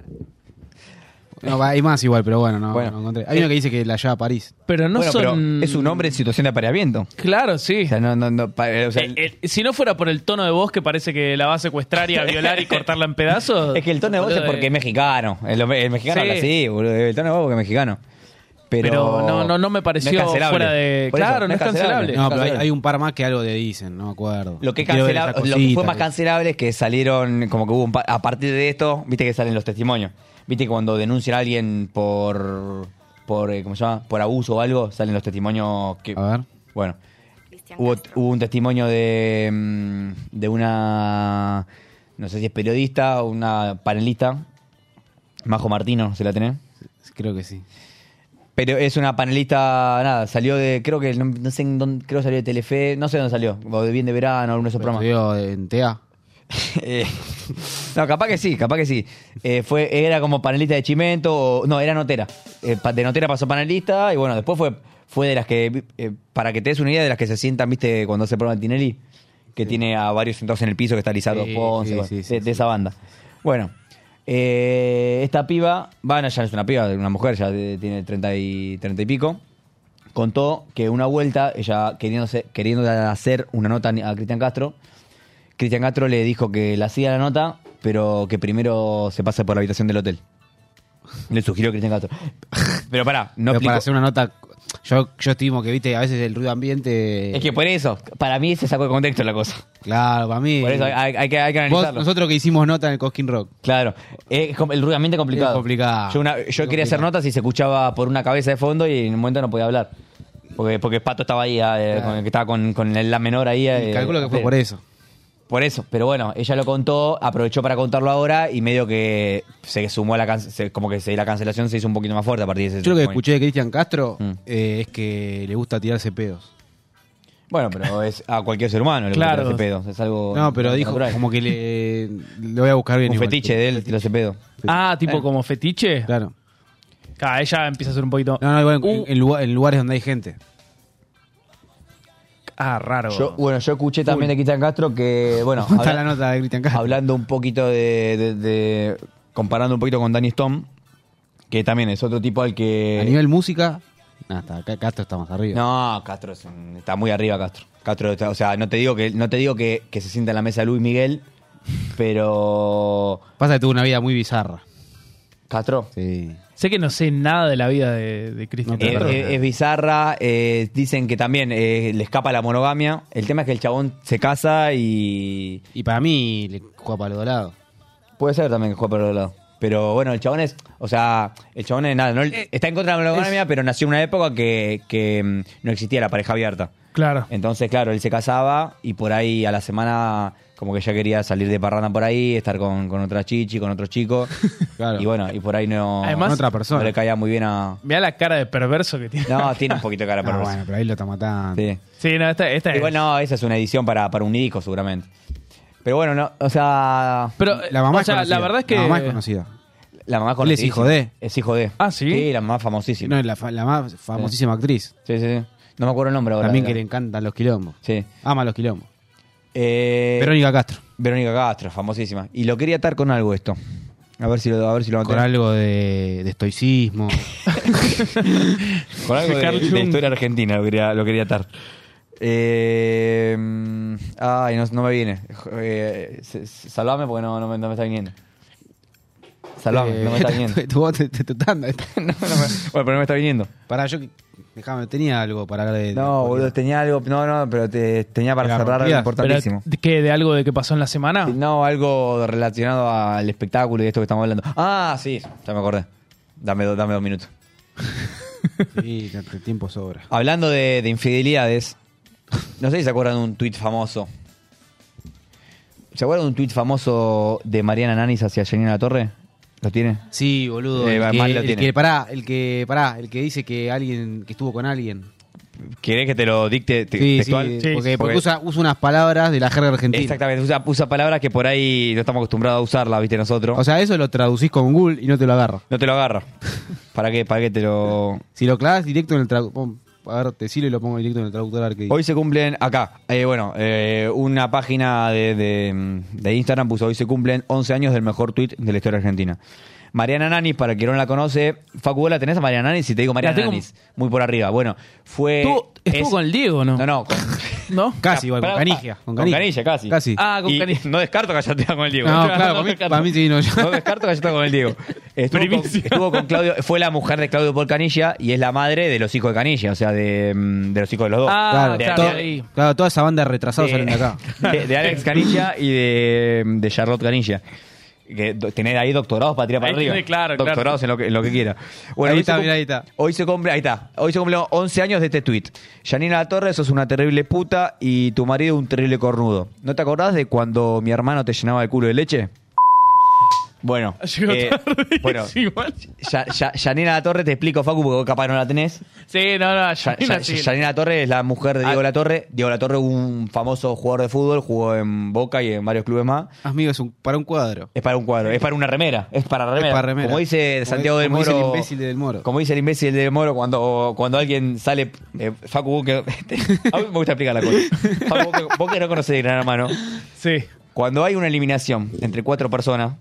S5: No, va, hay más igual, pero bueno, no,
S6: Bueno.
S5: no encontré. Hay uno que dice que la lleva a París.
S4: Pero no
S6: Bueno, pero
S4: son.
S6: es un hombre en situación de apareamiento.
S4: Claro, sí.
S6: O sea, no, no, no, pa- eh, o sea,
S4: Eh, eh, si no fuera por el tono de voz que parece que la va a secuestrar y a violar y cortarla en pedazos.
S6: Es que el tono de voz es
S4: boludo,
S6: porque
S4: eh,
S6: es mexicano. El, hom- el mexicano
S4: Sí.
S6: habla así, boludo. El tono de voz porque es mexicano. Pero,
S4: Pero no- no- no me pareció
S6: es cancelable.
S4: fuera de-
S6: Por eso,
S4: claro, no es cancelable.
S5: No, pero hay, hay un par más que algo le dicen, no me acuerdo.
S6: Lo que,
S5: Quiero ver
S6: cancela-
S5: esa
S6: lo que fue
S5: cosita,
S6: más
S5: que-
S6: cancelable es que salieron, como que hubo un pa- a partir de esto, viste que salen los testimonios. Viste que cuando denuncian a alguien por, por eh, ¿cómo se llama? Por abuso o algo, salen los testimonios que...
S5: A ver.
S6: Bueno, hubo, hubo un testimonio de, mm, de una, no sé si es periodista o una panelista, Majo Martino, ¿se la tenés?
S5: Creo que sí.
S6: Pero es una panelista, nada, salió de, creo que, no, no sé en dónde, creo que salió de Telefe, no sé dónde salió, o de Bien de Verano, alguno de esos programas.
S5: Estudió en TEA.
S6: Eh, no, capaz que sí, capaz que sí. Eh, fue, era como panelista de Chimento, o, no, era notera. eh, pa- de notera pasó a panelista y bueno, después fue, fue de las que, eh, para que te des una idea, de las que se sientan, viste, cuando hace el programa de Tinelli, que tiene a varios sentados en el piso, que está Lizardo
S5: Sí,
S6: Ponce,
S5: sí,
S6: bueno,
S5: sí,
S6: de,
S5: sí,
S6: de esa banda. Bueno, eh, esta piba, Vanna ya no es una piba, una mujer, ya de- tiene 30 y, 30 y pico, contó que una vuelta, ella queriéndose, queriendo hacer una nota a Cristian Castro, Cristian Castro le dijo que la hacía la nota, pero que primero se pase por la habitación del hotel. Le sugirió Cristian Castro. Pero pará,
S5: Pero
S6: no explico.
S5: para hacer una nota, yo, yo estimo que, viste, a veces el ruido ambiente...
S6: Es que por eso, para mí se sacó de contexto la cosa.
S5: Claro, para mí...
S6: Por eso hay, hay- hay que, hay que
S5: Vos,
S6: analizarlo.
S5: nosotros que hicimos nota en el Cosquín Rock.
S6: Claro, es com- el ruido ambiente es complicado.
S5: Es complicado.
S6: Yo, una- yo
S5: Es
S6: quería hacer
S5: complicado.
S6: notas y se escuchaba por una cabeza de fondo y en un momento no podía hablar. Porque, porque Pato estaba ahí, eh,
S5: Claro.
S6: con- que estaba con, con la menor ahí. eh,
S5: Calculo que fue por eso.
S6: Por eso, pero bueno, ella lo contó, aprovechó para contarlo ahora y medio que se sumó a la can- se- como que se, la cancelación se hizo un poquito más fuerte a partir de ese Mm.
S5: Yo lo que
S6: momento.
S5: escuché de Cristian Castro eh, es que le gusta tirarse pedos.
S6: Bueno, pero es a cualquier ser humano le
S5: Claro.
S6: gusta ese pedo, es algo
S5: No, pero dijo
S6: natural.
S5: como que le... Eh, Lo voy a buscar bien
S6: un
S5: igual.
S6: fetiche de él, los pedo.
S4: Ah,
S6: Eh.
S4: tipo como fetiche.
S5: Claro.
S4: Claro, ella empieza a ser un poquito. Uh.
S5: No, no, igual en, en lugar- en lugares donde hay gente.
S4: Ah, raro.
S6: Yo- bueno, yo escuché también de Cristian Castro que, bueno,
S5: Está
S6: habla-
S5: la nota de Cristian Castro.
S6: hablando un poquito de, de- de- comparando un poquito con Danny Stone, que también es otro tipo al que...
S5: A nivel música... Nah, Ah, está- acá Castro está más arriba.
S6: No, Castro es un- está muy arriba Castro. Castro está- o sea, no te digo que no te digo que, que se sienta en la mesa de Luis Miguel, pero
S5: Pasa que tuvo una vida muy bizarra.
S6: Castro
S5: Sí.
S4: Sé que no sé nada de la vida de, de Cristian.
S6: Eh,
S4: Castro.
S6: eh, es bizarra, eh, dicen que también eh, le escapa la monogamia. El tema es que el chabón se casa y...
S5: Y para mí le juega para los dos lados.
S6: Puede ser también que juega para los dos lados. Pero bueno, el chabón es... O sea, el chabón es nada. no- está en contra de la monogamia, pero nació en una época que, que, mm, no existía la pareja abierta.
S4: Claro.
S6: Entonces, claro, él se casaba y por ahí a la semana como que ya quería salir de parranda por ahí, estar con, con otra chichi, con otro chico. Y bueno, y por ahí no,
S4: Además- Con otra
S6: persona. no le caía muy bien a...
S4: Mirá la cara de perverso que tiene.
S6: No, tiene un poquito de cara
S5: Ah,
S6: perversa.
S5: bueno, pero ahí lo está matando.
S6: Sí.
S4: Sí, no, esta, esta es.
S6: Igual no, esa es una edición para, para un disco seguramente. Pero bueno, no, o sea...
S4: Pero,
S5: Ah, La mamá
S4: o sea,
S5: es conocida.
S4: la verdad es que.
S5: La mamá es conocida.
S6: La mamá
S5: Él es hijo de.
S6: Es hijo de.
S4: Ah, ¿sí?
S6: Sí, la mamá famosísima.
S5: No, la, fa- la más famosísima actriz.
S6: Sí, sí, sí. No me acuerdo el nombre ahora.
S5: También
S6: la
S5: que le
S6: verdad.
S5: encantan los quilombos.
S6: Sí.
S5: Ama los quilombos.
S6: Eh,
S5: Verónica Castro.
S6: Verónica Castro, famosísima. Y lo quería atar con algo esto. A ver si lo, a ver si lo
S5: Con
S6: anoté.
S5: algo de, de estoicismo.
S6: Con algo de,
S5: Carl
S6: de
S5: Jung.
S6: historia argentina lo quería, lo quería atar. Eh, mm, ay, no, no me viene. Eh, se- se- salvame porque no, no me, no me está viniendo. Salvame,
S5: Eh,
S6: no me está viniendo.
S5: tu voz te- te- te tanda.
S6: Bueno, pero no me está viniendo.
S5: Pará, yo. que- Dejame, tenía algo para hablar de.
S6: No, boludo, tenía algo. No, no, pero te- tenía para
S5: Era
S6: cerrar algo
S5: rompida.
S6: importantísimo.
S4: ¿De qué? ¿De algo de que pasó en la semana?
S6: No, algo relacionado al espectáculo y esto que estamos hablando. Ah, sí, ya me acordé. Dame, do- dame dos minutos.
S5: Sí, ya te- tiempo sobra.
S6: Hablando de, de infidelidades, no sé si se acuerdan de un tuit famoso. ¿Se acuerdan de un tuit famoso de Mariana Nanis hacia Janina Torre? ¿Lo tiene?
S5: Sí, boludo.
S6: Eh,
S5: el,
S6: mal
S5: que,
S6: lo
S5: el
S6: tiene.
S5: que- pará, el que. Pará, el que dice que alguien. que estuvo con alguien.
S6: ¿Querés que te lo dicte te-
S5: Sí, sí,
S6: textual?
S5: porque, porque usa, usa unas palabras de la jerga argentina.
S6: Exactamente, usa, usa palabras que por ahí no estamos acostumbrados a usarlas, viste, nosotros.
S5: O sea, eso lo traducís con Google y no te lo agarra.
S6: no te lo agarra. ¿Para qué? ¿Para qué te lo...?
S5: Si lo clavas directo en el traductor. A ver, te sirve y lo pongo directo en el traductor a ver qué dice.
S6: Hoy se cumplen, acá, eh, bueno, eh, una página de, de- de Instagram puso hoy se cumplen 11 años del mejor tweet de la historia argentina. Mariana Nanis, para quien no la conoce, Facu, ¿vos la tenés a Mariana Nanis? Si te digo Mariana
S4: tengo-
S6: Nanis, muy por arriba. Bueno, fue...
S4: Estuvo- estuvo
S6: es-
S4: con el Diego, ¿no?
S6: No, no, con,
S4: ¿No?
S5: Casi, igual, con
S6: Pará,
S5: canilla.
S6: ah,
S5: Con
S6: con
S5: canilla,
S6: canilla, casi.
S5: Casi.
S4: Ah, con
S6: Y
S4: Canilla.
S6: No descarto que haya estado con el Diego.
S5: No, claro, para mí-
S6: descarto.
S5: para mí sí, no, yo-
S6: No descarto que haya estado con el Diego. Estuvo con,
S4: Primicia.
S6: estuvo con Claudio, fue la mujer de Claudio Paul Canilla y es la madre de los hijos de Canilla, o sea, de, mm, de los hijos de los dos.
S4: Ah,
S5: Claro,
S6: De-
S4: claro,
S6: de-
S4: ahí.
S5: Claro, toda esa banda de retrasados salen de acá.
S6: de, de Alex Canilla y de, de Charlotte Canilla. Que do- tenés ahí doctorados para tirar para
S4: Ahí
S6: arriba.
S4: tiene, claro, claro.
S6: doctorados En, lo que, en lo que quiera. Bueno,
S5: Ahí
S6: hoy
S5: está,
S6: se cum-
S5: mirá, ahí está.
S6: Hoy se cumple, ahí está. Hoy se cumplen 11 años de este tweet. Janina La Torre, sos una terrible puta y tu marido un terrible cornudo. ¿No te acordás de cuando mi hermano te llenaba el culo de leche? Bueno,
S4: Llegó
S6: eh,
S4: tarde,
S6: bueno,
S4: es igual.
S6: Ya- ya- Yanina La Torre, te explico, Facu, porque vos capaz no la tenés.
S4: Sí, no, no,
S6: Ya- ya-
S4: Yanina sí.
S6: Yanina La Torre es la mujer de
S5: Ah.
S6: Diego La Torre. Diego La Torre, un famoso jugador de fútbol, jugó en Boca y en varios clubes más.
S5: Amigo, es un, para un cuadro.
S6: Es para un cuadro, es para una remera, es para remera.
S5: Es para remera.
S6: Como dice
S5: Como
S6: Santiago
S5: di-
S6: del
S5: como
S6: Moro.
S5: dice el imbécil del Moro.
S6: Como dice el imbécil del Moro cuando, cuando alguien sale. eh, Facu, vos que. a mí me gusta explicar la cosa. Facu, vos que, vos que no conocés Gran Hermano.
S4: Sí.
S6: Cuando hay una eliminación entre cuatro personas.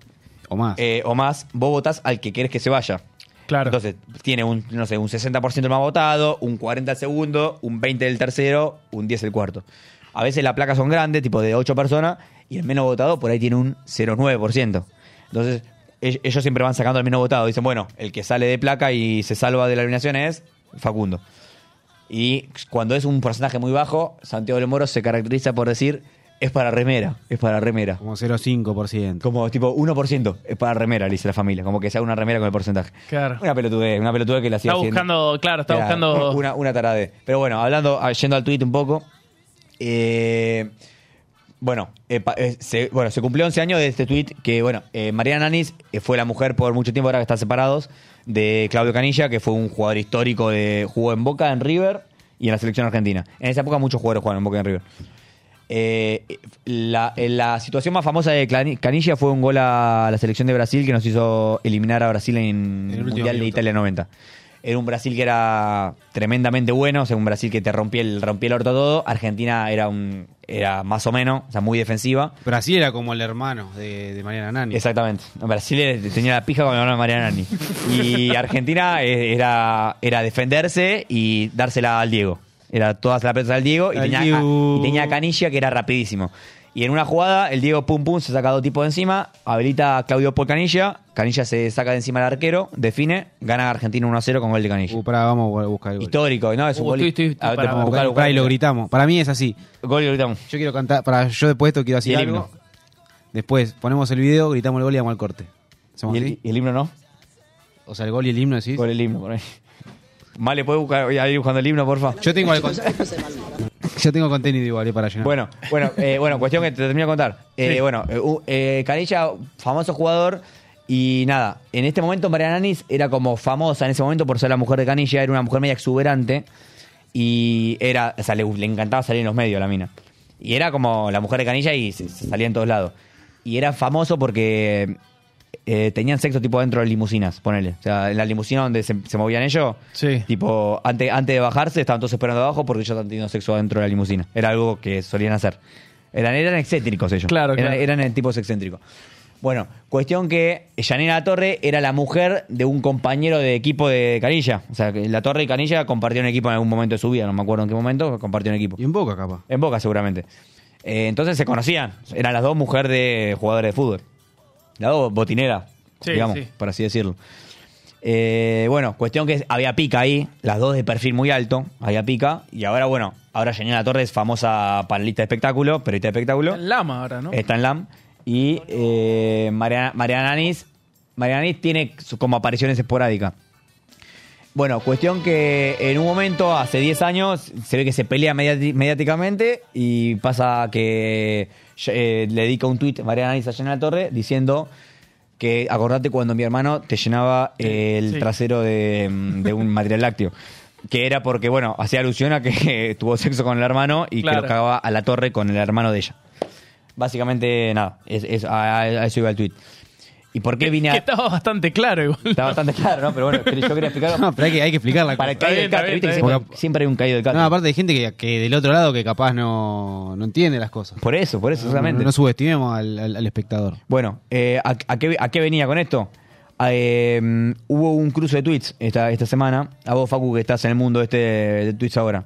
S5: O más.
S6: Eh, o más, vos votás al que querés que se vaya.
S4: Claro.
S6: Entonces, tiene un, no sé, un 60% el más votado, un 40% el segundo, un 20% del tercero, un 10% el cuarto. A veces las placas son grandes, tipo de 8 personas, y el menos votado por ahí tiene un 0,9%. Entonces, ell- ellos siempre van sacando al menos votado. Dicen, bueno, el que sale de placa y se salva de la eliminación es Facundo. Y cuando es un porcentaje muy bajo, Santiago del Moro se caracteriza por decir, es para remera, es para remera.
S5: Como 0,5%.
S6: Como tipo 1%, es para remera, le dice la familia. Como que sea una remera con el porcentaje.
S4: Claro.
S6: Una pelotudez, una pelotudez que la hacía
S4: Está
S6: haciendo.
S4: buscando, claro, está
S6: Era
S4: buscando.
S6: Una, una tarade. Pero bueno, hablando, ah, yendo al tweet un poco. eh, bueno, eh, pa- eh, se, bueno, se cumplió 11 años de este tweet que, bueno, eh, Mariana Nanis eh, fue la mujer por mucho tiempo, ahora que están separados, de Claudio Canilla, que fue un jugador histórico de. jugó en Boca, en River y en la selección argentina. En esa época muchos jugadores jugaron en Boca y en River. Eh, la, eh, la situación más famosa de Clani- Canilla fue un gol a la selección de Brasil que nos hizo eliminar a Brasil en el
S5: último
S6: Mundial de
S5: minuto.
S6: Italia 90. Era un Brasil que era tremendamente bueno, o sea, un Brasil que te rompía el, rompía el orto todo. Argentina era un era más o menos, o sea, muy defensiva.
S5: Brasil era como el hermano de, de Mariana Nani.
S6: Exactamente. No, Brasil era- tenía la pija con el hermano de Mariana Nani. Y Argentina eh, era, era defenderse y dársela al Diego. Era todas las pelotas al Diego y
S5: Al
S6: tenía,
S5: Diego.
S6: y tenía a Canilla que era rapidísimo. Y en una jugada, el Diego pum pum se saca dos tipos de encima, habilita a Claudio por Canilla, Canilla se saca de encima al arquero, define, gana Argentina 1 0 con gol de Canilla.
S5: Uh, Pará, vamos a buscar el gol.
S6: Histórico, ¿no? Es un
S5: Uh,
S6: gol.
S5: estoy- estoy- estoy
S6: Ah,
S5: para-
S6: tenemos que buscar-
S5: pará, pará, y lo gritamos. Para mí es así.
S6: Gol y gritamos.
S5: Yo quiero cantar. Para, yo después de esto quiero
S6: Y
S5: hacer
S6: el
S5: algo. Después ponemos el video, gritamos el gol y vamos al corte.
S6: ¿Y el- y el himno no?
S5: O sea, el gol y el himno decís. Gol
S6: y el himno, por ahí. Male, ¿puedes buscar, voy a ir buscando el himno, porfa?
S5: Yo tengo el con- Yo tengo contenido igual eh, para llenar.
S6: Bueno, bueno, eh, bueno, cuestión que te termino de contar. Eh,
S5: Sí.
S6: Bueno, eh, u- eh, Canilla, famoso jugador. Y nada, en este momento Mariana Anis era como famosa en ese momento por ser la mujer de Canilla, era una mujer media exuberante. Y era, o sea, le, le encantaba salir en los medios a la mina. Y era como la mujer de Canilla y se- se salía en todos lados. Y era famoso porque eh, tenían sexo tipo dentro de limusinas, ponele. O sea, en la limusina donde se, se movían ellos, tipo, antes, antes de bajarse estaban todos esperando abajo porque ellos estaban teniendo sexo dentro de la limusina. Era algo que solían hacer. Eran, eran excéntricos ellos.
S4: Claro,
S6: eran,
S4: claro.
S6: eran tipos excéntricos. Bueno, cuestión que Janina La Torre era la mujer de un compañero de equipo de Canilla. O sea, que La Torre y Canilla compartieron equipo en algún momento de su vida, no me acuerdo en qué momento, compartieron equipo.
S5: Y en Boca, capaz.
S6: En Boca, seguramente. Eh, entonces se conocían. Eran las dos mujeres de jugadores de fútbol. Las dos botineras,
S4: Sí,
S6: digamos,
S4: sí.
S6: por así decirlo. Eh, bueno, cuestión que había pica ahí, las dos de perfil muy alto, había pica. Y ahora, bueno, ahora Janina La Torre es famosa panelista de espectáculo, periodista de espectáculo.
S4: Lama ahora, ¿no?
S6: Está en LAM. Y eh, Mariana, Mariana Anis. Mariana Anis tiene su- como apariciones esporádicas. Bueno, cuestión que en un momento, hace 10 años, se ve que se pelea mediati- mediáticamente y pasa que eh, le dedica un tuit Mariana Anis a Jenna Torre diciendo que acordate cuando mi hermano te llenaba el
S4: sí.
S6: trasero de, mm, de un material lácteo. Que era porque, bueno, hacía alusión a que tuvo sexo con el hermano y que
S4: Claro.
S6: lo cagaba a la torre con el hermano de ella. Básicamente, nada, es, es- a, a eso iba el tuit. ¿Y por qué vine a...?
S4: Que estaba bastante claro igual.
S6: Está bastante claro, ¿no? Pero bueno, yo quería explicarlo.
S5: No, pero hay que, hay que explicarla.
S6: Para el caído del catre, viste que siempre, siempre hay un caído del catre.
S5: No, aparte hay gente que, que del otro lado que capaz no, no entiende las cosas.
S6: Por eso, por eso,
S5: No-
S6: solamente.
S5: No, no subestimemos al, al- al espectador.
S6: Bueno, eh, ¿a, a qué, a qué venía con esto? A, eh, mm, hubo un cruce de tweets esta, esta semana. A vos, Facu, que estás en el mundo este de tweets ahora.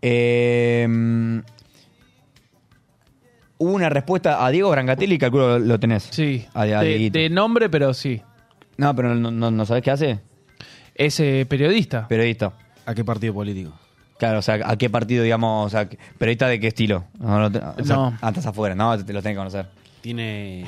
S6: Eh, mm, hubo una respuesta a Diego Brancatelli, calculo lo tenés. Sí. A, a
S4: De,
S6: Dieguito.
S4: de nombre, pero sí.
S6: No, pero no, no, no sabés qué hace.
S4: Es eh, periodista.
S6: Periodista.
S5: ¿A qué partido político?
S6: Claro, o sea, ¿a qué partido, digamos, o sea, periodista de qué estilo? No, no, te- o sea,
S5: No.
S6: ah, estás afuera, no, te, te los tenés que conocer.
S5: Tiene.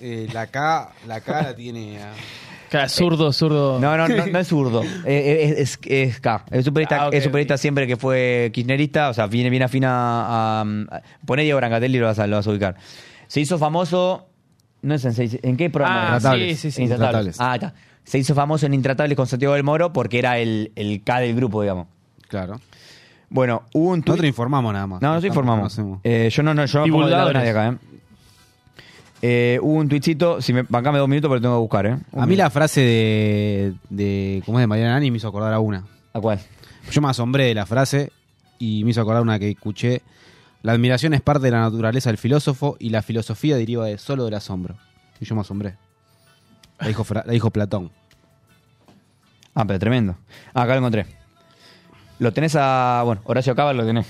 S5: eh, la K, la K la tiene. ah.
S4: zurdo, zurdo.
S6: Eh, No, no, no, no es zurdo. Eh, eh, es, es, es K. Es un periodista,
S4: Ah, ok,
S6: es un periodista siempre que fue kirchnerista. O sea, viene bien afina a. a- Poné Diego Brancatelli y lo vas a, lo vas a ubicar. Se hizo famoso No es en seis. ¿En qué programa?
S4: Ah,
S6: era?
S4: sí, sí, sí. Intratables.
S6: Intratables. Ah, está. Se hizo famoso en Intratables con Santiago del Moro porque era el, el K del grupo, digamos.
S5: Claro.
S6: Bueno, hubo un tuit-
S5: Nosotros informamos nada más.
S6: No, nosotros informamos. Eh, yo no, no, yo no pongo de lado a nadie acá, ¿eh? Eh, hubo un tuitcito, si me, bancame dos minutos, pero tengo que buscar, ¿eh?
S5: A mí la frase de, de ¿cómo es? de Mariana Nani me hizo acordar a una.
S6: ¿A cuál?
S5: Yo me asombré de la frase y me hizo acordar una que escuché. La admiración es parte de la naturaleza del filósofo y la filosofía deriva de solo del asombro. Y yo me asombré. La dijo, Fra- la dijo Platón.
S6: Ah, pero tremendo. Ah, acá lo encontré. Lo tenés a. Bueno, Horacio Cava lo tenés.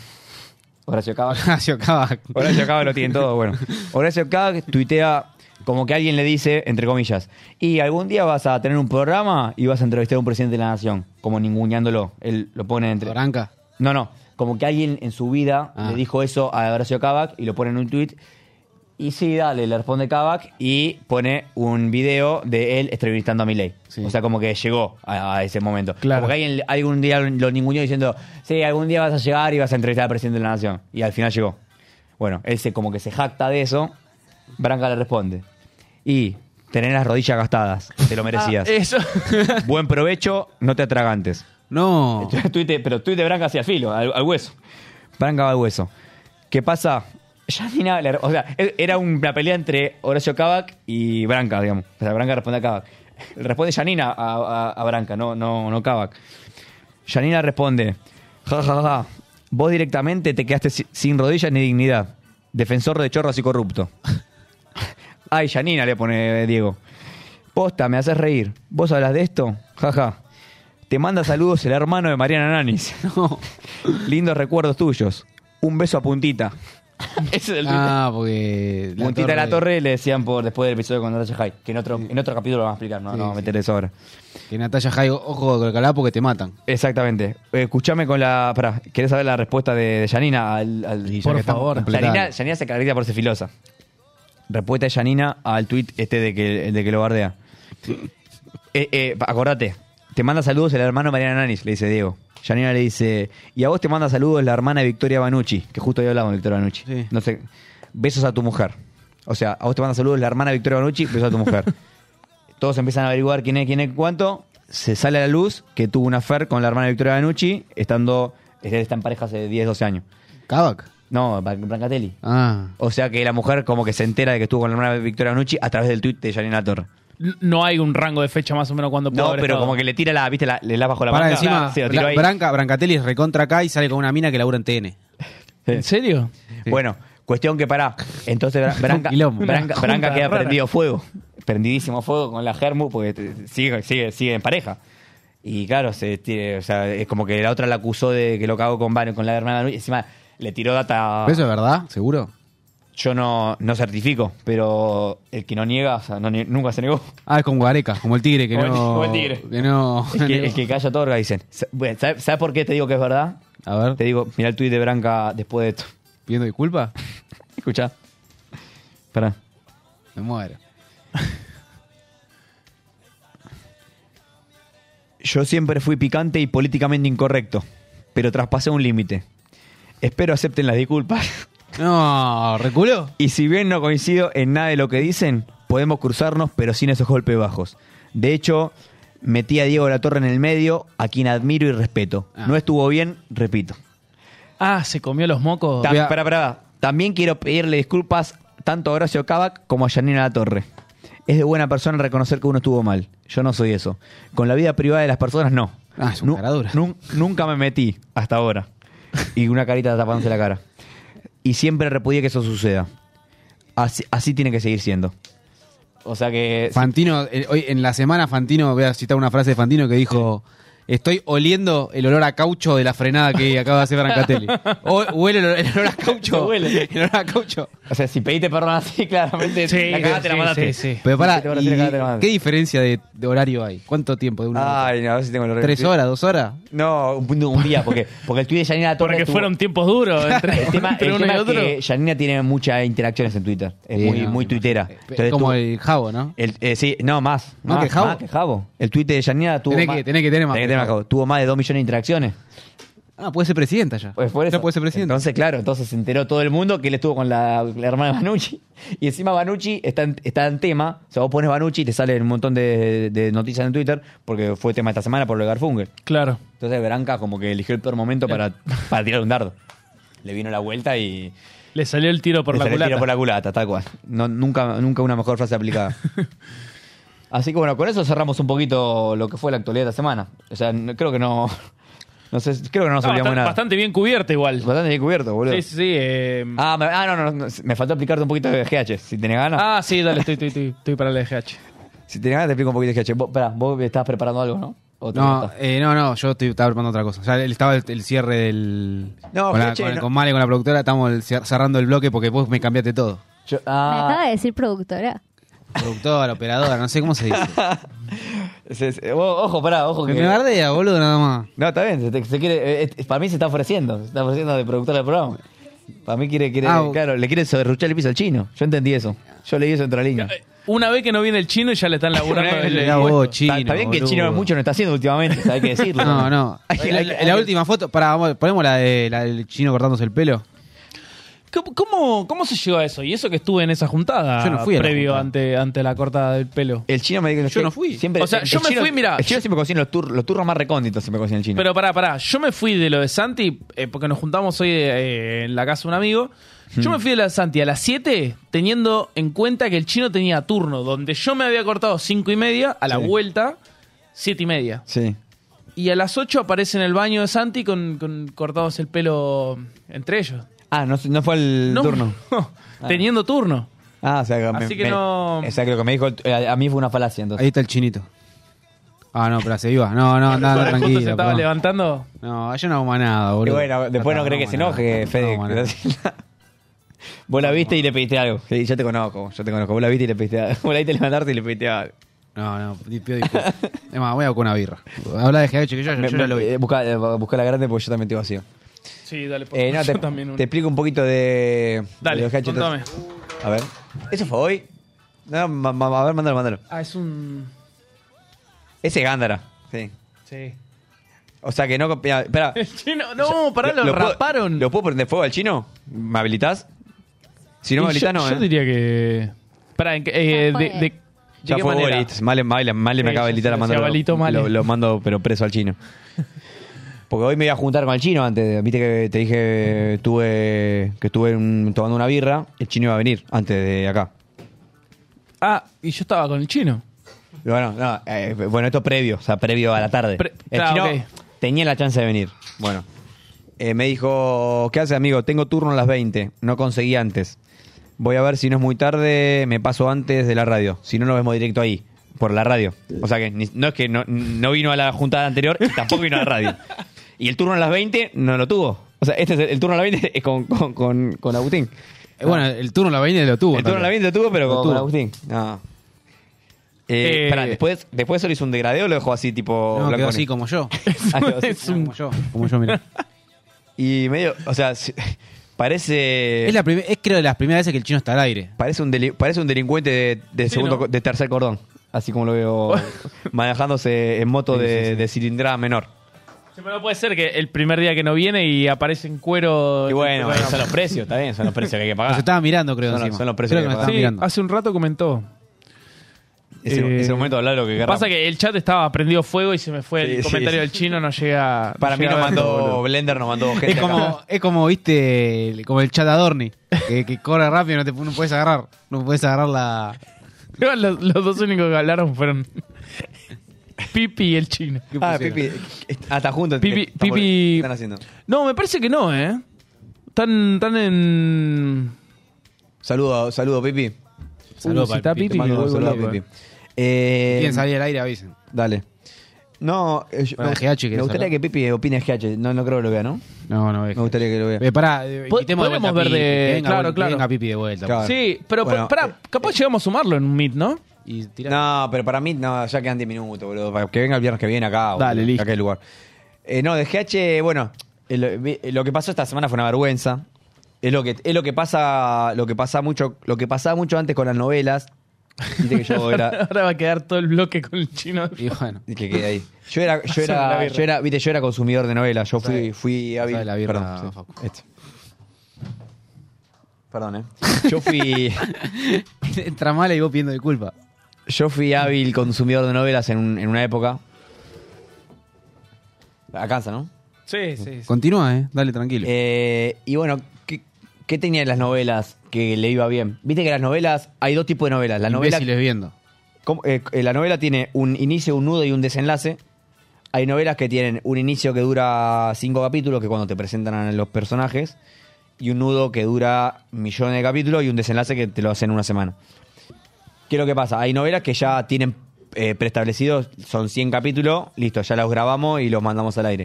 S6: Horacio Cava.
S5: Horacio Cava.
S6: Horacio Cava lo tiene todo, bueno. Horacio Cava tuitea como que alguien le dice, entre comillas, y algún día vas a tener un programa y vas a entrevistar a un presidente de la nación, como ninguneándolo. Él lo pone entre.
S5: ¿Branca?
S6: No, no. Como que alguien en su vida
S5: Ah.
S6: le dijo eso a Horacio Kavak y lo pone en un tweet. Y sí, dale, le responde Kavak y pone un video de él entrevistando a Milei. O sea, como que llegó a, a ese momento.
S5: Claro.
S6: Como que alguien algún día lo ninguneó diciendo, sí, algún día vas a llegar y vas a entrevistar al presidente de la nación. Y al final llegó. Bueno, él se como que se jacta de eso. Branca le responde. Y tener las rodillas gastadas, te lo merecías.
S4: Ah, eso.
S6: Buen provecho, no te atragantes.
S5: No.
S6: pero tuite Branca hacia filo, al, al hueso. Branca va al hueso. ¿Qué pasa? Janina Aller, o sea, e- era una pelea entre Horacio Kavak y Branca, digamos. O sea, Branca responde a Kavak. Responde Janina a, a- a Branca, no, no, no Kavak. Janina responde, ja, ja, ja, ja, vos directamente te quedaste si- sin rodillas ni dignidad. Defensor de chorros y corrupto. Ay, Janina le pone Diego. Posta, me haces reír. ¿Vos hablas de esto? Jaja. Te manda saludos el hermano de Mariana Nanis. Lindos recuerdos tuyos. Un beso a Puntita. Ese es el
S5: Ah, porque. la
S6: Puntita de la
S5: torre-
S6: Torre le decían por después del episodio con Natasha High. Que en otro, en otro capítulo lo vamos a explicar, no,
S5: Sí,
S6: no vamos a
S5: sí.
S6: meter eso ahora.
S5: Que Natalia Jaigo, ojo con el calá porque te matan.
S6: Exactamente. Eh, Escuchame con la. Pará, ¿querés saber la respuesta de, de Janina al. al-
S5: ya Por que estamos favor. completando.
S6: Janina, Janina se caracteriza por ser filosa. Respuesta de Janina al tuit este de que, de que lo bardea. Eh, eh, pa- acordate, te manda saludos el hermano Mariana Nanis, le dice Diego. Janina le dice. Y a vos te manda saludos la hermana de Victoria Banucci, que justo había hablado con Victoria Banucci. No sé. Besos a tu mujer. O sea, a vos te manda saludos la hermana de Victoria Banucci, besos a tu mujer. Todos empiezan a averiguar quién es, quién es, cuánto. Se sale a la luz que tuvo una affair con la hermana de Victoria Banucci, estando. Él está en pareja hace 10, 12 años.
S5: ¿Kavak?
S6: No, Bran- Brancatelli.
S5: Ah.
S6: O sea que la mujer como que se entera de que estuvo con la hermana de Victoria Banucci a través del tuit de Janina Torre.
S4: No hay un rango de fecha más o menos cuando puedo
S6: No, pero como que le tira la, viste, la, le la bajo la
S5: Para
S6: manga.
S5: encima,
S6: Se lo tiró
S5: Bla-
S6: ahí.
S5: Branca, Brancatelli es recontra acá y sale con una mina que labura en TN.
S4: ¿En serio?
S6: Bueno, cuestión que pará. Entonces Bra- Branca,
S5: Un quilombo.
S6: Branca,
S5: Una
S6: Branca
S5: junta
S6: queda
S5: rara.
S6: prendido fuego. Prendidísimo fuego con la Germu porque te- sigue, sigue, sigue en pareja. Y claro, se tire- o sea, es como que la otra la acusó de que lo cagó con Van- con la hermana y encima le tiró data.
S5: ¿Pero eso es verdad? ¿Seguro?
S6: Yo no, no certifico, pero el que no niega, o sea, no nie- nunca se negó.
S5: Ah, es como Gareca, como el tigre que
S6: Como el-
S5: no.
S6: como el tigre.
S5: Que no.
S6: El que, el que calla otorga, dicen. Sa- bueno, ¿Sabes sabes por qué te digo que es verdad?
S5: A ver.
S6: Te digo, mira el tuit de Branca después de esto.
S5: ¿Pidiendo disculpas?
S6: Escucha. Pará.
S5: Me muero.
S6: Yo siempre fui picante y políticamente incorrecto, pero traspasé un límite. Espero acepten las disculpas.
S5: No, reculó.
S6: Y si bien no coincido en nada de lo que dicen, podemos cruzarnos, pero sin esos golpes bajos. De hecho, metí a Diego de la Torre en el medio, a quien admiro y respeto.
S5: Ah.
S6: No estuvo bien, repito.
S4: Ah, se comió los mocos.
S6: Ta- pará, pará. También quiero pedirle disculpas tanto a Horacio Cavac como a Janina La Torre. Es de buena persona reconocer que uno estuvo mal. Yo no soy eso. Con la vida privada de las personas, no.
S5: Ah,
S6: Nu- nun- nunca me metí hasta ahora. Y una carita tapándose la cara. Y siempre repudié que eso suceda. Así, así tiene que seguir siendo. O sea que.
S5: Fantino, eh, hoy en la semana Fantino, voy a citar una frase de Fantino que dijo: Estoy oliendo el olor a caucho de la frenada que acaba de hacer Brancatelli. O- huele el olor, el olor a caucho. huele. El olor a caucho.
S6: O sea, si pediste perdón así, claramente
S4: Sí,
S6: la
S4: sí,
S6: cagaste, la mataste.
S4: sí, sí.
S5: Pero
S6: Si te
S5: para,
S6: van a tirar, cagaste, la mataste.
S5: ¿qué diferencia de, de horario hay? ¿Cuánto tiempo? De una a otra?
S6: Ay, no, a ver si tengo el horario.
S5: ¿Tres horas, dos horas?
S6: No, un, un día, porque, porque el tuit de Janina La Torre.
S4: Porque
S6: estuvo-
S4: fueron tiempos duros entre,
S6: El tema,
S4: entre
S6: el
S4: uno y
S6: tema es
S4: otro.
S6: que Janina tiene muchas interacciones en Twitter. Es
S5: Sí,
S6: muy,
S5: no,
S6: muy
S5: me
S6: tuitera. Entonces
S5: como
S6: tuvo-
S5: el jabo, ¿no?
S6: el- eh, sí, no, más.
S5: ¿Más que el Jabo?
S6: Más que el Jabo. El tweet de Janina tuvo
S5: Tenés
S6: más.
S5: que- tenés que tener más
S6: tenés
S5: que el
S6: Jabo. Tuvo más de 2 millones de interacciones.
S5: Ah, puede ser presidenta ya.
S6: Pues por eso.
S5: puede ser presidente.
S6: Entonces, claro, entonces se enteró todo el mundo que él estuvo con la, la hermana de Banucci. Y encima Banucci está en, está en tema. O sea, vos pones Banucci y te salen un montón de, de noticias en Twitter porque fue tema esta semana por lo de Garfunkel.
S4: Claro.
S6: Entonces Branca como que eligió el peor momento para, para tirar un dardo. Le vino la vuelta y...
S4: Le salió el tiro por
S6: le
S4: la
S6: salió el
S4: culata.
S6: tiro por la culata, tal cual. No, nunca, nunca una mejor frase aplicada. Así que bueno, con eso cerramos un poquito lo que fue la actualidad de esta semana. O sea, no- creo que no... No sé, creo que no nos
S4: Ah,
S6: olvidamos
S4: bastante,
S6: nada.
S4: bastante bien cubierta igual.
S6: Bastante bien cubierto, boludo.
S4: Sí, sí, sí. eh,
S6: Ah, me- ah, no, no, no, me faltó explicarte un poquito de GH, si tenés ganas.
S4: Ah, sí, dale, estoy, estoy, estoy, estoy para la GH.
S6: Si tenés ganas te explico un poquito de GH. Vos, pará, vos estabas preparando algo, ¿no? ¿O te
S5: No,
S6: gusta?
S5: eh, no, no, yo estoy- estaba preparando otra cosa. Ya el- estaba el, el cierre del.
S6: No,
S5: con, la-
S6: che,
S5: con,
S6: no.
S5: con Male, con la productora, estamos el- cer- cerrando el bloque porque vos me cambiaste todo.
S6: Yo-
S11: Me
S6: ah,
S11: acaba de decir productora.
S5: Productora, operadora, no sé cómo se dice.
S6: se- se- o- eh, ojo, pará, ojo.
S5: Me
S6: Que,
S5: bardea, boludo, nada más.
S6: no, está bien, se, te- se quiere, eh, eh, para mí se está ofreciendo, se está ofreciendo de productora del programa. Para mí quiere, quiere
S5: Ah, o-
S6: claro, le quiere serruchar el piso al chino. Yo entendí eso. Yo leí eso entre líneas.
S4: Eh, Una vez que no viene el chino ya le están laburando.
S6: Mirá
S4: desde-
S6: vos,
S4: puesto.
S6: chino, Ah, Está- está bien que el chino boludo. mucho no está haciendo últimamente, hay que decirlo.
S5: No, no.
S6: Hay que- hay que-
S5: la,
S6: hay
S5: la
S6: que-
S5: última foto, pará, vamos, ponemos la, de, la del chino cortándose el pelo.
S4: ¿Cómo- ¿Cómo, cómo se llegó a eso? Y eso que estuve en esa juntada
S5: Yo no fui a la
S4: previo
S5: juntada.
S4: ante, ante la cortada del pelo.
S6: El chino me dijo,
S4: Yo no fui.
S6: Siempre,
S4: O sea,
S6: el
S4: yo me
S6: chino-
S4: fui, mirá.
S6: El chino siempre cocina los, tur- los turros más recónditos, siempre cocina el chino.
S4: Pero pará, pará. Yo me fui de lo de Santi, eh, porque nos juntamos hoy eh, en la casa de un amigo. Yo
S6: Hmm.
S4: me fui de la de Santi a las 7, teniendo en cuenta que el chino tenía turno, donde yo me había cortado 5 y media, a la
S6: Sí.
S4: vuelta, 7 y media.
S6: Sí.
S4: Y a las 8 aparece en el baño de Santi con, con cortados el pelo entre ellos.
S6: Ah, no, no fue el
S4: No.
S6: turno.
S4: Teniendo turno.
S6: Ah, o sea, que
S4: Así que no-
S6: O sea, que lo que me dijo, eh, a mí fue una falacia entonces.
S5: Ahí está el chinito. Ah, no, pero se iba. No, no, andá, andá,
S4: Justo
S5: tranquilo.
S4: se estaba
S5: perdón.
S4: levantando.
S5: No, yo no hago más nada,
S6: Y
S5: boludo.
S6: bueno, después no,
S5: No,
S6: cree que
S5: no,
S6: se
S5: no,
S6: enoje,
S5: no,
S6: Fede.
S5: no,
S6: que
S5: no.
S6: vos la viste y le pediste algo. Sí, yo te conozco, yo te conozco. Vos la viste y le pediste algo. Vos la viste levantarte y le pediste algo.
S5: No, no, di- pido disculpas. Es más, voy a buscar una birra. Habla de GH que yo, yo,
S6: Me-
S5: yo ya lo vi.
S6: eh, Buscá, eh, buscá la grande porque yo también estoy vacío.
S4: Sí, dale, por
S6: Eh, no,
S4: favor,
S6: te,
S4: yo también un-
S6: te explico un poquito de.
S4: Dale,
S6: de los gadgets.
S4: contame.
S6: A ver. ¿Eso fue hoy? No, ma- ma- a ver, mándalo, mándalo.
S4: Ah, es un...
S6: Ese es Gándara. Sí.
S4: Sí.
S6: O sea que no. mira, Espera.
S4: El chino... No, pará, lo,
S6: puedo-
S4: raparon.
S6: ¿Lo puedo prender fuego al chino? ¿Me habilitás? Si no me
S4: Y yo-
S6: habilitás, no.
S4: Yo
S6: eh.
S4: diría que... Pará, en qué- eh,
S6: Ya
S4: de, de-
S6: fue.
S4: de
S6: Ya
S4: qué
S6: fue
S4: manera?
S6: Bolit. Male, Male- Male me
S4: Sí,
S6: acaba de
S4: ya
S6: habilitar
S4: se-
S6: a
S4: se
S6: mandarlo.
S4: habilitó Male.
S6: Lo, lo mando, pero preso al chino. Porque hoy me iba a juntar con el chino antes. de- Viste que te dije tuve, que estuve en- tomando una birra. El chino iba a venir antes de acá.
S4: Ah, y yo estaba con el chino.
S6: Y Bueno, no, eh, bueno, esto previo, o sea, previo a la tarde.
S4: Pre-
S6: el
S4: claro,
S6: chino
S4: ok.
S6: tenía la chance de venir. Bueno, eh, me dijo, ¿qué hace, amigo? Tengo turno a las 20, no conseguí antes. Voy a ver si no es muy tarde, me paso antes de la radio. Si no, nos vemos directo ahí, por la radio. O sea que ni- no es que no, no vino a la juntada anterior, y tampoco vino a la radio. Y el turno a las 20 no lo tuvo. O sea, este es el, el turno a las 20 es con, con, con, con Agustín.
S5: Eh, bueno, el turno la vaina lo tuvo.
S6: El turno a la
S5: también.
S6: 20 lo tuvo, pero
S5: Lo
S6: con,
S5: tuvo.
S6: con Agustín. No. Eh,
S5: Eh,
S6: pará, después, después solo hizo un degradeo o lo dejó así tipo
S5: No,
S6: blanco
S5: quedó
S6: y-
S5: así como yo.
S6: Ah, quedó así.
S5: Como yo, como yo, mira.
S6: Y medio, o sea, si- parece
S5: Es, la prim- es creo de las primeras veces que el chino está al aire.
S6: parece un deli- parece un delincuente de, de segundo
S5: ¿no?
S6: co- de tercer cordón, así como lo veo manejándose en moto de, de cilindrada menor.
S4: Sí, pero no puede ser que el primer día que no viene y aparece en cuero...
S6: Y bueno,
S4: en el
S6: son los precios, está bien, son los precios que hay que pagar.
S5: Nos estaba mirando, creo,
S6: Ah, Son, los-
S5: encima.
S6: son los precios
S5: Creo que
S6: que, hay
S5: nos
S6: que
S5: estaba
S6: pagar.
S4: Sí, hace un rato comentó.
S6: Es el-
S4: Eh,
S6: es el momento de hablar lo que queramos.
S4: Pasa que el chat estaba prendido fuego y se me fue
S6: Sí,
S4: el
S6: sí,
S4: comentario
S6: sí.
S4: del chino, no llega...
S6: Para mí
S4: llega
S6: nos
S4: a verlo,
S6: mandó
S4: boludo.
S6: Blender, nos mandó gente
S5: Es
S6: acá.
S5: como, es como, viste, el- como el chat Adorni, que, que corre rápido y no te no puedes agarrar. No puedes agarrar la.
S4: Igual los, los dos únicos que hablaron fueron Pipi y el chino.
S6: Ah, Pipi, hasta juntos.
S4: Pipi-
S6: están por-
S4: Pipi-
S6: están haciendo.
S4: No, me parece que no, ¿eh? Están, están en...
S6: Saludo, saludo, Pipi.
S4: Saludo si para está Pipi, Pipi, te mando me un vuelvo saludo a loco, Pipi.
S6: Eh,
S5: Quieren salir al aire, avisen.
S6: Dale. No, eh, yo-
S5: Bueno,
S6: me,
S5: GH
S6: me
S5: querés
S6: gustaría
S5: hablar.
S6: que Pipi eh, opine GH. No, no creo que lo vea, ¿no?
S5: No, no,
S6: Me gustaría que lo vea.
S5: Eh, pará, eh,
S4: Po-
S5: quitemos de
S4: podemos
S5: vuelta a
S4: ver
S5: Pipi,
S4: de-
S5: que venga,
S4: claro,
S5: vol- que
S4: claro.
S5: venga Pipi de vuelta.
S6: Claro.
S4: Sí, pero
S6: Bueno,
S4: pará,
S6: eh,
S4: capaz llegamos a sumarlo en un meet, ¿no?
S6: No, pero para mí, no, ya quedan 10 minutos, boludo. Para que venga el viernes que viene acá. boludo,
S4: Dale, listo.
S6: Acá el lugar. Eh, no, de GH, bueno, eh, lo, vi- eh, lo que pasó esta semana fue una vergüenza. Es lo que, es lo que pasa, lo que pasa mucho, lo que pasaba mucho antes con las novelas, Viste que yo era.
S4: Ahora va a quedar todo el bloque con el chino.
S6: Y bueno. Que quede ahí. Yo era, yo era, yo era, viste, yo era consumidor de novelas. Yo fui, fui hábil.
S5: Sabe la birra,
S6: Perdón, sí.
S5: Facu.
S6: Este. Perdón, eh. Yo fui.
S5: Entra mala y vos pidiendo disculpa.
S6: Yo fui hábil consumidor de novelas en, un- en una época. Alcanza, ¿no?
S4: Sí, sí. sí.
S5: Continúa, eh. Dale, tranquilo.
S6: Eh, y bueno, ¿qué, qué tenía en las novelas que le iba bien? Viste que las novelas, hay dos tipos de novelas. La novela,
S5: Imbéciles viendo.
S6: ¿Cómo? Eh, eh, la novela tiene un inicio, un nudo y un desenlace. Hay novelas que tienen un inicio que dura cinco capítulos, que cuando te presentan a los personajes, y un nudo que dura millones de capítulos y un desenlace que te lo hacen en una semana. ¿Qué es lo que pasa? Hay novelas que ya tienen eh, preestablecidos, son 100 capítulos, listo, ya los grabamos y los mandamos al aire.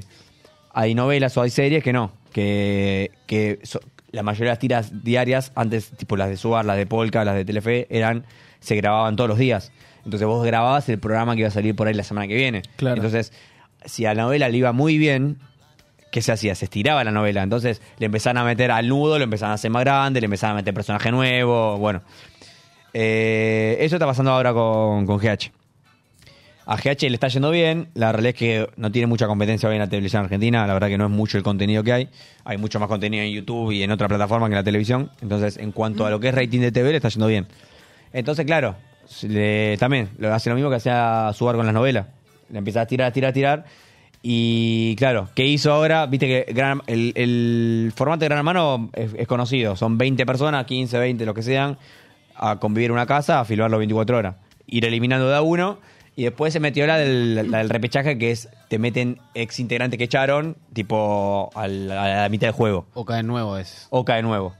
S6: Hay novelas o hay series que no, que, que so- la mayoría de las tiras diarias, antes, tipo las de Subar, las de Polka, las de Telefe, eran, se grababan todos los días. Entonces vos grababas el programa que iba a salir por ahí la semana que viene.
S4: Claro.
S6: Entonces, si a la novela le iba muy bien, ¿qué se hacía? Se estiraba la novela. Entonces le empezaban a meter al nudo, lo empezaban a hacer más grande, le empezaban a meter personaje nuevo. Bueno, Eh, eso está pasando ahora con, con GH. A GH le está yendo bien. La realidad es que no tiene mucha competencia hoy en la televisión argentina. La verdad que no es mucho el contenido que hay. Hay mucho más contenido en YouTube y en otra plataforma que en la televisión. Entonces, en cuanto a lo que es rating de TV, le está yendo bien. Entonces, claro, se le- también lo hace lo mismo que hacía Subar con las novelas. Le empieza a tirar, a tirar, a tirar. Y claro, ¿qué hizo ahora? Viste que Gran- el, el formato de Gran Hermano es, es conocido. Son 20 personas, 15, 20, lo que sean, a convivir en una casa, a filmarlo 24 horas. Ir eliminando de a uno. Y después se metió la del, la del repechaje, que es te meten ex integrantes que echaron, tipo al- a la mitad del juego.
S5: O cae nuevo es.
S6: O cae nuevo.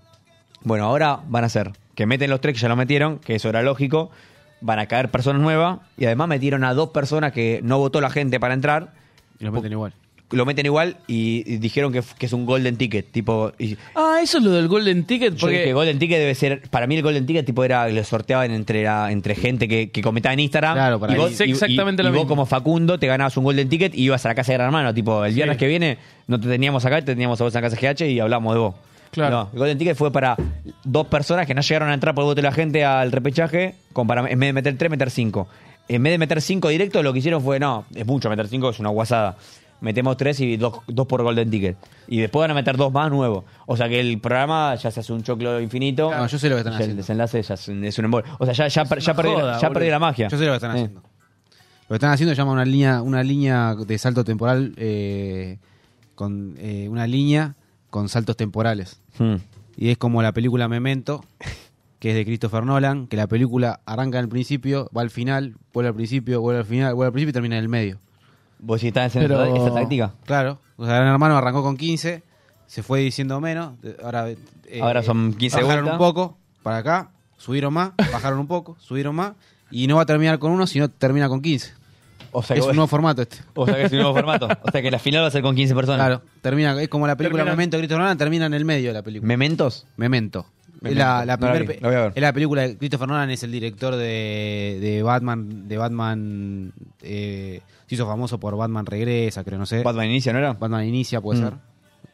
S6: Bueno, ahora van a ser que meten los tres que ya lo metieron, que eso era lógico. Van a caer personas nuevas. Y además metieron a dos personas que no votó la gente para entrar.
S5: Y lo meten igual.
S6: Lo meten igual y, y dijeron que, f- que es un golden ticket. Tipo, y-
S4: Ah, eso es lo del Golden Ticket.
S6: yo
S4: Porque
S6: dije, golden ticket debe ser... Para mí el golden ticket tipo era... Lo sorteaban entre, la- entre gente que, que comentaba en Instagram.
S4: Claro, para
S6: y
S4: mí.
S6: vos,
S4: Sí,
S6: y- y-
S4: exactamente lo
S6: y vos
S4: mismo.
S6: como Facundo te ganabas un golden ticket y ibas a la casa de Gran Hermano. Tipo, el viernes
S4: Sí.
S6: que viene no te teníamos acá, te teníamos a vos en la casa GH y hablamos de vos.
S4: Claro.
S6: No, el Golden Ticket fue para dos personas que no llegaron a entrar por el voto de la gente al repechaje, con para, en vez de meter tres, meter cinco. En vez de meter cinco directos, lo que hicieron fue, no, es mucho, meter cinco es una guasada. Metemos tres y dos, dos por Golden Ticket. Y después van a meter dos más nuevos. O sea que el programa ya se hace un choclo infinito.
S5: No, yo sé lo que están
S6: Y El
S5: haciendo.
S6: desenlace ya es un, es un embole. O sea, ya, ya, per- ya
S5: una
S6: perdí,
S5: joda,
S6: la- ya
S5: boludo.
S6: perdí la magia.
S5: Yo sé lo que están
S6: Eh.
S5: haciendo. Lo que están haciendo se llama una línea, una línea de salto temporal eh, con eh, una línea con saltos temporales.
S6: Hmm.
S5: Y es como la película Memento, que es de Christopher Nolan, que la película arranca en el principio, va al final, vuelve al principio, vuelve al final, vuelve al principio y termina en el medio.
S6: ¿Vos si estás haciendo
S5: Pero-
S6: esa táctica?
S5: Claro. O sea, Gran Hermano arrancó con 15, se fue diciendo menos, de- ahora, eh,
S6: Ahora son 15
S5: bajaron
S6: vueltas.
S5: un poco para acá, subieron más, bajaron un poco, subieron más, y no va a terminar con uno, sino termina con 15.
S6: O sea que
S5: es un
S6: vos-
S5: nuevo formato este.
S6: O sea que es un nuevo formato. O sea que la final va a ser con 15 personas.
S5: Claro, termina, es como la película
S6: Termina-
S5: Memento de Christopher Nolan, termina en el medio de la película.
S6: ¿Mementos?
S5: Memento. Es la, la
S6: No la
S5: primer
S6: vi,
S5: pe-
S6: la voy a ver.
S5: es la película de Christopher Nolan, es el director de, de Batman, de Batman, eh, se hizo famoso por Batman Regresa, creo, no sé.
S6: Batman Inicia, ¿no era?
S5: Batman Inicia puede
S6: Mm.
S5: ser.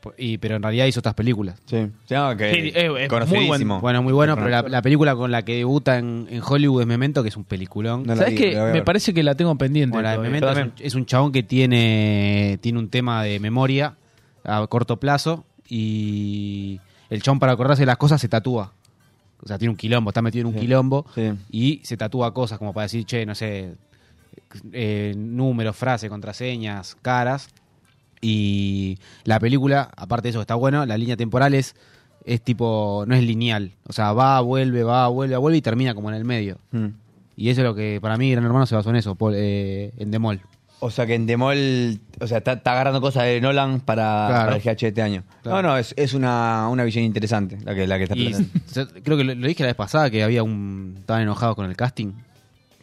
S5: Po- Y, pero en realidad hizo otras películas.
S6: Sí. No, que
S4: Sí, es- es muy
S6: conocidísimo.
S4: buen-
S5: Bueno, muy bueno, pero la,
S4: Correcto.
S5: la película con la que debuta en, en Hollywood es Memento, que es un peliculón.
S4: ¿Sabes qué? Me parece eh. que la tengo pendiente.
S5: Bueno, la de
S4: todavía.
S5: Memento es un, es un chabón que tiene, tiene un tema de memoria a corto plazo y el chabón para acordarse de las cosas se tatúa. O sea, tiene un quilombo, está metido en un quilombo y se tatúa cosas como para decir, che, no sé, eh, números, frases, contraseñas, caras. Y la película, aparte de eso que está bueno, la línea temporal es, es tipo, no es lineal. O sea, va, vuelve, va, vuelve, vuelve y termina como en el medio.
S6: Hmm.
S5: Y eso es lo que para mí Gran Hermano se basó en eso, Paul, eh, en Demol.
S6: O sea que en Demol, o sea, está, está agarrando cosas de Nolan para,
S5: Claro.
S6: para el GH de este año.
S5: Claro.
S6: No, no, es, es una, una visión interesante la que, la que está
S5: Y
S6: planteando.
S5: yo creo que lo, lo dije la vez pasada que había un. Estaban enojados con el casting.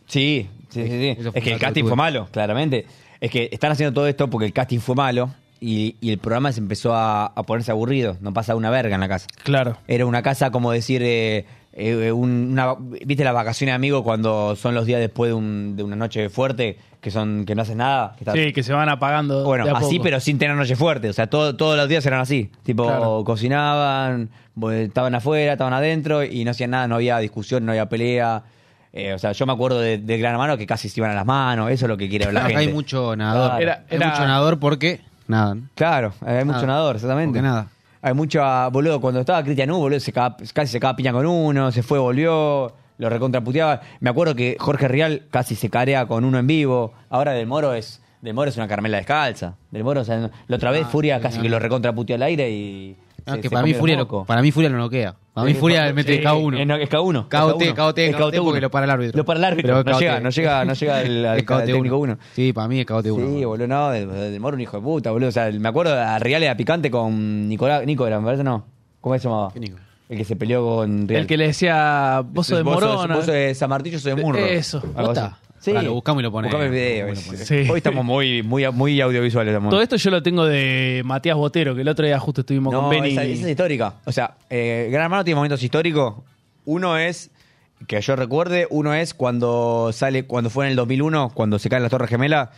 S6: Sí, sí, sí. sí.
S5: Eso fue
S6: Es que
S5: una
S6: el casting
S5: tortura.
S6: fue malo, claramente. Es que están haciendo todo esto porque el casting fue malo y, y el programa se empezó a, a ponerse aburrido. No pasaba una verga en la casa.
S4: Claro.
S6: Era una casa como decir, eh, eh, un- una- ¿viste las vacaciones, amigo, cuando son los días después de, un- de una noche fuerte, que son que no haces nada? que estás-
S4: Sí, que se van apagando.
S6: Bueno,
S4: de a
S6: así
S4: poco.
S6: pero sin tener noche fuerte. O sea, todo- todos los días eran así. Tipo, pues,
S4: Claro.
S6: cocinaban, bo- estaban afuera, estaban adentro y no hacían nada, no había discusión, no había pelea. Eh, o sea, yo me acuerdo de, de Gran Hermano que casi se iban a las manos, eso es lo que quiere hablar la
S5: Acá
S6: gente.
S5: hay mucho nadador.
S6: Claro. Era-
S5: Hay
S6: era-
S5: mucho nadador porque nadan.
S6: Claro, hay mucho
S5: Nada.
S6: nadador, exactamente.
S5: Ah, Porque nada.
S6: Hay mucha, boludo, cuando estaba Cristian U, boludo, se cagaba- casi se cagaba piña con uno, se fue, volvió, lo recontraputeaba. Me acuerdo que Jorge Rial casi se carea con uno en vivo. Ahora Del Moro es Del Moro es una carmela descalza. Del Moro, o sea, no- la otra vez
S5: Ah,
S6: Furia
S5: sí,
S6: casi
S5: no.
S6: que lo recontraputeó al aire y...
S5: Ah,
S6: se-
S5: que
S6: se
S5: para mí,
S6: comió
S5: Furia
S6: el
S5: lo,
S6: moco.
S5: para mí Furia lo noquea. Para mí
S6: Sí,
S5: Furia le mete
S6: sí,
S5: K1.
S6: es no- Es K1.
S5: KOT, KOT,
S6: Es
S5: KOT, porque lo para el árbitro.
S6: Lo para el árbitro.
S5: Pero es
S6: no,
S5: KOT.
S6: llega, no llega, no llega el, al-
S5: Es KOT
S6: al técnico 1.
S5: Sí, para mí es KOT 1.
S6: Sí, boludo, no, del, del Moro un hijo de puta, boludo. O sea, me acuerdo a Real era picante con Nicolás, Nico era, me parece, no. ¿Cómo se llamaba? El que se peleó con Real.
S4: El que le decía, vos sos de
S6: Vos sos-
S4: Morona. Eh,
S6: Vos sos de San Martín, yo soy de Murro.
S4: Eso.
S6: Algo así.
S4: Posta.
S6: Sí.
S4: Pará, lo
S6: buscamos y lo
S4: ponés.
S6: Buscame el video.
S4: ponés.
S6: Sí.
S4: Sí.
S6: Hoy estamos muy, muy, muy audiovisuales. estamos.
S4: Todo esto yo lo tengo de Matías Botero, que el otro día justo estuvimos
S6: No,
S4: con Benny.
S6: esa, esa es histórica. O sea, eh, Gran Hermano tiene momentos históricos. Uno es, que yo recuerde, uno es cuando sale, cuando fue en el 2001, cuando se caen las Torres Gemelas,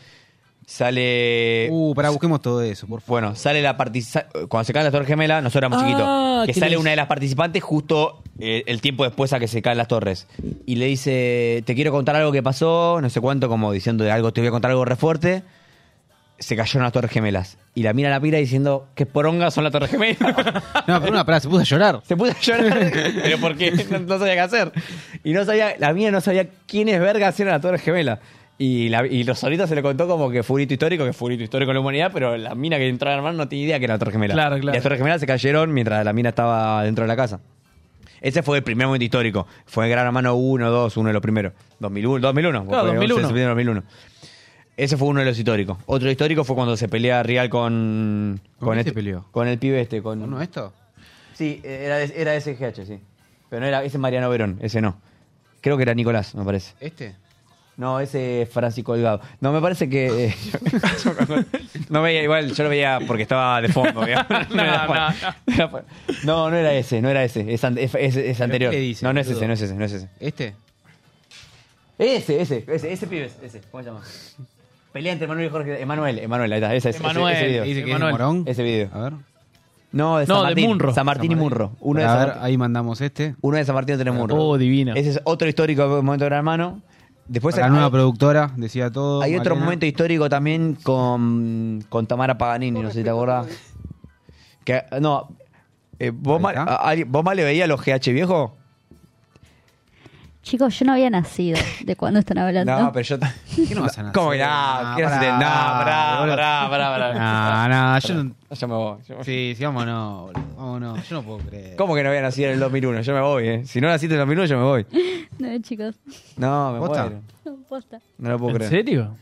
S6: sale...
S5: Uh, pará, busquemos todo eso, por
S6: favor. Bueno, sale la participa... Cuando se caen las Torres Gemelas, nosotros éramos
S5: Ah,
S6: chiquitos. Que
S5: que
S6: sale
S5: les-
S6: una de las participantes justo eh, el tiempo después a que se caen las torres. Y le dice, te quiero contar algo que pasó, no sé cuánto, como diciendo de algo, te voy a contar algo re fuerte se cayeron las Torres Gemelas. Y la mira a la pira diciendo, qué poronga son las Torres Gemelas.
S5: No, pero una pará, se puso a llorar.
S6: Se puso a llorar, pero porque no, no sabía qué hacer. Y no sabía, la mía no sabía quiénes vergas eran las Torres Gemelas. Y, la, y los solitos se lo contó como que fue un hito histórico, que fue un hito histórico en la humanidad, pero la mina que entró a armar no tenía idea que era la Torre Gemela.
S4: Claro, claro.
S6: Y las Torres Gemelas se cayeron mientras la mina estaba dentro de la casa. Ese fue el primer momento histórico. Fue Gran Hermano 1, 2, uno de los primeros. 2001, 2001.
S4: Claro,
S6: fue
S4: 2001.
S6: 11 de septiembre de 2001. Ese fue uno de los históricos. Otro histórico fue cuando se pelea Real con...
S5: ¿Con quién se peleó?
S6: Con el pibe este. Con,
S5: ¿No esto?
S6: Sí, era, de- era de SGH, sí. Pero no era, ese es Mariano Verón, ese no. Creo que era Nicolás, me parece.
S5: ¿Este?
S6: No, ese es Francisco Delgado. No, me parece que. eh, yo- no veía igual, yo lo veía porque estaba de fondo. ¿verdad? No, era pa- era pa- no, no era ese, no era ese. Es, an- es- es- es anterior.
S5: qué dice,
S6: no, no es
S5: boludo?
S6: ese, no es ese, no es ese.
S5: ¿Este?
S6: Ese, ese, ese, ese pibe, ese. ¿Cómo se llama? Pelea entre Manuel y Jorge. Emanuel, Emanuel, ahí está. Ese, ese,
S4: Emanuel,
S6: ese video.
S4: dice que es Emanuel. Morón.
S6: Ese video.
S5: A ver.
S6: No, de San
S4: No, de
S6: Martín.
S4: Munro.
S6: San Martín y Munro. Uno de
S5: a
S6: San
S5: ver,
S6: Martín.
S5: ahí mandamos este.
S6: Uno de San Martín, otro de Munro.
S4: Oh, divina.
S6: Ese es otro histórico momento de Gran Hermano. Después
S5: la
S6: hay,
S5: nueva productora, decía todo.
S6: hay otro
S5: Malena.
S6: momento histórico también con, con Tamara Paganini, no sé si te acordás. Que, no, eh, ¿vos, mal, a- a- ¿vos mal le veías los GH viejo?
S11: Chicos, yo no había nacido. ¿De cuándo están hablando?
S6: No, Ah, pero yo... ¿Qué
S5: no vas a nacer?
S6: ¿Cómo que no? ¿Qué no,
S5: pará,
S6: no, pará,
S5: boludo.
S6: pará,
S5: No,
S6: pará,
S5: no, yo no.
S6: Yo me voy. yo me voy.
S5: Sí, sí, vámonos, boludo. Vámonos, yo no puedo creer.
S6: ¿Cómo que no había nacido en el 2001? Yo me voy, ¿eh? Si no naciste en el 2001, yo me voy.
S11: No, chicos.
S6: No, me
S11: ¿Posta?
S6: muero.
S11: Posta.
S6: No lo puedo
S4: ¿En
S6: creer.
S4: serio?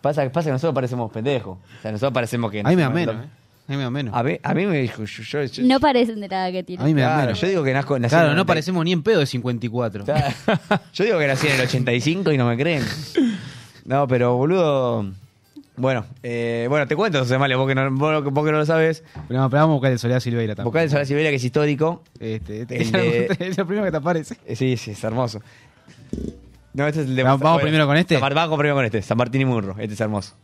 S6: Pasa, pasa que nosotros parecemos pendejos. O sea, nosotros parecemos que...
S5: A mí me da menos, ¿eh? A mí me da menos.
S6: A mí, a mí me dijo... Yo, yo- yo-
S11: No parecen de la edad que tienen.
S5: A mí me da
S6: Claro,
S5: menos.
S6: yo digo que nazco... nací en
S5: Claro,
S6: el
S5: no
S6: 90.
S5: parecemos ni en pedo de 54.
S6: Claro. Yo digo que nací en el 85 y no me creen. No, pero boludo... Bueno, eh, bueno, te cuento, José Male, vos que no, vos, vos que no lo sabes.
S5: No, pero vamos a buscar el Soledad Silveira también.
S6: Vocal de Solar Siberia, que es histórico.
S5: Este, este,
S6: El de-
S5: es lo primero que te aparece.
S6: Eh, Sí, sí, es hermoso. No, este es el de-
S5: Vamos- vamos primero con este.
S6: San Mar- vamos primero con este, San Martín y Munro. Este es hermoso.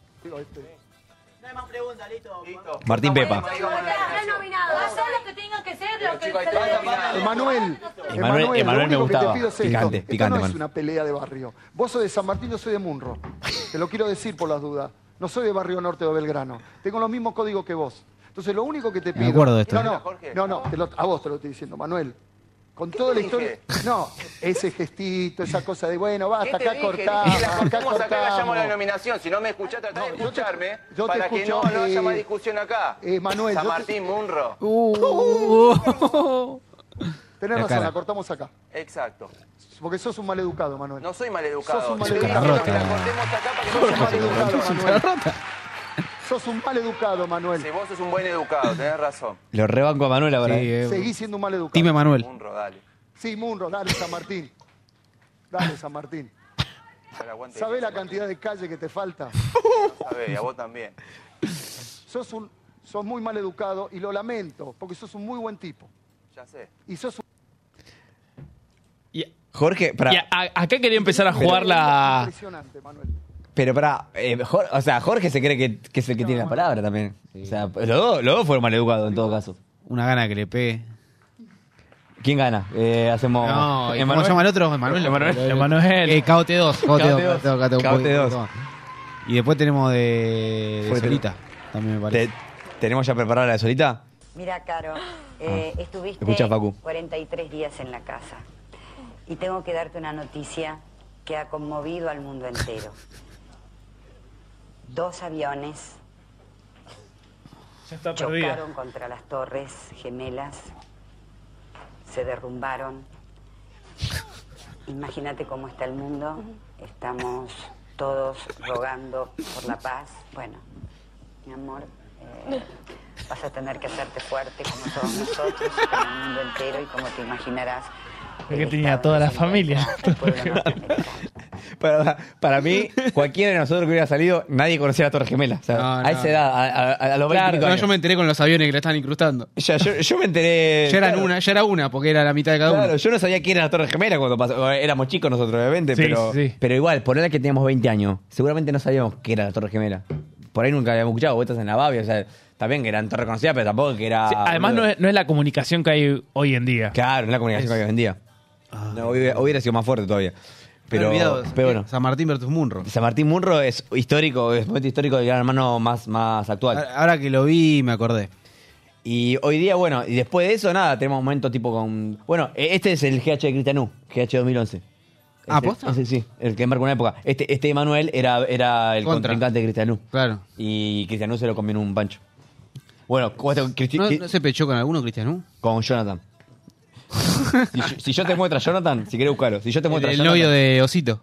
S6: Martín Pepa.
S3: Emanuel,
S6: Emanuel-
S3: Emanuel,
S6: Emanuel me
S3: lo único que
S6: gustaba.
S3: te pido es esto.
S6: Picante,
S3: Esto
S6: picante,
S3: no es
S6: Manu.
S3: una pelea de barrio. Vos sos de San Martín, yo soy de Munro. Te lo quiero decir por las dudas. No soy de Barrio Norte o Belgrano. Tengo los mismos códigos que vos. Entonces lo único que te
S5: Me
S3: pido...
S5: acuerdo de esto.
S3: No, no, no, no, te lo- a vos te lo estoy diciendo, Manuel. Con toda la historia... No, ese gestito, esa cosa de, bueno, basta,
S15: ¿Qué te
S3: acá
S15: dije?
S3: cortamos,
S15: Dije, la-
S3: acá
S15: ¿Cómo sacás la llamo a la
S3: cortamos.
S15: nominación? Si no me escuchás, tratá de escucharme
S3: yo te
S15: para que no,
S3: escucho,
S15: no haya
S3: eh,
S15: más discusión acá.
S3: eh, Manuel,
S15: San
S3: yo te-
S15: Martín Munro.
S3: Tenés
S15: La
S3: razón,
S15: cara.
S3: la cortamos acá.
S15: Exacto.
S3: Porque sos un maleducado, Manuel.
S15: No soy maleducado.
S3: Sos un
S15: Te estoy
S3: maleducado.
S15: diciendo que la cortemos acá para que no
S3: Sos
S15: haya
S3: un
S15: más discusión.
S3: maleducado, Manuel. Sos un maleducado, Manuel.
S15: Si vos sos un buen educado, tenés razón.
S6: Lo rebanco a Manuel ahora.
S5: Sí, eh.
S3: Seguís siendo un maleducado.
S5: Time Manuel.
S15: Munro, dale.
S3: Sí, Munro, dale San Martín. Dale San Martín.
S15: Dale, aguante.
S3: ¿Sabés la cantidad de calle que te falta?
S15: Sabés, y a vos también.
S3: Sos, un, sos muy mal educado y lo lamento, porque sos un muy buen tipo.
S15: Ya sé.
S3: Y sos un...
S6: Jorge, pará.
S4: Y a- a- acá quería empezar a jugar la.
S3: Impresionante, Manuel.
S6: Pero pará, eh, Jor- o sea, Jorge se cree que, que es el que tiene la palabra también. O sea, los dos, los dos fueron maleducados en todo caso.
S5: Una gana que le pegue.
S6: ¿Quién gana? Eh, hacemos.
S16: No, ¿y ¿cómo
S6: ¿Emanuel?
S16: se llama el otro? Emanuel.
S6: Emanuel.
S16: Eh, KOT2. KOT2.
S6: KOT2.
S16: KOT2.
S6: KOT2.
S16: Y después tenemos de, de
S6: Fuerte.
S16: Solita. También me parece.
S6: ¿Tenemos ya preparada la de solita?
S17: Mira, Caro,
S5: Ah.
S17: eh, estuviste
S6: Escucha, Facu.
S17: 43 días en la casa y tengo que darte una noticia que ha conmovido al mundo entero. Dos aviones
S4: Ya está
S17: chocaron contra las torres gemelas, se derrumbaron. Imagínate cómo está el mundo. Estamos todos rogando por la paz. Bueno, mi amor, eh, vas a tener que hacerte fuerte como todos nosotros, como el mundo entero y como te imaginarás.
S4: que tenía toda la familia.
S6: Para, para mí, cualquiera de nosotros que hubiera salido, nadie conocía la Torre Gemela. O sea, a esa edad, a, a- a- a los 20
S16: Ah, Claro, no,
S6: años.
S16: yo me enteré con los aviones que la están incrustando.
S6: Ya, yo, yo me enteré.
S16: Ya, eran
S6: claro.
S16: una, ya era una, porque era la mitad de cada
S6: Claro,
S16: uno.
S6: yo no sabía quién era la Torre Gemela cuando pasó. Éramos chicos nosotros, obviamente,
S16: Sí,
S6: pero,
S16: sí, sí.
S6: pero igual, ponerle que teníamos 20 años. Seguramente no sabíamos qué era la Torre Gemela. Por ahí nunca habíamos escuchado, vos estás en la Babia, o sea, también que eran torres reconocidas, pero tampoco que era.
S4: Sí, además, no
S6: Ah, boludo.
S4: es, no es la comunicación que hay hoy en día.
S6: Claro, no es la comunicación que hay hoy en día.
S16: Ah,
S6: No, hubiera, hubiera sido más fuerte todavía. Pero,
S4: Me he olvidado,
S6: pero bueno.
S16: eh, San Martín versus Munro.
S6: San Martín Munro es histórico, es momento histórico del gran hermano más, más actual.
S16: Ahora que lo vi, me acordé.
S6: Y hoy día, bueno, y después de eso, nada, tenemos momentos tipo con. Bueno, e- este es el GH de Cristianú, GH 2011.
S16: Ah,
S6: Ese-
S16: ¿posta?
S6: ese sí, el que marca una época. Este, este Emanuel era, era el
S16: Contra.
S6: contrincante de Cristianú.
S16: Claro.
S6: Y Cristianú se lo comió en un pancho. Bueno, cuatro- Cristi-
S16: ¿No,
S6: Cri-
S16: no se pechó con alguno, Cristianú?
S6: con Jonathan. si, yo- si yo te muestro a Jonathan, si querés buscarlo. Si yo te
S16: El,
S6: muestro a
S16: el
S6: Jonathan-
S16: novio de Osito.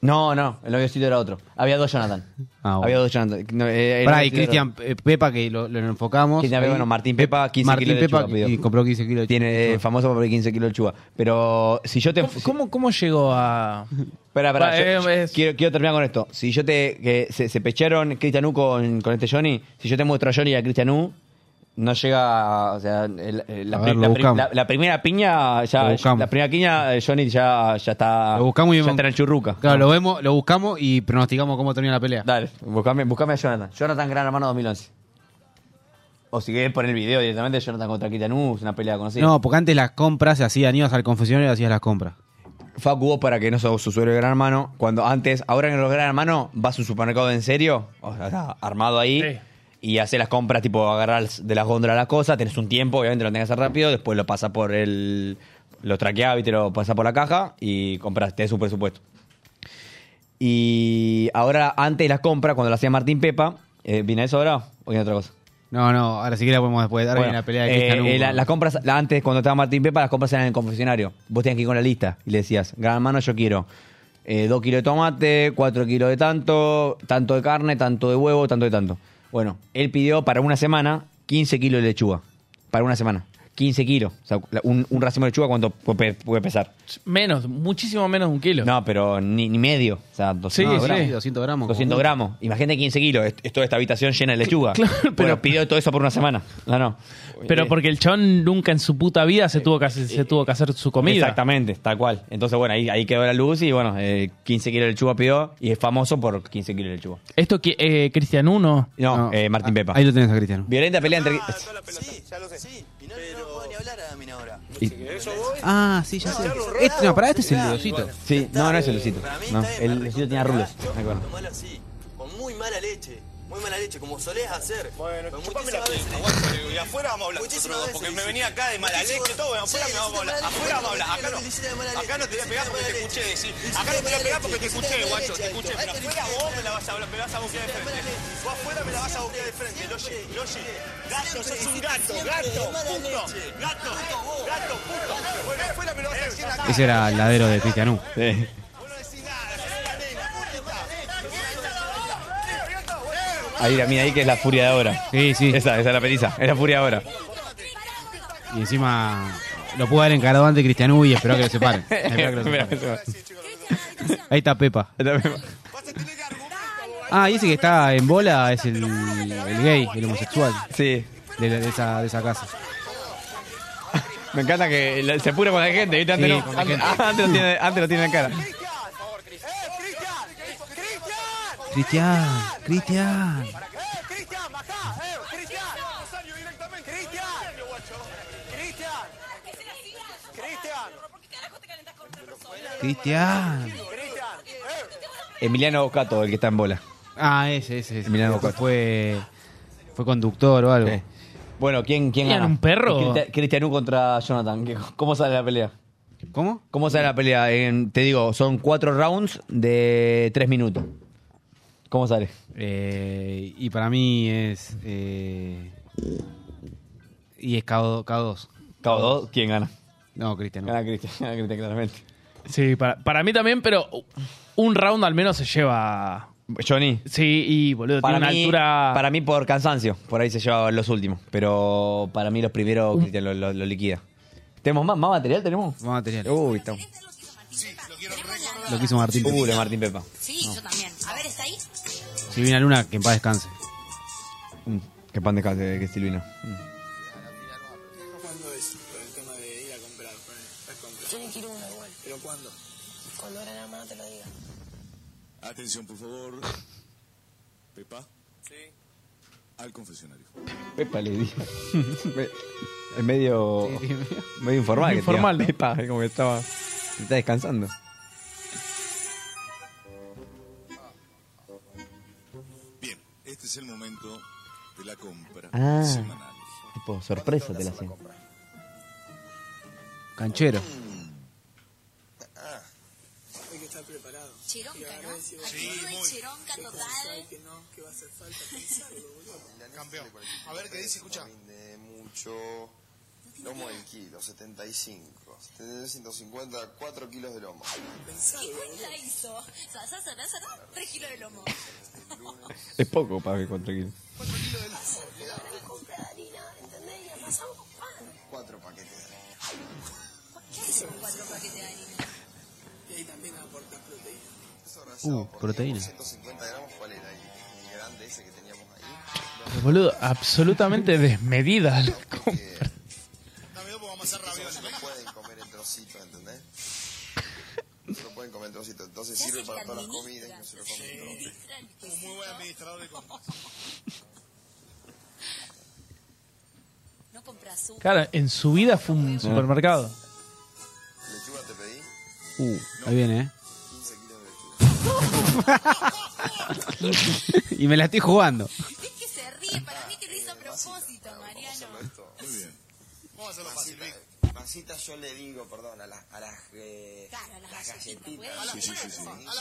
S6: No, no, el noviocito era otro. Había dos Jonathan.
S16: Ah, bueno.
S6: Había dos Jonathan. No, eh, el
S16: Pará, y
S6: noviocito era-
S16: Cristian eh, Pepa, que lo, lo enfocamos.
S6: Cristian Pepa,
S16: Ahí.
S6: no, Martín Pepa, 15
S16: Martín
S6: kilos de
S16: Pepa
S6: lechuga pidió.
S16: y compró 15 kilos de
S6: Tiene eh, famoso por 15 kilos de chuba. Pero si yo te.
S4: ¿Cómo, cómo, cómo llegó a.?
S6: Espera, espera,
S4: Va,
S6: yo- quiero, quiero terminar con esto. Si yo te. que se, se pecharon Cristian U con, con este Johnny. Si yo te muestro a Johnny y a Cristian U, no llega. O sea, el- el- la,
S16: A ver,
S6: pri-
S16: lo
S6: la pri-
S16: buscamos.
S6: la- la primera piña.
S16: Lo
S6: ya
S16: buscamos.
S6: La primera piña, eh, Johnny ya, ya está.
S16: Lo buscamos y
S6: ya
S16: vemos-
S6: está en el churruca.
S16: Claro, lo vemos, lo buscamos y pronosticamos cómo termina la pelea.
S6: Dale, buscame, buscame a Jonathan. Jonathan Gran Hermano 2011. O si querés poner el video directamente, Jonathan contra Cristian U, es una pelea conocida.
S16: No, porque antes las compras se hacían, ibas al concesionario y hacías las compras.
S6: Facu, vos para que no sos usuario de Gran Hermano, cuando antes, ahora en los Gran Hermano, vas a un supermercado en serio, o sea, está armado ahí, y haces las compras, tipo agarrar de las góndolas las cosas, tenés un tiempo, obviamente lo tenés que hacer rápido, después lo pasas por el. lo traqueás, te lo pasas por la caja y compras, tenés un presupuesto. Y ahora, antes las compras, cuando las hacía Martín Pepa, eh, ¿viene eso ahora o viene otra cosa?
S16: No, no, ahora siquiera podemos después. Ahora
S6: Bueno,
S16: viene la pelea de
S6: eh,
S16: Cristian Hugo.
S6: eh, la- las compras, la- antes cuando estaba Martín Pepa, las compras eran en el confesionario. Vos tenías que ir con la lista y le decías, gran hermano, yo quiero 2 kilos de tomate, 4 kilos de tanto, tanto de carne, tanto de huevo, tanto de tanto. Bueno, él pidió para una semana 15 kilos de lechuga. Para una semana. 15 kilos. O sea, la- un, un racimo de lechuga, ¿cuánto puede, puede pesar?
S4: Menos, muchísimo menos de un kilo.
S6: No, pero ni, ni medio. O sea, 200
S4: Sí,
S6: gramos.
S4: sí.
S16: 200 gramos.
S6: 200 gramos. Imagínate 15 kilos. Es, es toda esta habitación llena de lechuga. Eh, pero pidió todo eso por una semana. No, no.
S4: Pero porque el chon nunca en su puta vida se tuvo que hacer,
S6: eh,
S4: se tuvo que hacer su comida.
S6: Exactamente, tal cual. Entonces, bueno, ahí, ahí quedó la luz y bueno, eh, 15 kilos de lechuga pidió y es famoso por 15 kilos de lechuga.
S4: Esto que eh, Cristian Uno.
S6: No, eh, Martín Pepa.
S16: Ah, Ahí lo tenés a Cristian.
S6: Violenta pelea entre.
S16: Ah, sí, ya sé. Este, no, pará, este es el de Osito.
S6: Sí, no, no es el Lucito. No, el Lucito tenía rulos. me acuerdo.
S18: Con muy mala leche. Muy mala leche, como solés hacer. Bueno,
S2: Chupame la pija, guacho, y afuera vamos a hablar nosotros dos, porque me venía acá de mala leche y todo, afuera me vamos a hablar, afuera vamos a hablar, acá no, acá no te voy a pegar porque te escuché decir, acá no te voy a pegar porque te escuché, guacho, te escuché, pero afuera vos me la vas a hablar, me vas a boquear de frente, vos afuera me la vas a boquear de frente, Loshi, Loshi, gato, sos un gato, gato, puto, gato, gato, puto, bueno, afuera me lo vas a decir acá.
S16: Ese era el ladero de Cristian Hugo.
S6: Ahí la mira ahí que es la furia de ahora.
S16: Sí, sí.
S6: Esa, esa es la petiza, es la furia de ahora.
S16: Y encima lo pudo haber encarado antes Cristian Hugo y esperó a que lo separen. Esperó a que lo separen. Ahí está Pepa. Ah, y ese que está en bola es el, el gay, el homosexual.
S6: Sí.
S16: De, la- de esa, de esa casa.
S6: Me encanta que la- se apura con la gente, ¿viste? Antes,
S16: Sí,
S6: no,
S16: con la
S6: antes-
S16: gente.
S6: antes no tiene, antes no tiene en cara.
S16: Cristian,
S5: Ah,
S16: Cristian.
S2: Cristian, bajá, eh, Cristian, Rosario directamente, Cristian, guacho,
S5: Cristian.
S6: Emiliano Bocato, el que está en bola.
S5: Ah, ese, ese. ese.
S6: Emiliano
S5: Ese
S6: Bocato.
S5: Fue, fue conductor o algo.
S6: Bueno, ¿quién, quién
S5: ¿Eran
S6: gana?
S5: un perro?
S6: Cristi- Cristianú contra Jonathan. ¿Qué- ¿Cómo sale la pelea?
S5: ¿Cómo?
S6: ¿Cómo sale la pelea? En- te digo, son cuatro rounds de tres minutos. ¿Cómo sale?
S5: Eh, y para mí es. eh, y es K2. K2.
S6: K2, ¿quién gana?
S5: No, Cristian.
S6: Gana Cristian, gana Cristian, claramente.
S4: Sí, para, para mí también, pero un round al menos se lleva.
S6: Johnny.
S4: Sí, y boludo,
S6: Para
S4: tiene una
S6: mí,
S4: altura.
S6: para mí por cansancio, por ahí se lleva los últimos. Pero para mí los primeros Cristian lo, lo- lo liquida. ¿Tenemos más, más material? ¿Tenemos?
S5: Más material.
S6: Uy, estamos.
S5: Lo que hizo Martín Pepa.
S6: Uh, lo de Martín Pepa.
S8: Sí, yo también. A ver, ¿está ahí?
S5: Silvina Luna, que en paz descanse.
S6: Mm, Que pan descanse, eh, que Silvina. Mm.
S18: ¿Cuándo es el tema de ir a comprar? Yo le quiero una igual. ¿Pero cuándo? Cuando era la mano te lo diga.
S19: Atención, por favor. Pepa. Sí. Al confesionario.
S6: Pepa le dijo. es medio, medio informal. que te diga
S19: Informal, ¿no?
S6: Pepa, es como que estaba. Está descansando.
S19: Bien, este es el momento de la compra
S6: Ah.
S19: semanal.
S6: Tipo, sorpresa te la hacen.
S5: Canchero.
S18: Hay que estar preparado.
S8: Chironca, ¿no?
S18: Sí,
S8: Alcohol y
S18: muy.
S8: chironca total.
S18: que no, que va a hacer falta pensarlo, boludo. Campeón. A ver qué dice, escucha. mucho. Lomo del kilo, 75. 750, 4 kilos de lomo.
S8: ¿Qué cuenta hizo? ¿Sasa, sana, sana? Tres kilos de lomo.
S6: Es poco para que cuatro kilos.
S18: 4 paquetes de harina.
S8: ¿Qué hacen cuatro paquetes de harina?
S18: Y ahí también aporta proteína. Eso
S5: Uh, proteína.
S18: 150 gramos, ¿cuál era ahí? El grande ese que teníamos ahí.
S4: Pero, Boludo, absolutamente desmedida. la compra.
S18: Eso no se lo pueden comer en trocitos, ¿entendés? No se lo pueden comer en trocitos. Entonces sirve para todas las comidas y no se lo comen en trocitos.
S9: Un muy buen administrador de compras.
S8: No compras azúcar.
S4: Claro, en su vida fue
S5: Eh.
S4: un supermercado.
S18: Lechuga te pedí,
S5: Uh, ahí viene, ¿eh?
S18: 15 kilos de lechuga.
S5: y me la estoy jugando.
S8: Es que se ríe, para mí que lo hizo a propósito, Mariano.
S18: Muy bien. Vamos a hacerlo fácil, Masitas yo le digo, perdón, a las, a las, eh, las, galletitas.
S8: ¿puedes?
S19: Sí, sí, sí, sí.
S8: No,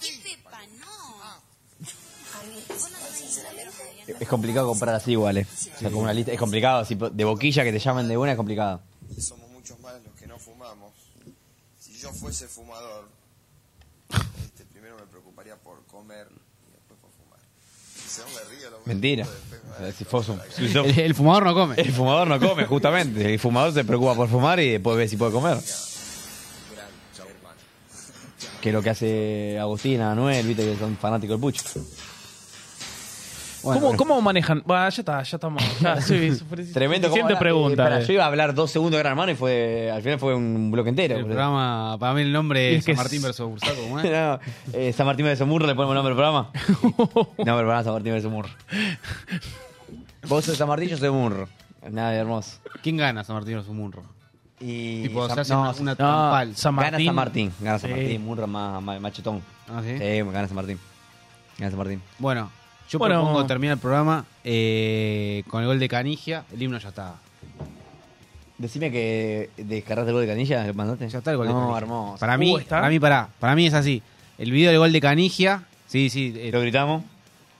S8: qué pepa, no. Vos no tenés idea.
S6: Es complicado comprar así igual, eh. O sea, como una lista. Es complicado, así, de boquilla que te llamen de una es complicado.
S18: Somos muchos más los que no fumamos. Si yo fuese fumador, este, primero me preocuparía por comer y después por fumar. Se me río, lo
S6: Mentira. O sea, si fuese un- si sos-
S5: El, el fumador no come.
S6: El fumador no come, justamente. El fumador se preocupa por fumar y después ve si puede comer. Que es lo que hace Agustín, Anuel, viste que son fanáticos del pucho. Bueno,
S4: ¿Cómo,
S6: pero-
S4: ¿Cómo manejan? Bueno, ya está, ya estamos. Ya, sí, sí,
S6: Tremendo cómo
S4: Siguiente
S6: habla-
S4: pregunta.
S6: eh, pará,
S4: eh.
S6: yo iba a hablar dos segundos de Gran Hermano y fue, al final fue un bloque entero.
S5: El programa, para mí el nombre
S6: Y
S5: es,
S6: es que
S5: San Martín
S6: es-
S5: versus Bursaco, ¿cómo es?
S6: No, eh, San Martín de Somurra, le ponemos nombre al programa. nombre al programa San Martín de Somurra. Vos sos San Martín, yo soy Murro. Nada de hermoso.
S5: ¿Quién gana San Martín versus Munro?
S6: Y
S5: Tipo,
S6: San-
S5: se hace
S6: no,
S5: una, una
S6: no,
S5: trampal.
S6: Gana San Martín, gana San
S5: Sí.
S6: Martín, Murra más, más machetón.
S5: Ah, ¿sí?
S6: gana San Martín. Gana San Martín.
S5: Bueno, yo
S6: Bueno.
S5: propongo terminar el programa eh, con el gol de Canigia. El himno ya está.
S6: Decime que descargaste el gol de Canilla, ¿lo mandaste? Ya está el
S5: gol de
S6: no,
S5: Canilla.
S6: hermoso.
S5: Para mí, para mí, para, para mí es así. El video del gol de Canigia, sí, sí. eh,
S6: Lo gritamos.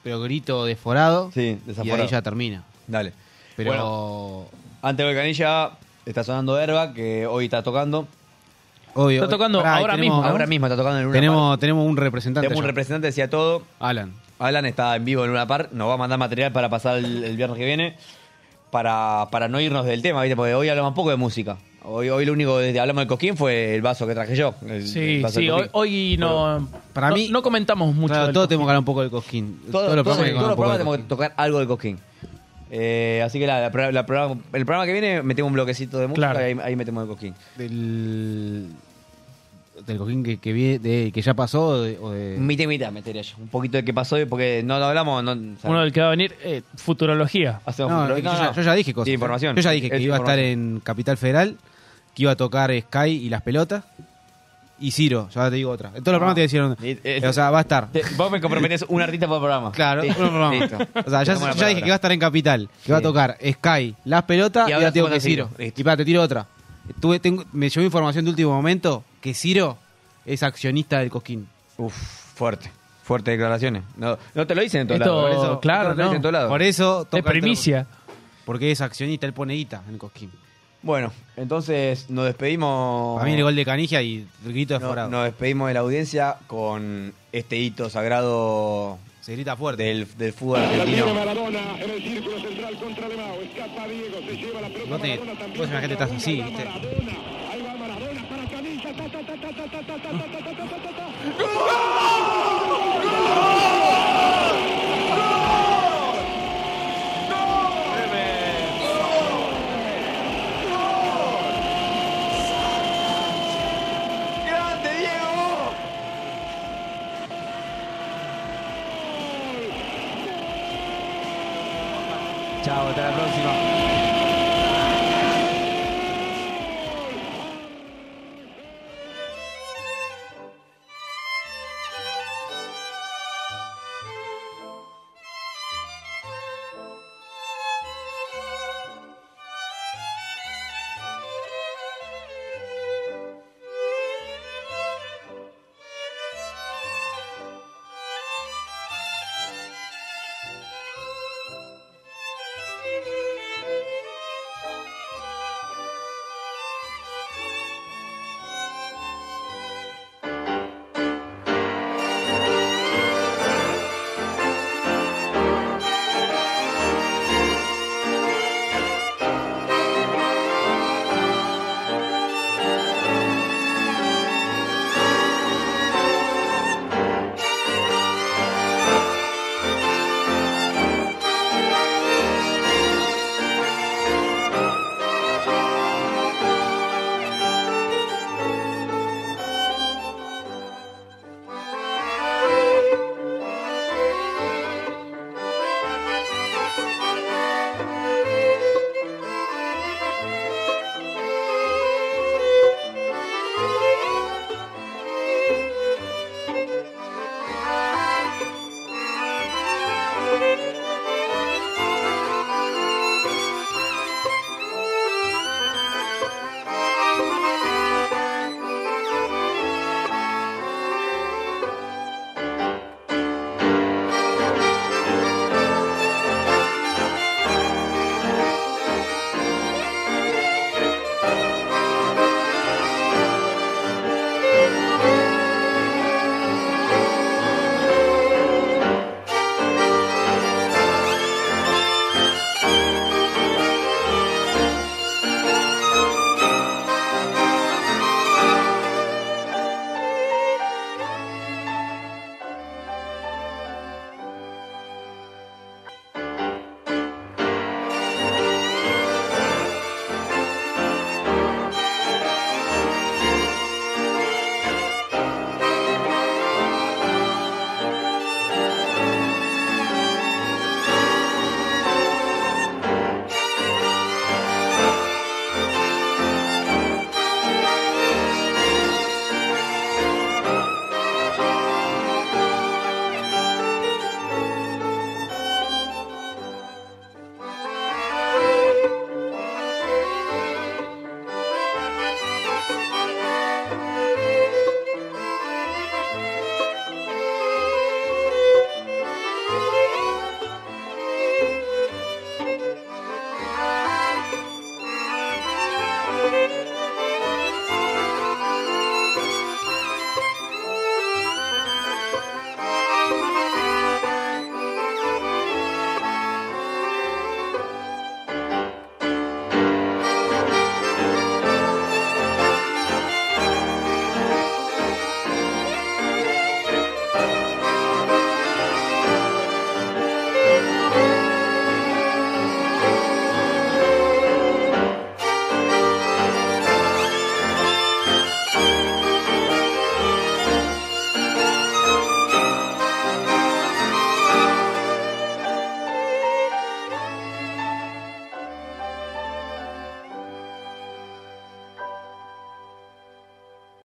S5: Pero grito deforado.
S6: Sí,
S5: Y
S6: desaforado.
S5: ahí ya termina.
S6: Dale.
S5: Pero
S6: Antes de Canilla está sonando Herba, que hoy está tocando.
S5: obvio.
S6: Está tocando
S5: pará,
S6: ahora mismo, ahora mismo está tocando en Luna
S5: Tenemos, tenemos un representante.
S6: Tenemos un
S5: ya.
S6: representante decía todo.
S5: Alan.
S6: Alan está en vivo en una par, nos va a mandar material para pasar el, el viernes que viene. Para, para no irnos del tema, ¿viste? Porque hoy hablamos poco de música. Hoy, hoy lo único que hablamos del cosquín fue el vaso que traje yo. el- el
S4: Sí,
S6: vaso
S4: sí,
S6: del
S4: hoy,
S6: Cosquín.
S4: hoy no.
S5: Para
S4: no-
S5: mí-
S4: No comentamos mucho.
S5: Claro,
S4: del
S5: todos tenemos que hablar un poco del cosquín.
S6: Todo-
S5: Todos los
S6: todo-
S5: programas que
S6: todos
S5: hagan
S6: los
S5: un poco
S6: programas
S5: del
S6: tenemos que tocar algo del cosquín. Eh, así que la, la pro- la programa- el programa que viene metemos un bloquecito de música
S5: Claro.
S6: y ahí, ahí metemos el cosquín.
S5: del, del cojín que, que, vi- de- que ya pasó o de, o de-
S6: Mitad y mitad metería yo. Un poquito de qué pasó hoy porque no lo hablamos. No, o sea,
S4: Uno del que va a venir, eh, futurología.
S6: hacemos
S5: No,
S6: un-
S5: yo, ya, yo ya dije cosas
S6: Sí, información.
S5: yo ya dije que
S6: Es
S5: iba a estar
S6: información.
S5: en Capital Federal que que iba a tocar Sky y las pelotas. Y Ciro, ya te digo otra. En todos los
S6: Ah.
S5: programas te dijeron.
S6: eh,
S5: o sea, va a estar.
S6: Vos me comprometés un artista por programa.
S5: Claro, uno por programa.
S6: Listo.
S5: O sea, ya,
S6: Tomo la
S5: ya
S6: palabra.
S5: dije que va a estar en Capital, que va a
S6: Sí.
S5: tocar Sky, las pelotas
S6: Y
S5: y
S6: ahora
S5: ahora tengo
S6: te
S5: que
S6: vas a
S5: Ciro.
S6: Ciro.
S5: Y para, te tiro otra. Tuve- tengo- me llegó información de último momento que Ciro es accionista del Cosquín.
S6: Uf, fuerte. Fuertes declaraciones. No, no te lo dicen en todos
S5: Esto,
S6: lados. por eso-
S5: claro,
S6: no te lo dicen
S5: no.
S6: en todos lados.
S5: Por eso
S6: Es
S5: toca el Porque es accionista, él pone guita en el Cosquín.
S6: Bueno, entonces nos despedimos.
S5: Para mí el gol de Canigia y el grito de
S6: No,
S5: Forado.
S6: nos despedimos de la audiencia con este hito sagrado.
S5: Se grita fuerte.
S6: Del, del fútbol argentino.
S5: No te, vos imagínate estás así, ¿viste?
S9: ¡Grande, Diego!
S6: Chao, hasta la próxima.